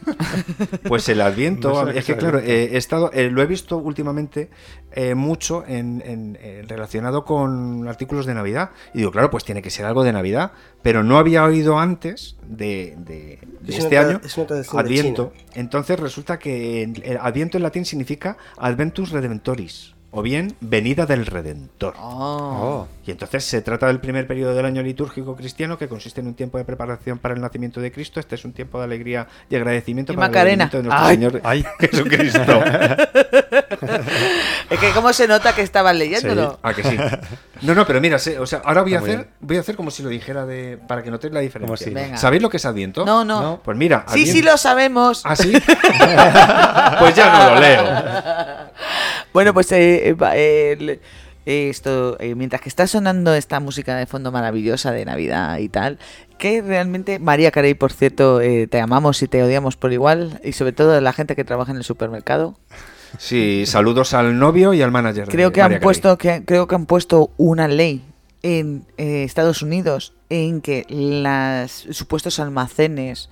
Speaker 2: Pues el Adviento,
Speaker 4: No sé qué
Speaker 2: es que
Speaker 4: es
Speaker 2: claro,
Speaker 4: Adviento.
Speaker 2: eh, he estado, eh, lo he visto últimamente eh, mucho en, en- eh, relacionado con artículos de Navidad. Y digo, claro, pues tiene que ser algo de Navidad, pero no había oído antes de, de- de
Speaker 3: Es una
Speaker 2: este
Speaker 3: tra-
Speaker 2: año
Speaker 3: es una tradición de
Speaker 2: Adviento. Entonces resulta que en- el Adviento en latín significa Adventus Redemptoris, o bien venida del Redentor.
Speaker 1: Oh.
Speaker 4: Oh,
Speaker 2: Y entonces se trata del primer periodo del año litúrgico cristiano que consiste en un tiempo de preparación para el nacimiento de Cristo. Este es un tiempo de alegría y agradecimiento
Speaker 1: Y
Speaker 2: para
Speaker 1: Macarena.
Speaker 2: el nacimiento de nuestro
Speaker 1: ¡Ay!
Speaker 2: Señor
Speaker 4: ¡Ay!
Speaker 2: Jesucristo.
Speaker 1: Es que cómo se nota que estaban leyéndolo.
Speaker 2: Ah, que sí. No, no, pero mira, sé- o sea, ahora voy a
Speaker 4: Está muy
Speaker 2: hacer voy a hacer como si lo dijera de para que notéis la diferencia.
Speaker 4: Como si-
Speaker 1: Venga.
Speaker 2: ¿Sabéis lo que es Adviento?
Speaker 1: No, no.
Speaker 4: No.
Speaker 2: Pues mira,
Speaker 1: Sí,
Speaker 2: Adviento-
Speaker 1: sí lo sabemos.
Speaker 2: ¿Ah, sí? pues ya no lo leo.
Speaker 1: Bueno, pues eh, eh, va, eh, le- eh, esto, eh, mientras que está sonando esta música de fondo maravillosa de Navidad y tal, que realmente, María Carey, por cierto, eh, te amamos y te odiamos por igual, y sobre todo la gente que trabaja en el supermercado.
Speaker 2: Sí, saludos al novio y al manager. de
Speaker 1: Creo que han
Speaker 2: Mariah Carey.
Speaker 1: puesto, que, creo que han puesto una ley en eh, Estados Unidos en que los supuestos almacenes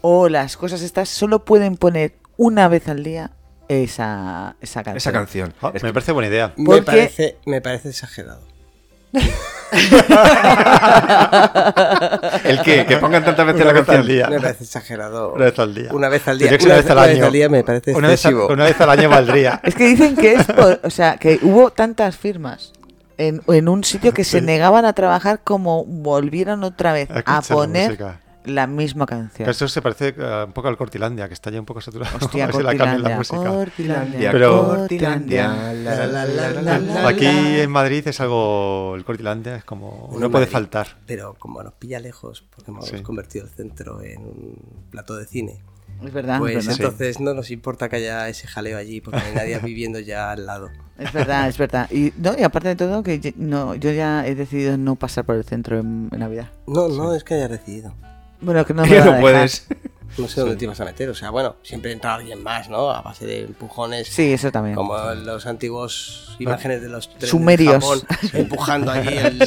Speaker 1: o las cosas estas solo pueden poner una vez al día esa, esa canción.
Speaker 2: esa canción.
Speaker 4: Ah,
Speaker 2: Es
Speaker 4: me
Speaker 2: que-
Speaker 4: parece buena idea.
Speaker 1: Porque-
Speaker 3: me parece, me parece exagerado.
Speaker 2: el que que pongan tantas veces
Speaker 4: Una
Speaker 2: la
Speaker 4: vez
Speaker 2: canción.
Speaker 4: al día.
Speaker 3: Me parece exagerado.
Speaker 4: Una vez al día.
Speaker 3: Una vez al día.
Speaker 4: Tendría que ser
Speaker 3: Una vez- una vez
Speaker 4: año.
Speaker 3: al día me parece
Speaker 4: una vez, a-
Speaker 3: excesivo.
Speaker 4: una vez al año valdría.
Speaker 1: Es que dicen que es por- o sea, que hubo tantas firmas en, en un sitio que se
Speaker 4: Sí.
Speaker 1: negaban a trabajar como volvieron otra vez
Speaker 4: Escucha
Speaker 1: a
Speaker 4: la
Speaker 1: poner
Speaker 4: música.
Speaker 1: la misma canción.
Speaker 4: Que Eso se parece eh, un poco al Cortilandia, que está ya un poco saturado.
Speaker 1: Hostia,
Speaker 4: A ver si la cambian
Speaker 1: Cortilandia,
Speaker 4: la música.
Speaker 1: Cortilandia,
Speaker 4: Pero-
Speaker 1: Cortilandia.
Speaker 2: La, la, la, la, la,
Speaker 4: Aquí
Speaker 2: la.
Speaker 4: en Madrid es algo. El Cortilandia es como.
Speaker 3: En
Speaker 4: No puede
Speaker 3: Madrid.
Speaker 4: faltar.
Speaker 3: Pero como nos pilla lejos, porque hemos
Speaker 4: Sí.
Speaker 3: convertido el centro en un plato de cine,
Speaker 1: Ah, Es verdad,
Speaker 3: pues
Speaker 1: es verdad.
Speaker 3: entonces no nos importa que haya ese jaleo allí, porque no hay nadie viviendo ya al lado.
Speaker 1: Es verdad, es verdad. Y, no, y aparte de todo, que ye- no, yo ya he decidido no pasar por el centro en, en Navidad.
Speaker 3: No, no es que hayas decidido.
Speaker 1: Bueno, que no me
Speaker 2: Ya
Speaker 1: van a
Speaker 2: no
Speaker 1: dejar.
Speaker 2: puedes.
Speaker 3: No sé dónde te ibas a meter. O sea, bueno, siempre entra alguien más, ¿no? A base de empujones.
Speaker 1: Sí, eso también.
Speaker 3: Como los antiguos imágenes de los trenes de
Speaker 1: Sumerios.
Speaker 3: Japón, empujando allí el,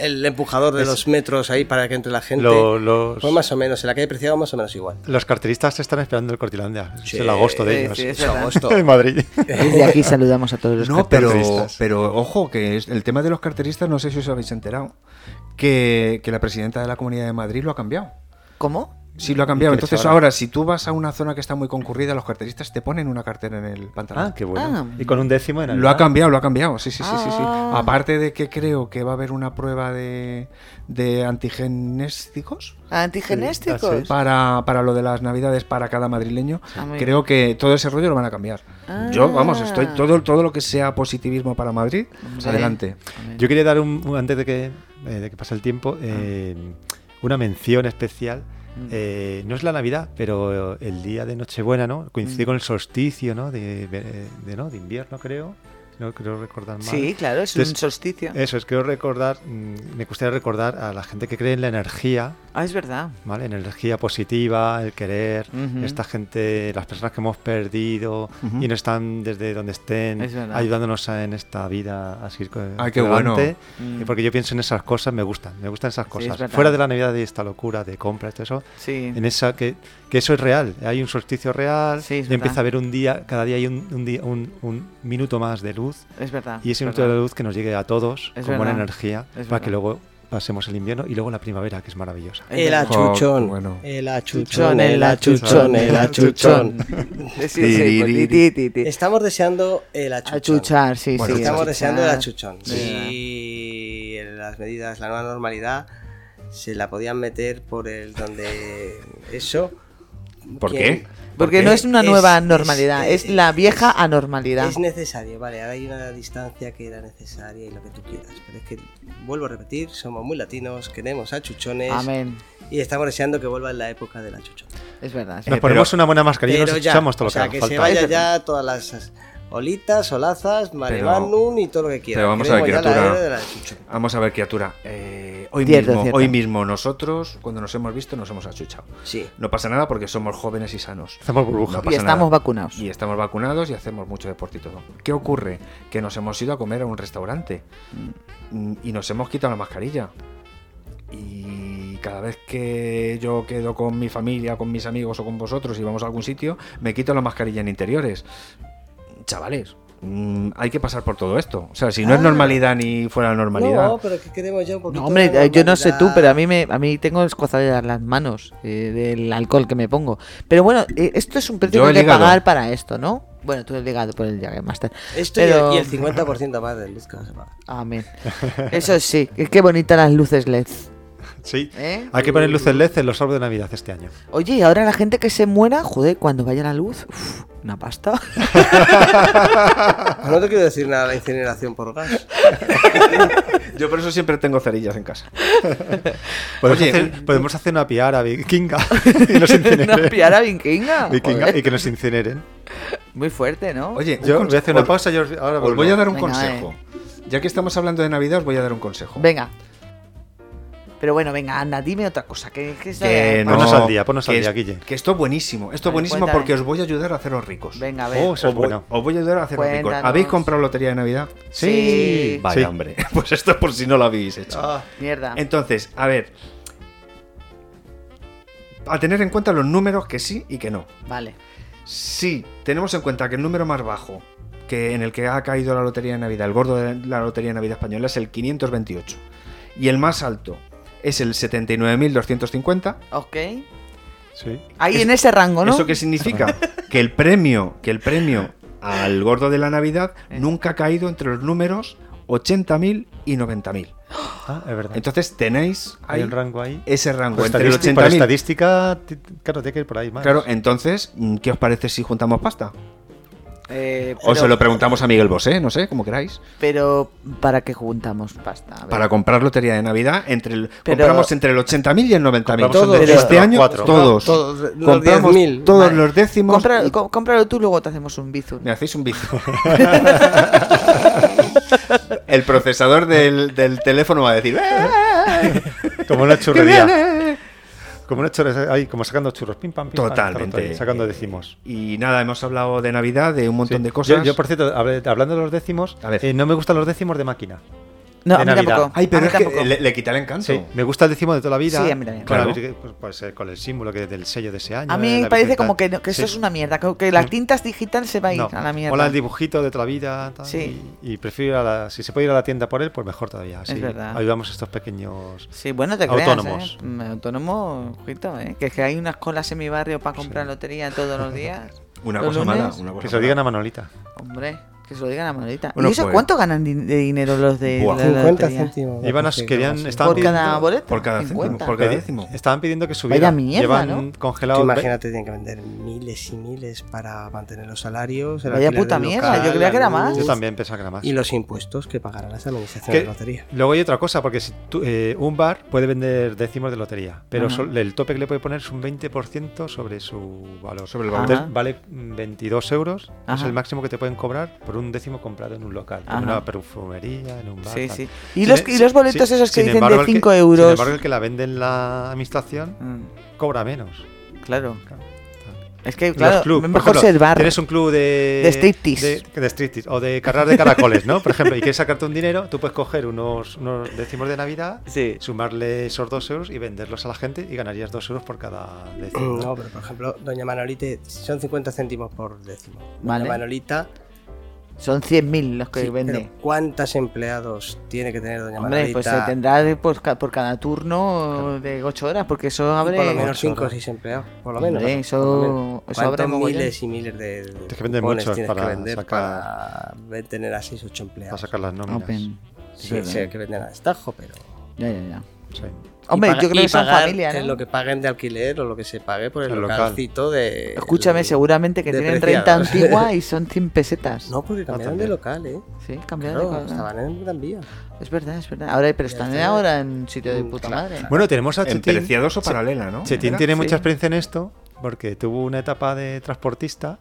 Speaker 3: el empujador de los metros ahí para que entre la gente.
Speaker 4: Lo- los,
Speaker 3: Pues más o menos, en la calle Preciado más o menos igual.
Speaker 4: los carteristas están esperando el Cortilandia.
Speaker 3: Sí,
Speaker 4: es el agosto de
Speaker 1: sí,
Speaker 4: ellos.
Speaker 1: sí, es
Speaker 3: Eso,
Speaker 1: verdad.
Speaker 3: agosto.
Speaker 4: en Madrid.
Speaker 1: Desde aquí saludamos a todos los
Speaker 2: No, pero,
Speaker 4: carteristas.
Speaker 2: pero ojo, que es- el tema de los carteristas, no sé si os habéis enterado, que, que la presidenta de la Comunidad de Madrid lo ha cambiado.
Speaker 1: ¿Cómo?
Speaker 2: Sí, lo ha cambiado.
Speaker 4: ¿Y qué ha hecho
Speaker 2: Entonces ahora?
Speaker 4: ahora?
Speaker 2: si tú vas a una zona que está muy concurrida, los carteristas te ponen una cartera en el pantalón.
Speaker 4: Ah, qué bueno.
Speaker 1: Ah.
Speaker 4: Y con un décimo en
Speaker 2: Lo ha cambiado, lo ha cambiado, sí, sí, sí, sí, sí.
Speaker 1: Ah.
Speaker 2: Aparte de que creo que va a haber una prueba de, de antigenésticos
Speaker 4: Sí,
Speaker 1: Antigenésticos.
Speaker 4: así
Speaker 2: para, para lo de las navidades para cada madrileño,
Speaker 1: Ah, muy
Speaker 2: creo que todo ese rollo lo van a cambiar.
Speaker 1: Ah.
Speaker 2: Yo, vamos, estoy todo, todo lo que sea positivismo para Madrid,
Speaker 1: Hombre.
Speaker 2: adelante.
Speaker 4: Yo quería dar un, un- antes de que, eh, de que pase el tiempo, eh, una mención especial.
Speaker 1: Mm.
Speaker 4: Eh, no es la Navidad, pero el día de Nochebuena, ¿no?
Speaker 1: Mm.
Speaker 4: Coincide con el solsticio, ¿no? De, de- de- ¿no? de invierno, creo. No creo recordar mal.
Speaker 1: Sí, claro, es un
Speaker 4: Entonces, eh,
Speaker 1: solsticio.
Speaker 4: Eso es, quiero recordar, mm, me gustaría recordar a la gente que cree en la energía
Speaker 1: Ah, es verdad.
Speaker 4: ¿vale? En energía positiva, el querer,
Speaker 1: Ujú.
Speaker 4: esta gente, las personas que hemos perdido
Speaker 2: Ujú.
Speaker 4: y no están desde donde estén,
Speaker 1: Es verdad.
Speaker 4: ayudándonos a- en esta vida a seguir co-
Speaker 2: Ah, qué
Speaker 4: adelante.
Speaker 1: bueno.
Speaker 4: Y
Speaker 1: Mm.
Speaker 4: Porque yo pienso en esas cosas, me gustan, me gustan esas
Speaker 1: Sí,
Speaker 4: cosas.
Speaker 1: es verdad.
Speaker 4: Fuera de la Navidad y esta locura de compras, todo eso,
Speaker 1: Sí.
Speaker 4: en esa que, que eso es real, hay un solsticio real,
Speaker 1: Sí, es
Speaker 4: y empieza
Speaker 1: verdad.
Speaker 4: a haber un día, cada día hay un, un día- un- un minuto más de luz
Speaker 1: Es verdad.
Speaker 4: y ese
Speaker 1: es
Speaker 4: minuto de
Speaker 1: verdad.
Speaker 4: luz que nos llegue a todos
Speaker 1: Es
Speaker 4: con buena
Speaker 1: verdad.
Speaker 4: energía
Speaker 1: Es
Speaker 4: para que
Speaker 1: verdad.
Speaker 4: luego pasemos el invierno y luego la primavera, que es maravillosa.
Speaker 1: Es
Speaker 3: El
Speaker 1: verdad.
Speaker 2: achu-
Speaker 3: achuchón.
Speaker 2: bueno.
Speaker 3: El achuchón, el achuchón,
Speaker 4: achuchón,
Speaker 3: el achuchón.
Speaker 1: Sí, sí, sí, pues, ti, ti, ti, ti.
Speaker 3: Estamos deseando el achuchón.
Speaker 1: Achuchar, sí,
Speaker 2: Bueno,
Speaker 1: sí.
Speaker 3: Estamos
Speaker 1: achuchar.
Speaker 3: deseando el achuchón.
Speaker 1: Sí.
Speaker 3: Y las medidas, la nueva normalidad, se la podían meter por el donde eso.
Speaker 2: ¿Por
Speaker 3: que
Speaker 2: qué?
Speaker 1: Porque no es una
Speaker 3: Es-
Speaker 1: nueva
Speaker 3: es-
Speaker 1: normalidad, es,
Speaker 3: es-
Speaker 1: la vieja
Speaker 3: es-
Speaker 1: anormalidad.
Speaker 3: Es necesario, vale, ahora hay una distancia que era necesaria y lo que tú quieras. Pero es que, vuelvo a repetir, somos muy latinos, queremos achuchones
Speaker 1: Amén.
Speaker 3: y estamos deseando que vuelva la época del achuchón.
Speaker 1: Es verdad. es
Speaker 4: Nos
Speaker 2: Eh,
Speaker 4: ponemos
Speaker 2: pero-
Speaker 4: una buena mascarilla y nos
Speaker 3: ya,
Speaker 4: echamos todo
Speaker 3: o
Speaker 4: lo que
Speaker 3: sea,
Speaker 4: haga
Speaker 3: que se
Speaker 4: falta.
Speaker 3: vaya ya todas las olitas, solazas, maremanum y todo lo que quieras.
Speaker 2: pero vamos a ver,
Speaker 3: Queremos ya
Speaker 2: criatura.
Speaker 3: era del achuchón.
Speaker 2: Vamos a ver, criatura. eh, hoy,
Speaker 1: Cierto,
Speaker 2: mismo,
Speaker 1: cierto.
Speaker 2: hoy mismo nosotros, cuando nos hemos visto, nos hemos achuchado.
Speaker 3: Sí.
Speaker 2: No pasa nada porque somos jóvenes y sanos.
Speaker 4: Hacemos burbuja.
Speaker 2: No
Speaker 1: Y
Speaker 2: pasa
Speaker 1: estamos
Speaker 2: nada.
Speaker 1: vacunados.
Speaker 2: Y estamos vacunados y hacemos mucho deporte y todo. ¿Qué ocurre? Que nos hemos ido a comer a un restaurante Mm, y nos hemos quitado la mascarilla. Y cada vez que yo quedo con mi familia, con mis amigos o con vosotros y vamos a algún sitio, me quito la mascarilla en interiores. Chavales, mm, hay que pasar por todo esto. O sea, si no es
Speaker 3: Ah.
Speaker 2: normalidad ni fuera la normalidad.
Speaker 3: No, pero que queremos ya un poquito.
Speaker 1: No, hombre,
Speaker 3: de
Speaker 1: eh, yo no sé tú, pero a
Speaker 3: normalidad.
Speaker 1: mí me, a mí tengo escozadas las manos eh, del alcohol que me pongo. Pero bueno, eh, esto es un precio
Speaker 2: Yo
Speaker 1: que
Speaker 2: el
Speaker 1: hay que
Speaker 2: hígado.
Speaker 1: pagar para esto, ¿no? Bueno, tú el ligado por el Jagger Master.
Speaker 3: Esto y el-
Speaker 1: pero-
Speaker 3: y el 50% más de luz que vas a pagar.
Speaker 1: Amén. Eso sí, qué- qué bonitas las luces LED.
Speaker 4: Sí.
Speaker 1: ¿eh?
Speaker 4: Hay que poner luces LED en los árboles de Navidad este año.
Speaker 1: Oye, y ahora la gente que se muera, joder, cuando vaya la luz, uf, una pasta.
Speaker 3: No te quiero decir nada de la incineración por gas.
Speaker 2: Yo por eso siempre tengo cerillas en casa.
Speaker 4: Podemos,
Speaker 2: Oye.
Speaker 4: hacer, podemos hacer una piara vikinga y, nos incineren.
Speaker 1: Una piara vikinga.
Speaker 4: Vikinga
Speaker 1: joder.
Speaker 4: y que nos incineren.
Speaker 1: Muy fuerte, ¿no?
Speaker 2: Oye, un
Speaker 4: Yo voy a
Speaker 2: conse-
Speaker 4: hacer una
Speaker 2: os-
Speaker 4: pausa y os- ahora
Speaker 2: Os
Speaker 4: vuelvo.
Speaker 2: voy a dar un
Speaker 1: Venga,
Speaker 2: consejo. Ya que estamos hablando de Navidad, os voy a dar un consejo.
Speaker 1: Venga. Pero bueno, venga, anda, dime otra cosa. Que, que esto-
Speaker 2: Que
Speaker 1: vamos.
Speaker 4: Ponnos al día, ponnos
Speaker 2: que
Speaker 4: al
Speaker 2: es-
Speaker 4: día, Guille.
Speaker 2: Que esto es buenísimo.
Speaker 1: eh, A ver,
Speaker 2: Esto es buenísimo
Speaker 1: cuéntame.
Speaker 2: porque os voy a ayudar a haceros ricos.
Speaker 1: Venga, a ver.
Speaker 4: Oh, eso es
Speaker 2: Os voy,
Speaker 4: bueno.
Speaker 2: os voy a ayudar a haceros ricos.
Speaker 1: Cuéntanos.
Speaker 2: ¿Habéis comprado lotería de Navidad?
Speaker 1: Sí.
Speaker 2: Vaya,
Speaker 4: Sí.
Speaker 2: hombre. Pues esto es por si no lo habéis hecho.
Speaker 1: Oh.
Speaker 3: Ah.
Speaker 1: Mierda.
Speaker 2: Entonces, a ver. A tener en cuenta los números que sí y que no.
Speaker 1: Vale.
Speaker 2: Si tenemos en cuenta que el número más bajo que en el que ha caído la lotería de Navidad, el gordo de la lotería de Navidad española es el 528. Y el más alto es el 79.250.
Speaker 1: Ok.
Speaker 4: Sí.
Speaker 1: Ahí
Speaker 2: Es-
Speaker 1: en ese rango, ¿no?
Speaker 2: ¿Eso qué significa? que el premio, que el premio al gordo de la Navidad nunca ha caído entre los números 80.000 y 90.000.
Speaker 4: Ah, es verdad.
Speaker 2: Entonces tenéis
Speaker 4: Hay
Speaker 2: ahí
Speaker 4: un rango ahí.
Speaker 2: ese rango
Speaker 4: Por
Speaker 2: Pues entre los
Speaker 4: Pues
Speaker 2: 80.000.
Speaker 4: estadística, por estadística, ti- claro, tiene que ir por ahí más.
Speaker 2: Claro, entonces, mm, ¿qué os parece si juntamos pasta?
Speaker 1: Eh,
Speaker 2: O se
Speaker 1: pero-
Speaker 2: lo preguntamos a Miguel Bosé, no sé, como queráis.
Speaker 1: Pero, ¿para qué juntamos pasta? A ver.
Speaker 2: Para comprar lotería de Navidad, entre el-
Speaker 1: Pero-
Speaker 2: compramos entre el 80.000 y el 90.000.
Speaker 4: Compramos
Speaker 3: entre
Speaker 2: este
Speaker 3: los
Speaker 2: año,
Speaker 4: cuatro.
Speaker 2: todos.
Speaker 3: Todos los
Speaker 2: compramos
Speaker 3: 10.000,
Speaker 2: todos
Speaker 1: vale.
Speaker 2: los décimos.
Speaker 1: Compra-
Speaker 2: y-
Speaker 1: co- cómpralo tú, luego te hacemos un bizum.
Speaker 2: Me hacéis un bizo. El procesador del, del teléfono va a decir. "¡Eh,
Speaker 4: Como una
Speaker 2: qué
Speaker 4: churrería.
Speaker 2: bien, eh".
Speaker 4: Como una churrería. Ahí, como sacando churros. Pim, pam, pim, pam,
Speaker 2: Totalmente.
Speaker 4: tarotón, sacando decimos.
Speaker 2: Y nada, hemos hablado de Navidad, de un montón
Speaker 4: Sí.
Speaker 2: de cosas.
Speaker 4: Yo, yo, por cierto, hab- hablando de los décimos,
Speaker 2: A ver.
Speaker 4: eh, no me gustan los décimos de máquina.
Speaker 1: No, a
Speaker 4: De
Speaker 1: mí
Speaker 4: Navidad.
Speaker 1: tampoco.
Speaker 2: Ay,
Speaker 1: A
Speaker 2: pero
Speaker 1: mí
Speaker 2: es que
Speaker 1: tampoco.
Speaker 2: le, le quita el encanto.
Speaker 4: Ah, Sí, me gusta el décimo de toda la vida.
Speaker 1: Sí, a mí también.
Speaker 4: Con, la
Speaker 2: Claro.
Speaker 4: Virgen- pues, pues, eh, con el símbolo que del sello de ese año.
Speaker 1: A
Speaker 4: eh,
Speaker 1: mí
Speaker 4: la
Speaker 1: parece
Speaker 4: Virgen
Speaker 1: como
Speaker 4: tal.
Speaker 1: que, no- que
Speaker 4: Sí.
Speaker 1: eso es una mierda. que- Que las tintas digitales se va a ir
Speaker 4: No,
Speaker 1: a la mierda.
Speaker 4: Mola el dibujito de toda la vida. tal,
Speaker 1: Sí.
Speaker 4: Y, y prefiero ir a la- si se puede ir a la tienda por él, pues mejor todavía. Así
Speaker 1: verdad.
Speaker 4: Ayudamos a estos pequeños.
Speaker 1: Sí, bueno, te
Speaker 4: Autónomos.
Speaker 1: creas, ¿eh? Mm, Autónomo, ojito, ¿eh? Que, es que hay unas colas en mi barrio para comprar lotería todos los días.
Speaker 2: Una
Speaker 1: Los
Speaker 2: cosa mala.
Speaker 1: lunes.
Speaker 2: Una cosa
Speaker 4: Que se lo digan
Speaker 2: mala.
Speaker 4: a Manolita.
Speaker 1: Hombre, que se lo digan a Manolita.
Speaker 2: Bueno,
Speaker 1: ¿Y eso
Speaker 2: pues.
Speaker 1: cuánto ganan di- de dinero los de
Speaker 2: Buah.
Speaker 1: la lotería?
Speaker 3: céntimos.
Speaker 4: Iban a-
Speaker 3: Sí,
Speaker 4: querían-
Speaker 3: sí.
Speaker 4: estaban
Speaker 1: ¿Por cada
Speaker 4: pidiendo-
Speaker 1: boleta?
Speaker 2: Por cada céntimo,
Speaker 1: 50.
Speaker 2: por cada décimo.
Speaker 4: Estaban pidiendo que subiera.
Speaker 1: Vaya mierda,
Speaker 4: Llevan
Speaker 1: ¿no?
Speaker 4: congelado.
Speaker 3: Tú imagínate, tienen que vender miles y miles para mantener los salarios. el
Speaker 1: Vaya
Speaker 3: alquiler
Speaker 1: puta
Speaker 3: del
Speaker 1: mierda,
Speaker 3: local,
Speaker 1: yo creía
Speaker 3: la
Speaker 1: que era
Speaker 3: luz
Speaker 1: más.
Speaker 4: Yo también pensaba que era más.
Speaker 3: Y los impuestos que pagarán las administraciones
Speaker 4: Que-
Speaker 3: de lotería.
Speaker 4: Luego hay otra cosa, porque si tú- eh, un bar puede vender décimos de lotería, pero
Speaker 1: Ajá.
Speaker 4: sol- el tope que le puede poner es un 20% sobre su valor.
Speaker 2: Sobre el
Speaker 1: Ajá.
Speaker 2: valor.
Speaker 1: Ah.
Speaker 4: Entonces, vale mm, 22 euros, es
Speaker 1: Ajá.
Speaker 4: el máximo que te pueden cobrar por por un décimo comprado en un local, en
Speaker 1: Ajá.
Speaker 4: una perfumería, en un bar.
Speaker 1: Sí,
Speaker 4: tal. e-
Speaker 1: sí. ¿Y los- y los boletos esos que
Speaker 4: sin
Speaker 1: dicen de
Speaker 4: embargo, el que-
Speaker 1: cinco
Speaker 4: Sin
Speaker 1: euros?
Speaker 4: embargo, el que la vende en la administración
Speaker 1: Mm,
Speaker 4: cobra menos.
Speaker 1: claro.
Speaker 4: Claro.
Speaker 1: Es que,
Speaker 4: Los
Speaker 1: claro,
Speaker 4: club, por
Speaker 1: mejor
Speaker 4: ejemplo,
Speaker 1: ser bar.
Speaker 4: Tienes un club de.
Speaker 1: De striptease.
Speaker 4: De, de striptease, O de carreras de caracoles, ¿no? Por ejemplo, y quieres sacarte un dinero, tú puedes coger unos, unos décimos de Navidad,
Speaker 1: Sí.
Speaker 4: sumarle esos dos euros y venderlos a la gente y ganarías dos euros por cada décimo.
Speaker 3: No,
Speaker 1: Oh.
Speaker 4: ¿no?
Speaker 3: pero por ejemplo, Doña Manolita son 50 céntimos por décimo.
Speaker 1: Vale.
Speaker 3: Doña Manolita.
Speaker 1: Son 100.000 los que
Speaker 3: sí,
Speaker 1: vende.
Speaker 3: pero ¿Cuántos empleados tiene que tener Doña
Speaker 1: Hombre, pues se
Speaker 3: Manolita?
Speaker 1: tendrá de por, ca- por cada turno de 8 horas, porque eso abre.
Speaker 3: por lo menos
Speaker 4: Ocho,
Speaker 3: 5 o
Speaker 4: ¿no?
Speaker 3: 6 empleados. Por lo
Speaker 1: Hombre,
Speaker 3: menos.
Speaker 1: eso-
Speaker 3: por lo
Speaker 1: eso
Speaker 3: ¿Cuántos
Speaker 1: habrá mogollón?
Speaker 3: miles y miles de. de
Speaker 4: Es que venden
Speaker 3: cupones
Speaker 4: muchos
Speaker 3: tienes que
Speaker 4: para
Speaker 3: vender
Speaker 4: sacar-
Speaker 3: para tener a 6 o 8
Speaker 4: Para ¿eh?
Speaker 3: empleados.
Speaker 4: sacar las nóminas.
Speaker 1: Open.
Speaker 3: Sí,
Speaker 1: Es
Speaker 3: sí,
Speaker 1: verdad.
Speaker 3: que venden a destajo, pero.
Speaker 1: Ya, ya, ya.
Speaker 4: Sí.
Speaker 1: Hombre,
Speaker 3: Y paga-
Speaker 1: yo creo
Speaker 3: y
Speaker 1: que son
Speaker 3: pagar
Speaker 1: familia,
Speaker 3: en
Speaker 1: ¿no?
Speaker 3: lo que paguen de alquiler o lo que se pague por el,
Speaker 4: El local.
Speaker 3: localcito de.
Speaker 1: Escúchame,
Speaker 3: el-
Speaker 1: seguramente que tienen renta
Speaker 3: depreciados.
Speaker 1: antigua y son 100 pesetas.
Speaker 3: No, porque cambiaron de
Speaker 4: también.
Speaker 3: local, ¿eh?
Speaker 1: Sí, cambiaron de
Speaker 3: Claro,
Speaker 1: cuadra.
Speaker 3: estaban en Gran Vía.
Speaker 1: Es verdad, es verdad. Ahora, pero están
Speaker 3: está.
Speaker 1: ahora en un sitio de
Speaker 3: Mm,
Speaker 1: puta
Speaker 3: claro,
Speaker 1: madre.
Speaker 4: Bueno, tenemos a
Speaker 2: En
Speaker 4: Chetín.
Speaker 2: Preciados o Paralela, ¿no?
Speaker 4: Chetín
Speaker 2: ¿Era?
Speaker 4: tiene mucha
Speaker 1: Sí.
Speaker 4: experiencia en esto porque tuvo una etapa de transportista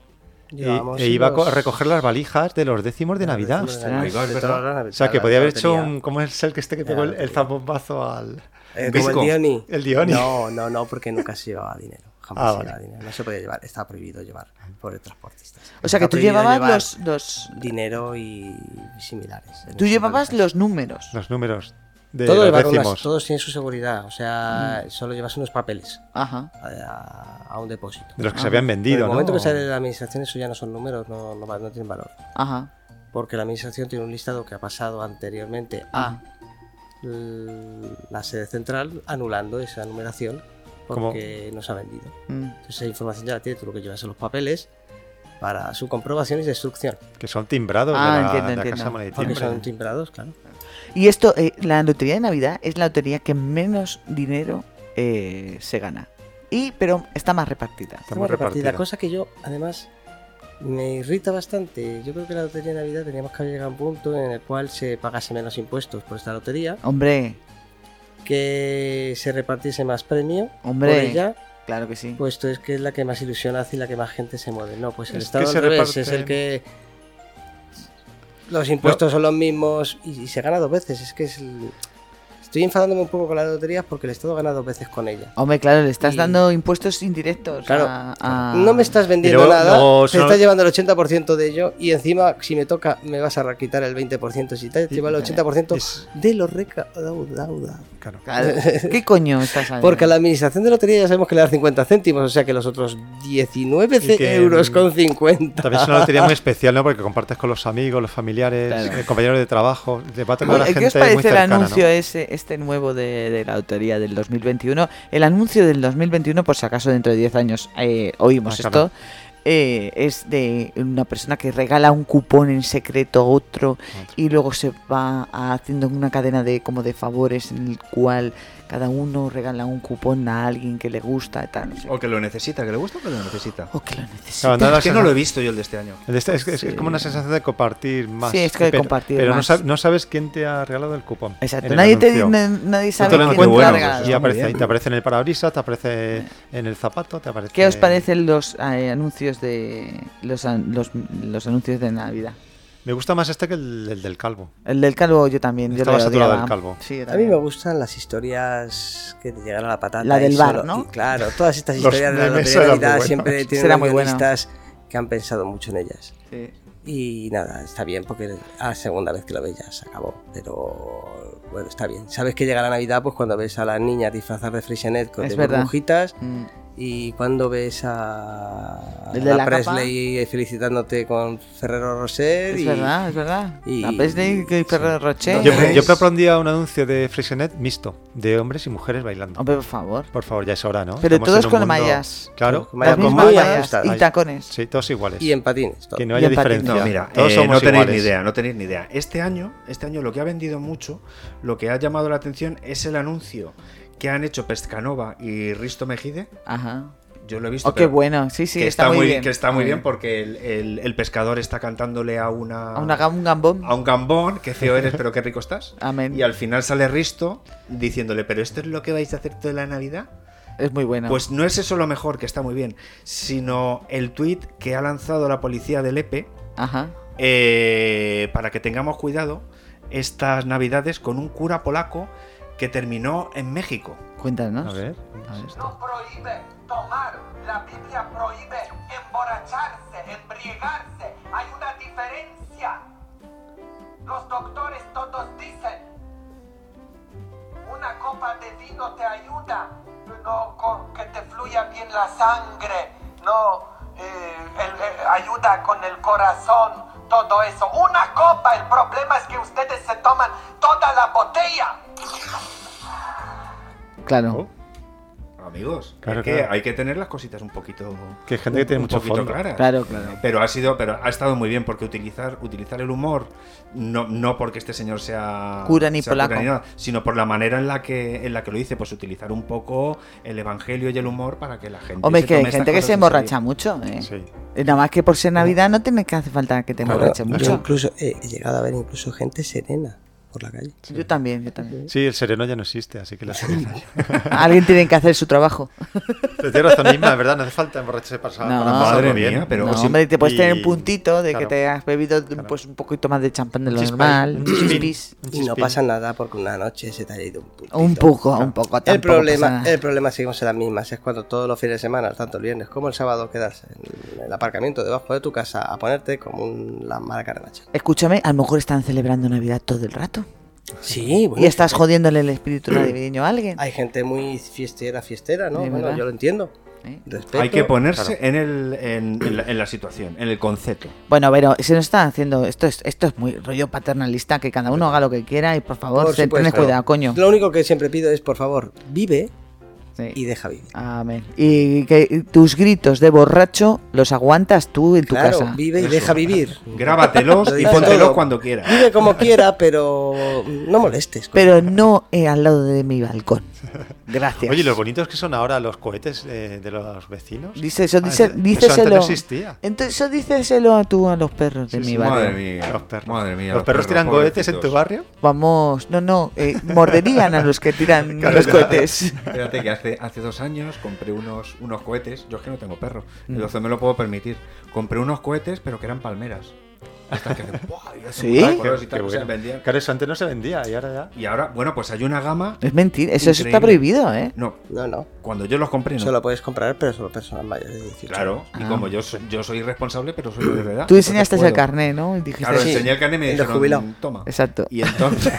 Speaker 4: y,
Speaker 3: Llevábamos
Speaker 4: e iba a co-
Speaker 3: unos-
Speaker 4: a recoger las valijas de los décimos de Navidad.
Speaker 3: Ostras.
Speaker 1: Navidad.
Speaker 2: Ahí va, es
Speaker 3: De
Speaker 2: verdad.
Speaker 3: todas las Navidades,
Speaker 4: O sea, que
Speaker 3: la
Speaker 4: podía haber hecho
Speaker 3: lotería.
Speaker 4: un. ¿Cómo es el que este que
Speaker 3: Ya,
Speaker 4: pegó el,
Speaker 3: la
Speaker 4: el zambombazo al.
Speaker 3: Eh,
Speaker 2: Visco.
Speaker 3: como el Dioni.
Speaker 4: El Dioni.
Speaker 3: No, no, no, porque nunca se llevaba dinero. Jamás
Speaker 4: Ah,
Speaker 3: se
Speaker 4: vale.
Speaker 3: llevaba dinero. No se podía llevar. Estaba prohibido llevar por el transportista.
Speaker 1: o sea, que tú llevabas los, los-
Speaker 3: Dinero y similares.
Speaker 1: Tú llevabas
Speaker 3: los
Speaker 1: los números.
Speaker 4: Los números de
Speaker 3: Todo
Speaker 4: los
Speaker 3: llevar unas-
Speaker 4: décimos.
Speaker 3: todos tienen su seguridad. O
Speaker 4: Mm.
Speaker 3: sea, solo llevas unos papeles
Speaker 1: Ajá.
Speaker 3: a, a- a un depósito.
Speaker 4: De los
Speaker 1: Ah,
Speaker 4: que se habían vendido,
Speaker 3: en el
Speaker 4: ¿no?
Speaker 3: momento que sale de la administración, eso ya no son números, no, no, va- no tienen valor.
Speaker 1: Ajá.
Speaker 3: Porque la administración tiene un listado que ha pasado anteriormente a
Speaker 1: Ah,
Speaker 3: l- la sede central, anulando esa numeración
Speaker 4: Como-
Speaker 3: porque no se ha vendido.
Speaker 1: mm.
Speaker 3: Entonces, esa información ya la tiene, tú lo que llevas son los papeles para su comprobación y destrucción.
Speaker 4: Que son timbrados
Speaker 1: Ah,
Speaker 4: de la,
Speaker 1: entiendo,
Speaker 4: de la
Speaker 1: entiendo.
Speaker 4: Casa Moneda de
Speaker 3: Porque
Speaker 4: Timbre.
Speaker 3: son timbrados, claro.
Speaker 1: Y esto, eh, la lotería de Navidad es la lotería que menos dinero eh, se gana. Y, pero está más repartida.
Speaker 4: Está muy
Speaker 3: Estamos repartida.
Speaker 4: repartida.
Speaker 3: Cosa que yo, además, me irrita bastante. Yo creo que la lotería de Navidad teníamos que haber llegado a un punto en el cual se pagase menos impuestos por esta lotería,
Speaker 1: Hombre,
Speaker 3: que se repartiese más premio por
Speaker 1: Hombre.
Speaker 3: ella,
Speaker 1: claro que sí.
Speaker 3: puesto pues es que es la que más ilusión hace y la que más gente se mueve. No, pues el
Speaker 4: Es
Speaker 3: Estado
Speaker 4: que
Speaker 3: al
Speaker 4: se
Speaker 3: revés, es
Speaker 4: reparten-
Speaker 3: el que. Los impuestos son los mismos y, y se gana dos veces. Es que es. el- Estoy enfadándome un poco con las loterías porque el Estado gana dos veces con ella.
Speaker 1: Hombre, claro, le estás
Speaker 3: Y-
Speaker 1: dando impuestos indirectos.
Speaker 3: Claro.
Speaker 1: a- a-
Speaker 3: No me estás vendiendo
Speaker 4: luego-
Speaker 3: nada,
Speaker 4: luego
Speaker 3: te
Speaker 4: son-
Speaker 3: estás llevando el 80% de ello y encima, si me toca, me vas a quitar el 20%. Si te has
Speaker 4: Y-
Speaker 3: llevado el 80%
Speaker 4: es-
Speaker 3: de lo recaudado.
Speaker 4: Claro.
Speaker 1: Claro. ¿Qué coño estás haciendo?
Speaker 3: Porque a la administración de lotería ya sabemos que le da 50 céntimos, o sea que los otros 19
Speaker 4: Y que,
Speaker 3: euros
Speaker 4: mm,
Speaker 3: con 50.
Speaker 4: También es una lotería muy especial, ¿no? Porque compartes con los amigos, los familiares,
Speaker 1: Claro.
Speaker 4: eh, compañeros de trabajo. Te va a tocar a la
Speaker 1: Oye,
Speaker 4: gente
Speaker 1: Eh, ¿Qué os
Speaker 4: muy
Speaker 1: parece el
Speaker 4: cercana,
Speaker 1: anuncio
Speaker 4: ¿no?
Speaker 1: ese, este nuevo de, de la lotería del 2021? El anuncio del 2021, por si acaso dentro de 10 años eh, oímos
Speaker 4: Ah,
Speaker 1: esto, eh, es de una persona que regala un cupón en secreto a otro
Speaker 4: Otro.
Speaker 1: y luego se va a- haciendo una cadena de como de favores en el cual cada uno regala un cupón a alguien que le gusta y tal. no sé.
Speaker 2: O que lo necesita, que le gusta o que lo necesita.
Speaker 1: O que lo
Speaker 4: Claro,
Speaker 1: necesita.
Speaker 4: no,
Speaker 2: Es que
Speaker 4: la
Speaker 2: no
Speaker 4: sensación-
Speaker 2: lo he visto yo el de este año.
Speaker 4: el de este- es, es- es
Speaker 1: Sí.
Speaker 4: como una sensación de compartir más.
Speaker 1: Sí, es que de
Speaker 4: pero,
Speaker 1: compartir
Speaker 4: Pero
Speaker 1: más.
Speaker 4: No, sab- no sabes quién te ha regalado el cupón. en
Speaker 1: Exacto,
Speaker 4: el
Speaker 1: nadie, te,
Speaker 4: anuncio.
Speaker 1: na- nadie
Speaker 4: Tú
Speaker 1: sabe quién te lo ha
Speaker 2: qué
Speaker 4: te lo
Speaker 2: bueno,
Speaker 4: encuentras
Speaker 2: pues
Speaker 1: regalado.
Speaker 4: y
Speaker 2: está muy
Speaker 4: aparece,
Speaker 2: bien.
Speaker 4: ahí, te aparece en el parabrisas, te aparece en el zapato, te aparece.
Speaker 1: ¿Qué os parecen los eh, anuncios de los, an- los, los anuncios de Navidad?
Speaker 4: Me gusta más este que el, el del calvo.
Speaker 1: El del calvo yo también, yo
Speaker 4: Estaba
Speaker 1: lo
Speaker 4: saturado
Speaker 1: odiaba.
Speaker 4: el calvo.
Speaker 1: Sí, yo
Speaker 3: A mí
Speaker 1: también.
Speaker 3: me gustan las historias que te llegan a la patata.
Speaker 1: La del
Speaker 3: y
Speaker 1: bar,
Speaker 3: solo-
Speaker 1: ¿no?
Speaker 3: y claro, todas estas
Speaker 4: Los
Speaker 3: historias de la
Speaker 4: memes
Speaker 3: lotería de
Speaker 4: eran muy
Speaker 3: Navidad
Speaker 4: buenos.
Speaker 3: siempre tienen
Speaker 1: Era
Speaker 3: unos
Speaker 1: muy bueno.
Speaker 3: guionistas que han pensado mucho en ellas.
Speaker 1: Sí.
Speaker 3: Y nada, está bien, porque a la segunda vez que lo ves ya se acabó. Pero bueno, está bien. Sabes que llega la Navidad, pues cuando ves a las niñas disfrazar de Freixenet con
Speaker 1: Es
Speaker 3: de
Speaker 1: verdad.
Speaker 3: burbujitas.
Speaker 1: Mm.
Speaker 3: Y cuando ves a,
Speaker 1: El de
Speaker 3: a
Speaker 1: la capa.
Speaker 3: Presley felicitándote con Ferrero Rocher.
Speaker 1: Es
Speaker 3: y,
Speaker 1: verdad, es verdad.
Speaker 3: y-
Speaker 1: La Presley que Ferrero Rocher.
Speaker 4: Yo,
Speaker 2: ¿Ves?
Speaker 4: yo propondría un anuncio de Frisenet mixto, de hombres y mujeres bailando.
Speaker 1: Hombre, por favor.
Speaker 4: Por favor, ya es hora, ¿no?
Speaker 1: Pero
Speaker 4: Estamos
Speaker 1: todos
Speaker 4: en un
Speaker 1: con
Speaker 4: mundo-
Speaker 1: mallas.
Speaker 4: Claro,
Speaker 3: Con mallas,
Speaker 1: Las
Speaker 4: todos
Speaker 1: mismas
Speaker 3: mallas,
Speaker 1: mallas
Speaker 3: está-
Speaker 1: y tacones.
Speaker 4: Sí, todos iguales.
Speaker 3: y en patines. todo.
Speaker 4: que no
Speaker 1: y
Speaker 4: haya
Speaker 1: en patines.
Speaker 4: diferencia.
Speaker 1: No,
Speaker 2: No, mira,
Speaker 4: todos
Speaker 2: eh,
Speaker 4: somos
Speaker 2: no tenéis
Speaker 4: iguales.
Speaker 2: ni idea, no tenéis ni idea. Este año, este año lo que ha vendido mucho, lo que ha llamado la atención es el anuncio que han hecho Pescanova y Risto Mejide.
Speaker 1: Ajá.
Speaker 2: Yo lo he visto.
Speaker 1: Oh, qué
Speaker 2: pero-
Speaker 1: bueno. Sí, sí,
Speaker 2: que
Speaker 1: está, muy bien.
Speaker 2: que está muy bien porque el, el- el pescador está cantándole a una,
Speaker 1: A una gam- un gambón.
Speaker 2: a un gambón, que feo eres, pero qué rico estás.
Speaker 1: Amén.
Speaker 2: Ah, Y al final sale Risto diciéndole, pero esto es lo que vais a hacer toda la Navidad.
Speaker 1: Es muy bueno.
Speaker 2: Pues no es eso lo mejor, que está muy bien, sino el tuit que ha lanzado la policía del E EPE
Speaker 1: Ajá.
Speaker 2: eh, para que tengamos cuidado estas navidades con un cura polaco que terminó en México.
Speaker 1: Cuéntanos.
Speaker 4: A ver.
Speaker 1: A ver.
Speaker 5: No prohíbe tomar, la Biblia prohíbe emborracharse, embriagarse. Hay una diferencia. Los doctores todos dicen, una copa de vino te ayuda, no con que te fluya bien la sangre, no eh, el- el- ayuda con el corazón, todo eso. Una copa, el problema es que ustedes se toman toda la botella.
Speaker 1: Claro.
Speaker 2: Amigos,
Speaker 4: Claro,
Speaker 2: es que
Speaker 4: claro.
Speaker 2: hay que tener las cositas un poquito.
Speaker 4: Que hay gente que tiene
Speaker 2: un
Speaker 4: mucho
Speaker 2: poquito
Speaker 4: fondo.
Speaker 2: claras.
Speaker 1: Claro, claro.
Speaker 2: Pero ha sido, pero ha estado muy bien porque utilizar, utilizar el humor no, no porque este señor sea
Speaker 1: Cura ni
Speaker 2: sea cura
Speaker 1: polaco.
Speaker 2: nada, sino por la manera en la que en la que lo dice, pues utilizar un poco el evangelio y el humor para que la gente.
Speaker 1: Hombre,
Speaker 2: se
Speaker 1: es que
Speaker 2: tome
Speaker 1: hay
Speaker 2: estas
Speaker 1: gente que
Speaker 2: cosas
Speaker 1: se
Speaker 2: en
Speaker 1: emborracha
Speaker 2: serio.
Speaker 1: mucho, ¿eh?
Speaker 4: Sí.
Speaker 1: Y Nada más que por ser Navidad no tiene que hace falta que te emborraches
Speaker 3: Yo
Speaker 1: mucho.
Speaker 3: incluso eh, he llegado a ver incluso gente serena por la calle.
Speaker 1: Yo también, yo también.
Speaker 4: Sí, el sereno ya no existe, así que la serena.
Speaker 1: Alguien tiene que hacer su trabajo.
Speaker 4: Te tienes razón misma, ¿verdad? No hace falta emborracharse para,
Speaker 1: No.
Speaker 4: para pasarlo
Speaker 2: Madre
Speaker 4: bien.
Speaker 2: mía, pero
Speaker 1: no,
Speaker 2: si-
Speaker 1: hombre, te puedes
Speaker 4: y-
Speaker 1: tener un puntito de que
Speaker 4: claro.
Speaker 1: te has bebido
Speaker 4: Claro.
Speaker 1: pues un poquito más de champán de lo
Speaker 4: Un chispín,
Speaker 1: normal, un
Speaker 4: un chispín.
Speaker 1: chispis.
Speaker 4: Un
Speaker 3: Y no
Speaker 4: chispín.
Speaker 3: pasa nada porque una noche se te ha ido un puntito.
Speaker 1: Un poco, un poco. tampoco
Speaker 3: El
Speaker 1: pasa
Speaker 3: problema,
Speaker 1: nada.
Speaker 3: el problema seguimos en las mismas. Es cuando todos los fines de semana, tanto el viernes como el sábado, quedas en el aparcamiento debajo de tu casa a ponerte como un, la mala carnacha.
Speaker 1: Escúchame, a lo mejor están celebrando Navidad todo el rato.
Speaker 3: Sí, bueno.
Speaker 1: Y estás
Speaker 4: eh.
Speaker 1: jodiéndole el espíritu navideño a alguien.
Speaker 3: Hay gente muy fiestera, fiestera, ¿no?
Speaker 1: Sí,
Speaker 3: bueno,
Speaker 1: ¿verdad?
Speaker 3: yo lo entiendo.
Speaker 1: ¿eh?
Speaker 3: Respeto.
Speaker 2: Hay que ponerse en, el, en, en la, en la situación, en el concepto.
Speaker 1: Bueno, pero se nos está haciendo. Esto es, esto es muy rollo paternalista, que cada uno haga lo que quiera y por favor,
Speaker 3: Por
Speaker 1: se-
Speaker 3: supuesto.
Speaker 1: tened cuidado, coño.
Speaker 3: Lo único que siempre pido es, por favor, vive
Speaker 1: Sí.
Speaker 3: y deja vivir.
Speaker 1: Amén. Y que tus gritos de borracho los aguantas tú en tu
Speaker 3: claro,
Speaker 1: casa.
Speaker 3: vive y
Speaker 2: Eso.
Speaker 3: deja vivir. Lo
Speaker 2: Grábatelos y
Speaker 3: dice
Speaker 2: póntelos
Speaker 3: todo.
Speaker 2: cuando quieras.
Speaker 3: Vive como quiera, pero no molestes.
Speaker 1: Pero no eh, al lado de mi balcón. Gracias.
Speaker 4: Oye, lo bonitos que son ahora los cohetes eh, de los vecinos.
Speaker 1: Dice eso,
Speaker 4: Ah,
Speaker 1: dice,
Speaker 4: eso- eso
Speaker 1: díceselo.
Speaker 4: antes no existía.
Speaker 1: Entonces, eso díceselo a tú a los perros de
Speaker 4: Sí,
Speaker 1: mi
Speaker 4: sí,
Speaker 1: barrio.
Speaker 2: Madre mía.
Speaker 4: Los perros.
Speaker 2: Madre mía,
Speaker 4: ¿Los,
Speaker 2: los
Speaker 4: perros
Speaker 2: perros,
Speaker 4: tiran cohetes en
Speaker 2: pobrecitos.
Speaker 4: tu barrio?
Speaker 1: Vamos, no, no, eh, morderían a los que tiran
Speaker 4: Claro,
Speaker 1: los
Speaker 4: claro.
Speaker 1: cohetes.
Speaker 2: Fíjate que hace, hace dos años compré unos, unos cohetes. Yo es que no tengo perro,
Speaker 3: Mm.
Speaker 2: entonces me lo puedo permitir. Compré unos cohetes, pero que eran palmeras. Estas que hacen ¡buah! y hacen
Speaker 1: ¿Sí?
Speaker 2: muchos colores y tal,
Speaker 4: Qué
Speaker 2: o sea,
Speaker 4: bueno.
Speaker 2: vendían.
Speaker 4: Claro, eso antes no se vendía y ahora ya.
Speaker 2: Y ahora, bueno, pues hay una gama.
Speaker 1: Es mentira, eso, eso está
Speaker 2: Increíble.
Speaker 1: prohibido, ¿eh?
Speaker 2: No,
Speaker 3: No, no.
Speaker 2: cuando yo los compré, no.
Speaker 3: Solo puedes comprar, pero solo personas mayores de 18.
Speaker 2: Claro, y
Speaker 1: Ah.
Speaker 2: como yo soy, yo soy responsable, pero soy de edad.
Speaker 1: Tú enseñaste
Speaker 2: entonces
Speaker 1: el
Speaker 2: Ah, puedo.
Speaker 1: carnet, ¿no? Y dijiste,
Speaker 2: Claro,
Speaker 3: Sí.
Speaker 2: enseñé el carnet y me
Speaker 3: Lo
Speaker 2: dijeron,
Speaker 3: jubilado.
Speaker 2: toma.
Speaker 1: Exacto.
Speaker 2: Y entonces,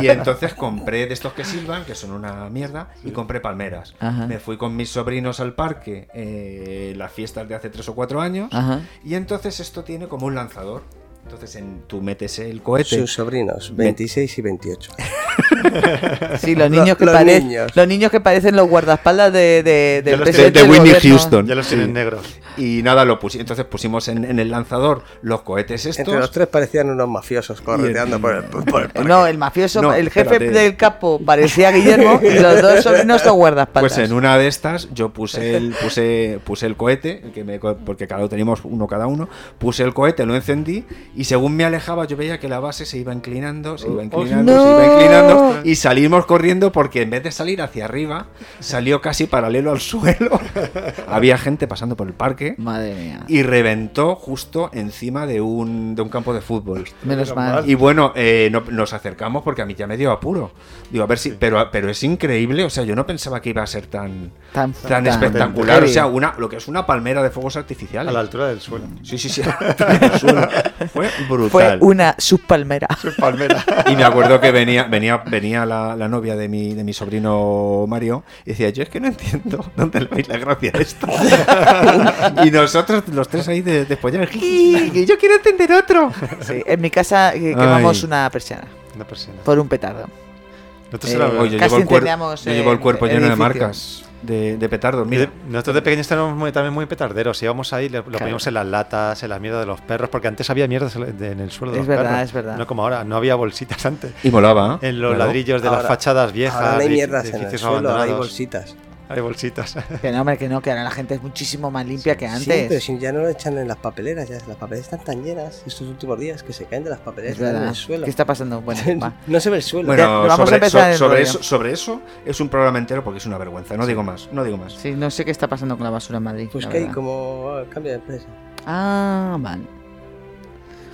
Speaker 2: y entonces compré de estos que silban, que son una mierda, y compré palmeras.
Speaker 1: Ajá.
Speaker 2: Me fui con mis sobrinos al parque, eh, las fiestas de hace tres o cuatro años,
Speaker 1: Ajá.
Speaker 2: y entonces esto tiene como un lanzador. Entonces en, tú metes el cohete.
Speaker 3: Sus sobrinos, 26 y 28.
Speaker 1: Sí, los
Speaker 3: Lo-
Speaker 1: niños que
Speaker 3: los
Speaker 1: parecen
Speaker 3: niños.
Speaker 1: los niños que parecen los guardaespaldas de, de,
Speaker 4: De
Speaker 1: del
Speaker 4: los-
Speaker 1: presidente
Speaker 4: de
Speaker 1: del
Speaker 2: Whitney
Speaker 1: gobierno.
Speaker 2: Houston.
Speaker 4: Ya los
Speaker 2: Sí.
Speaker 4: tienen negros.
Speaker 2: Y nada, lo pusi- entonces pusimos en, en el lanzador los cohetes estos.
Speaker 3: Entre los tres parecían unos mafiosos correteando por el, por el
Speaker 1: Eh,
Speaker 3: parque.
Speaker 1: No, el mafioso,
Speaker 2: No,
Speaker 1: el jefe
Speaker 2: espérate.
Speaker 1: del capo parecía Guillermo y los dos sobrinos son guardaespaldas.
Speaker 2: Pues en una de estas yo puse el, puse, puse el cohete, el que me co- porque cada uno teníamos uno cada uno, puse el cohete, lo encendí y según me alejaba yo veía que la base se iba inclinando, se iba inclinando,
Speaker 1: ¡No!
Speaker 2: se iba inclinando y salimos corriendo porque en vez de salir hacia arriba salió casi paralelo al suelo. Había gente pasando por el parque
Speaker 1: Madre mía.
Speaker 2: y reventó justo encima de un, de un campo de fútbol.
Speaker 1: Menos
Speaker 4: menos
Speaker 1: mal.
Speaker 4: mal.
Speaker 2: Y bueno, eh, no- nos acercamos porque a mí ya me dio apuro. Digo, a ver si. Pero, pero es increíble, o sea, yo no pensaba que iba a ser tan,
Speaker 1: Tan,
Speaker 2: tan,
Speaker 1: tan
Speaker 2: espectacular.
Speaker 1: heavy.
Speaker 2: O sea, una, lo que es una palmera de fuegos
Speaker 4: A
Speaker 2: artificiales.
Speaker 4: la altura del suelo.
Speaker 2: Sí, sí, sí. al suelo. Fue
Speaker 1: Fue
Speaker 2: brutal.
Speaker 1: una subpalmera.
Speaker 4: Palmera.
Speaker 2: Y me acuerdo que venía, venía, venía la, la novia de mi, de mi sobrino Mario y decía, yo es que no entiendo dónde le veis la gracia a esto. y nosotros, los tres ahí de, de follar,
Speaker 1: Eh,
Speaker 2: "Jiji, que yo quiero entender otro.
Speaker 1: Sí, en mi casa eh,
Speaker 2: Ay.
Speaker 1: quemamos una persiana
Speaker 4: Una persona.
Speaker 3: Pues,
Speaker 1: por un petardo.
Speaker 4: Nosotros,
Speaker 1: Eh,
Speaker 4: era-
Speaker 2: Oye, yo
Speaker 1: Casi
Speaker 2: llevo el, cuer-
Speaker 1: entendíamos,
Speaker 2: yo
Speaker 1: eh,
Speaker 2: llevo el cuerpo lleno de
Speaker 1: edificio.
Speaker 2: marcas de, de petardos. Mira,
Speaker 4: nosotros de pequeños estábamos muy- también muy petarderos. Íbamos ahí, le- lo
Speaker 1: Claro.
Speaker 4: poníamos en las latas, en la mierda de los perros, porque antes había mierda en el suelo de
Speaker 1: Es
Speaker 4: los
Speaker 1: verdad,
Speaker 4: perros.
Speaker 1: es verdad.
Speaker 4: No como ahora, no había bolsitas antes.
Speaker 2: y molaba. ¿eh?
Speaker 4: En los
Speaker 2: Claro.
Speaker 4: ladrillos de las
Speaker 3: Ahora-
Speaker 4: fachadas viejas.
Speaker 3: Ahora no hay
Speaker 4: de-
Speaker 3: mierdas
Speaker 4: de
Speaker 3: en el
Speaker 4: edificios
Speaker 3: suelo, ahora hay
Speaker 4: abandonados.
Speaker 3: bolsitas.
Speaker 4: Hay bolsitas.
Speaker 1: Que no, hombre, que no, que ahora la gente es muchísimo más limpia que antes.
Speaker 3: Sí, pero si ya no lo echan en las papeleras, ya las papeleras están tan llenas estos últimos días que se caen de las papeleras
Speaker 1: Es
Speaker 3: y dan en
Speaker 1: verdad.
Speaker 3: el suelo.
Speaker 1: ¿Qué está pasando? Bueno, va.
Speaker 3: no se ve el suelo.
Speaker 1: Ya,
Speaker 2: Bueno,
Speaker 1: vamos a
Speaker 2: sobre,
Speaker 1: empezar
Speaker 2: so-
Speaker 1: el
Speaker 2: sobre
Speaker 1: rollo.
Speaker 2: eso, sobre eso es un programa entero porque es una vergüenza. No digo más, no digo más.
Speaker 1: Sí, no sé qué está pasando con la basura en Madrid.
Speaker 3: pues
Speaker 1: la
Speaker 3: que hay
Speaker 1: verdad.
Speaker 3: como ah, cambio de empresa.
Speaker 1: Ah, vale.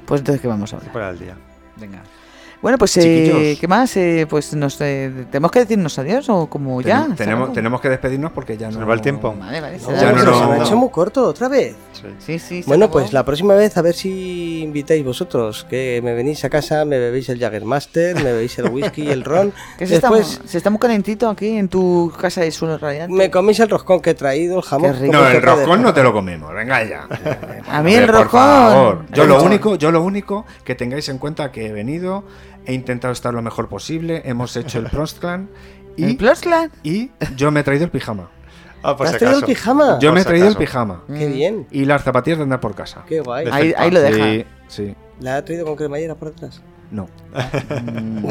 Speaker 1: Pues entonces, ¿qué vamos a hablar?
Speaker 4: Para el día.
Speaker 1: Venga. Bueno, pues, eh,
Speaker 2: Chiquillos.
Speaker 1: ¿qué más? Eh, pues nos, eh, ¿Tenemos que decirnos adiós o como
Speaker 2: Tenem-
Speaker 1: Pues ya?
Speaker 2: tenemos,
Speaker 1: ¿Cerramos?
Speaker 2: tenemos que despedirnos porque ya
Speaker 4: Se
Speaker 2: no.
Speaker 4: nos va el tiempo.
Speaker 1: Vale, vale. se
Speaker 3: No,
Speaker 1: da
Speaker 2: Ya
Speaker 3: se
Speaker 1: igual.
Speaker 2: no,
Speaker 3: nos
Speaker 2: no.
Speaker 3: ha hecho muy corto otra vez.
Speaker 4: Sí.
Speaker 1: Sí, sí. se
Speaker 3: Bueno,
Speaker 1: acabó.
Speaker 3: pues la próxima vez a ver si invitáis vosotros, que me venís a casa, me bebéis el Jaggermaster, me bebéis el whisky y el ron.
Speaker 1: Que se,
Speaker 3: Después
Speaker 1: está, se está muy calentito aquí en tu casa de suelo radiante.
Speaker 3: me coméis el roscón que he traído, el jamón.
Speaker 1: Qué rico.
Speaker 2: No, el roscón no te lo comemos, venga ya.
Speaker 1: A mí el
Speaker 2: Hombre, por
Speaker 1: roscón.
Speaker 2: favor. Yo
Speaker 1: El
Speaker 2: lo
Speaker 1: roscón.
Speaker 2: único, yo lo único que tengáis en cuenta que he venido, he intentado estar lo mejor posible, hemos hecho el Prostclan
Speaker 1: ¿El
Speaker 2: y,
Speaker 1: Ploslan?
Speaker 2: y yo me he traído el pijama.
Speaker 4: Ah, por
Speaker 3: ¿Te has
Speaker 4: si
Speaker 3: traído el
Speaker 4: acaso.
Speaker 3: pijama?
Speaker 2: Yo
Speaker 4: Por
Speaker 2: me he
Speaker 4: si
Speaker 2: traído el
Speaker 4: acaso.
Speaker 2: pijama
Speaker 3: Qué
Speaker 1: Mm.
Speaker 3: bien,
Speaker 2: y las zapatillas de andar por casa.
Speaker 3: qué guay.
Speaker 4: De-
Speaker 1: Ahí, ahí lo deja.
Speaker 2: Sí, sí.
Speaker 3: ¿La ha traído con cremallera por detrás?
Speaker 2: No.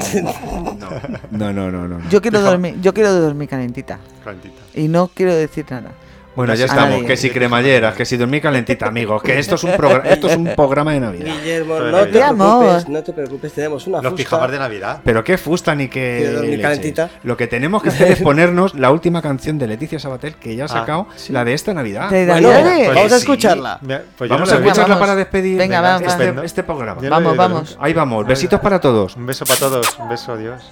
Speaker 2: No, no, no, no. no.
Speaker 1: Yo quiero dormir, yo quiero dormir calentita.
Speaker 4: Calentita.
Speaker 1: Y no quiero decir nada.
Speaker 2: Bueno, ya
Speaker 1: A
Speaker 2: estamos.
Speaker 1: nadie.
Speaker 2: Que si cremalleras, que si dormir calentita, amigos. Que esto es un, programa esto es un programa de Navidad.
Speaker 3: Guillermo,
Speaker 4: Pero
Speaker 3: no te
Speaker 1: ya.
Speaker 3: preocupes, no te preocupes, tenemos una
Speaker 4: Los
Speaker 3: fusta.
Speaker 4: pijamas de Navidad.
Speaker 2: Pero qué fusta ni qué.
Speaker 3: Quiero dormir
Speaker 2: leche.
Speaker 3: calentita.
Speaker 2: Lo que tenemos que hacer es ponernos la última canción de Leticia Sabater que ya ha
Speaker 4: Ah,
Speaker 2: sacado, la de esta Navidad.
Speaker 1: Te da-
Speaker 3: Bueno,
Speaker 1: Navidades.
Speaker 3: vamos
Speaker 2: Pues
Speaker 3: a
Speaker 2: sí.
Speaker 3: escucharla.
Speaker 4: Me- pues yo
Speaker 2: Vamos
Speaker 4: no
Speaker 2: a
Speaker 4: la he visto.
Speaker 2: escucharla
Speaker 1: vamos.
Speaker 2: para despedir
Speaker 1: Venga,
Speaker 2: venga,
Speaker 1: vamos.
Speaker 2: este, este programa.
Speaker 4: Yo no la he
Speaker 1: Vamos,
Speaker 4: oído
Speaker 1: vamos.
Speaker 4: nunca.
Speaker 2: Ahí vamos, besitos para todos.
Speaker 4: Un beso para todos. Un beso, adiós.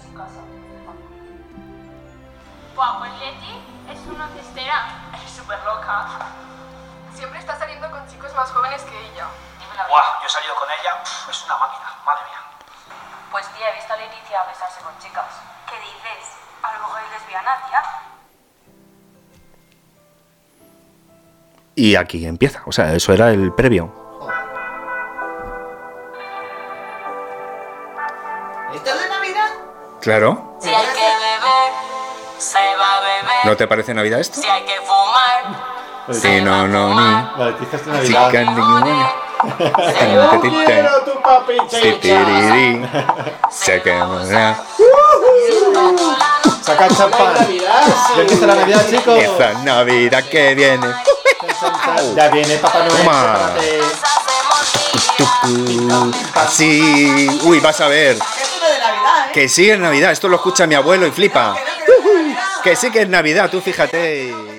Speaker 6: Guau, pues Leti es una cestera. Es súper loca. Siempre está saliendo con chicos más jóvenes que ella.
Speaker 7: Buah, yo he salido con ella, pf, es una máquina, madre mía.
Speaker 6: Pues tía, he visto a Leticia besarse con chicas. ¿Qué dices? A lo mejor es lesbiana, tía.
Speaker 2: Y aquí empieza. O sea, eso era el previo.
Speaker 8: ¿Esto es de Navidad?
Speaker 2: Claro.
Speaker 6: Si hay que beber, se va a beber.
Speaker 2: ¿No te parece Navidad esto?
Speaker 6: Si hay que fumar,
Speaker 2: Sí, no, no, no.
Speaker 4: La Leticia está
Speaker 2: Sí,
Speaker 4: Navidad.
Speaker 2: can- Tan, tan, tan, tan. Sí, tiriri. Se quemará.
Speaker 4: Saca el champán. Ya empieza la Navidad, chicos.
Speaker 2: Esta Navidad que viene.
Speaker 4: Ya viene Papá Noel.
Speaker 2: Toma.
Speaker 4: prepárate.
Speaker 2: Así. Uy, vas a ver.
Speaker 8: Esto no es de Navidad, ¿eh?
Speaker 2: Que sí es Navidad. Esto lo escucha mi abuelo y flipa.
Speaker 8: Que no, que no es de Navidad.
Speaker 2: Que sí que es Navidad, tú fíjate.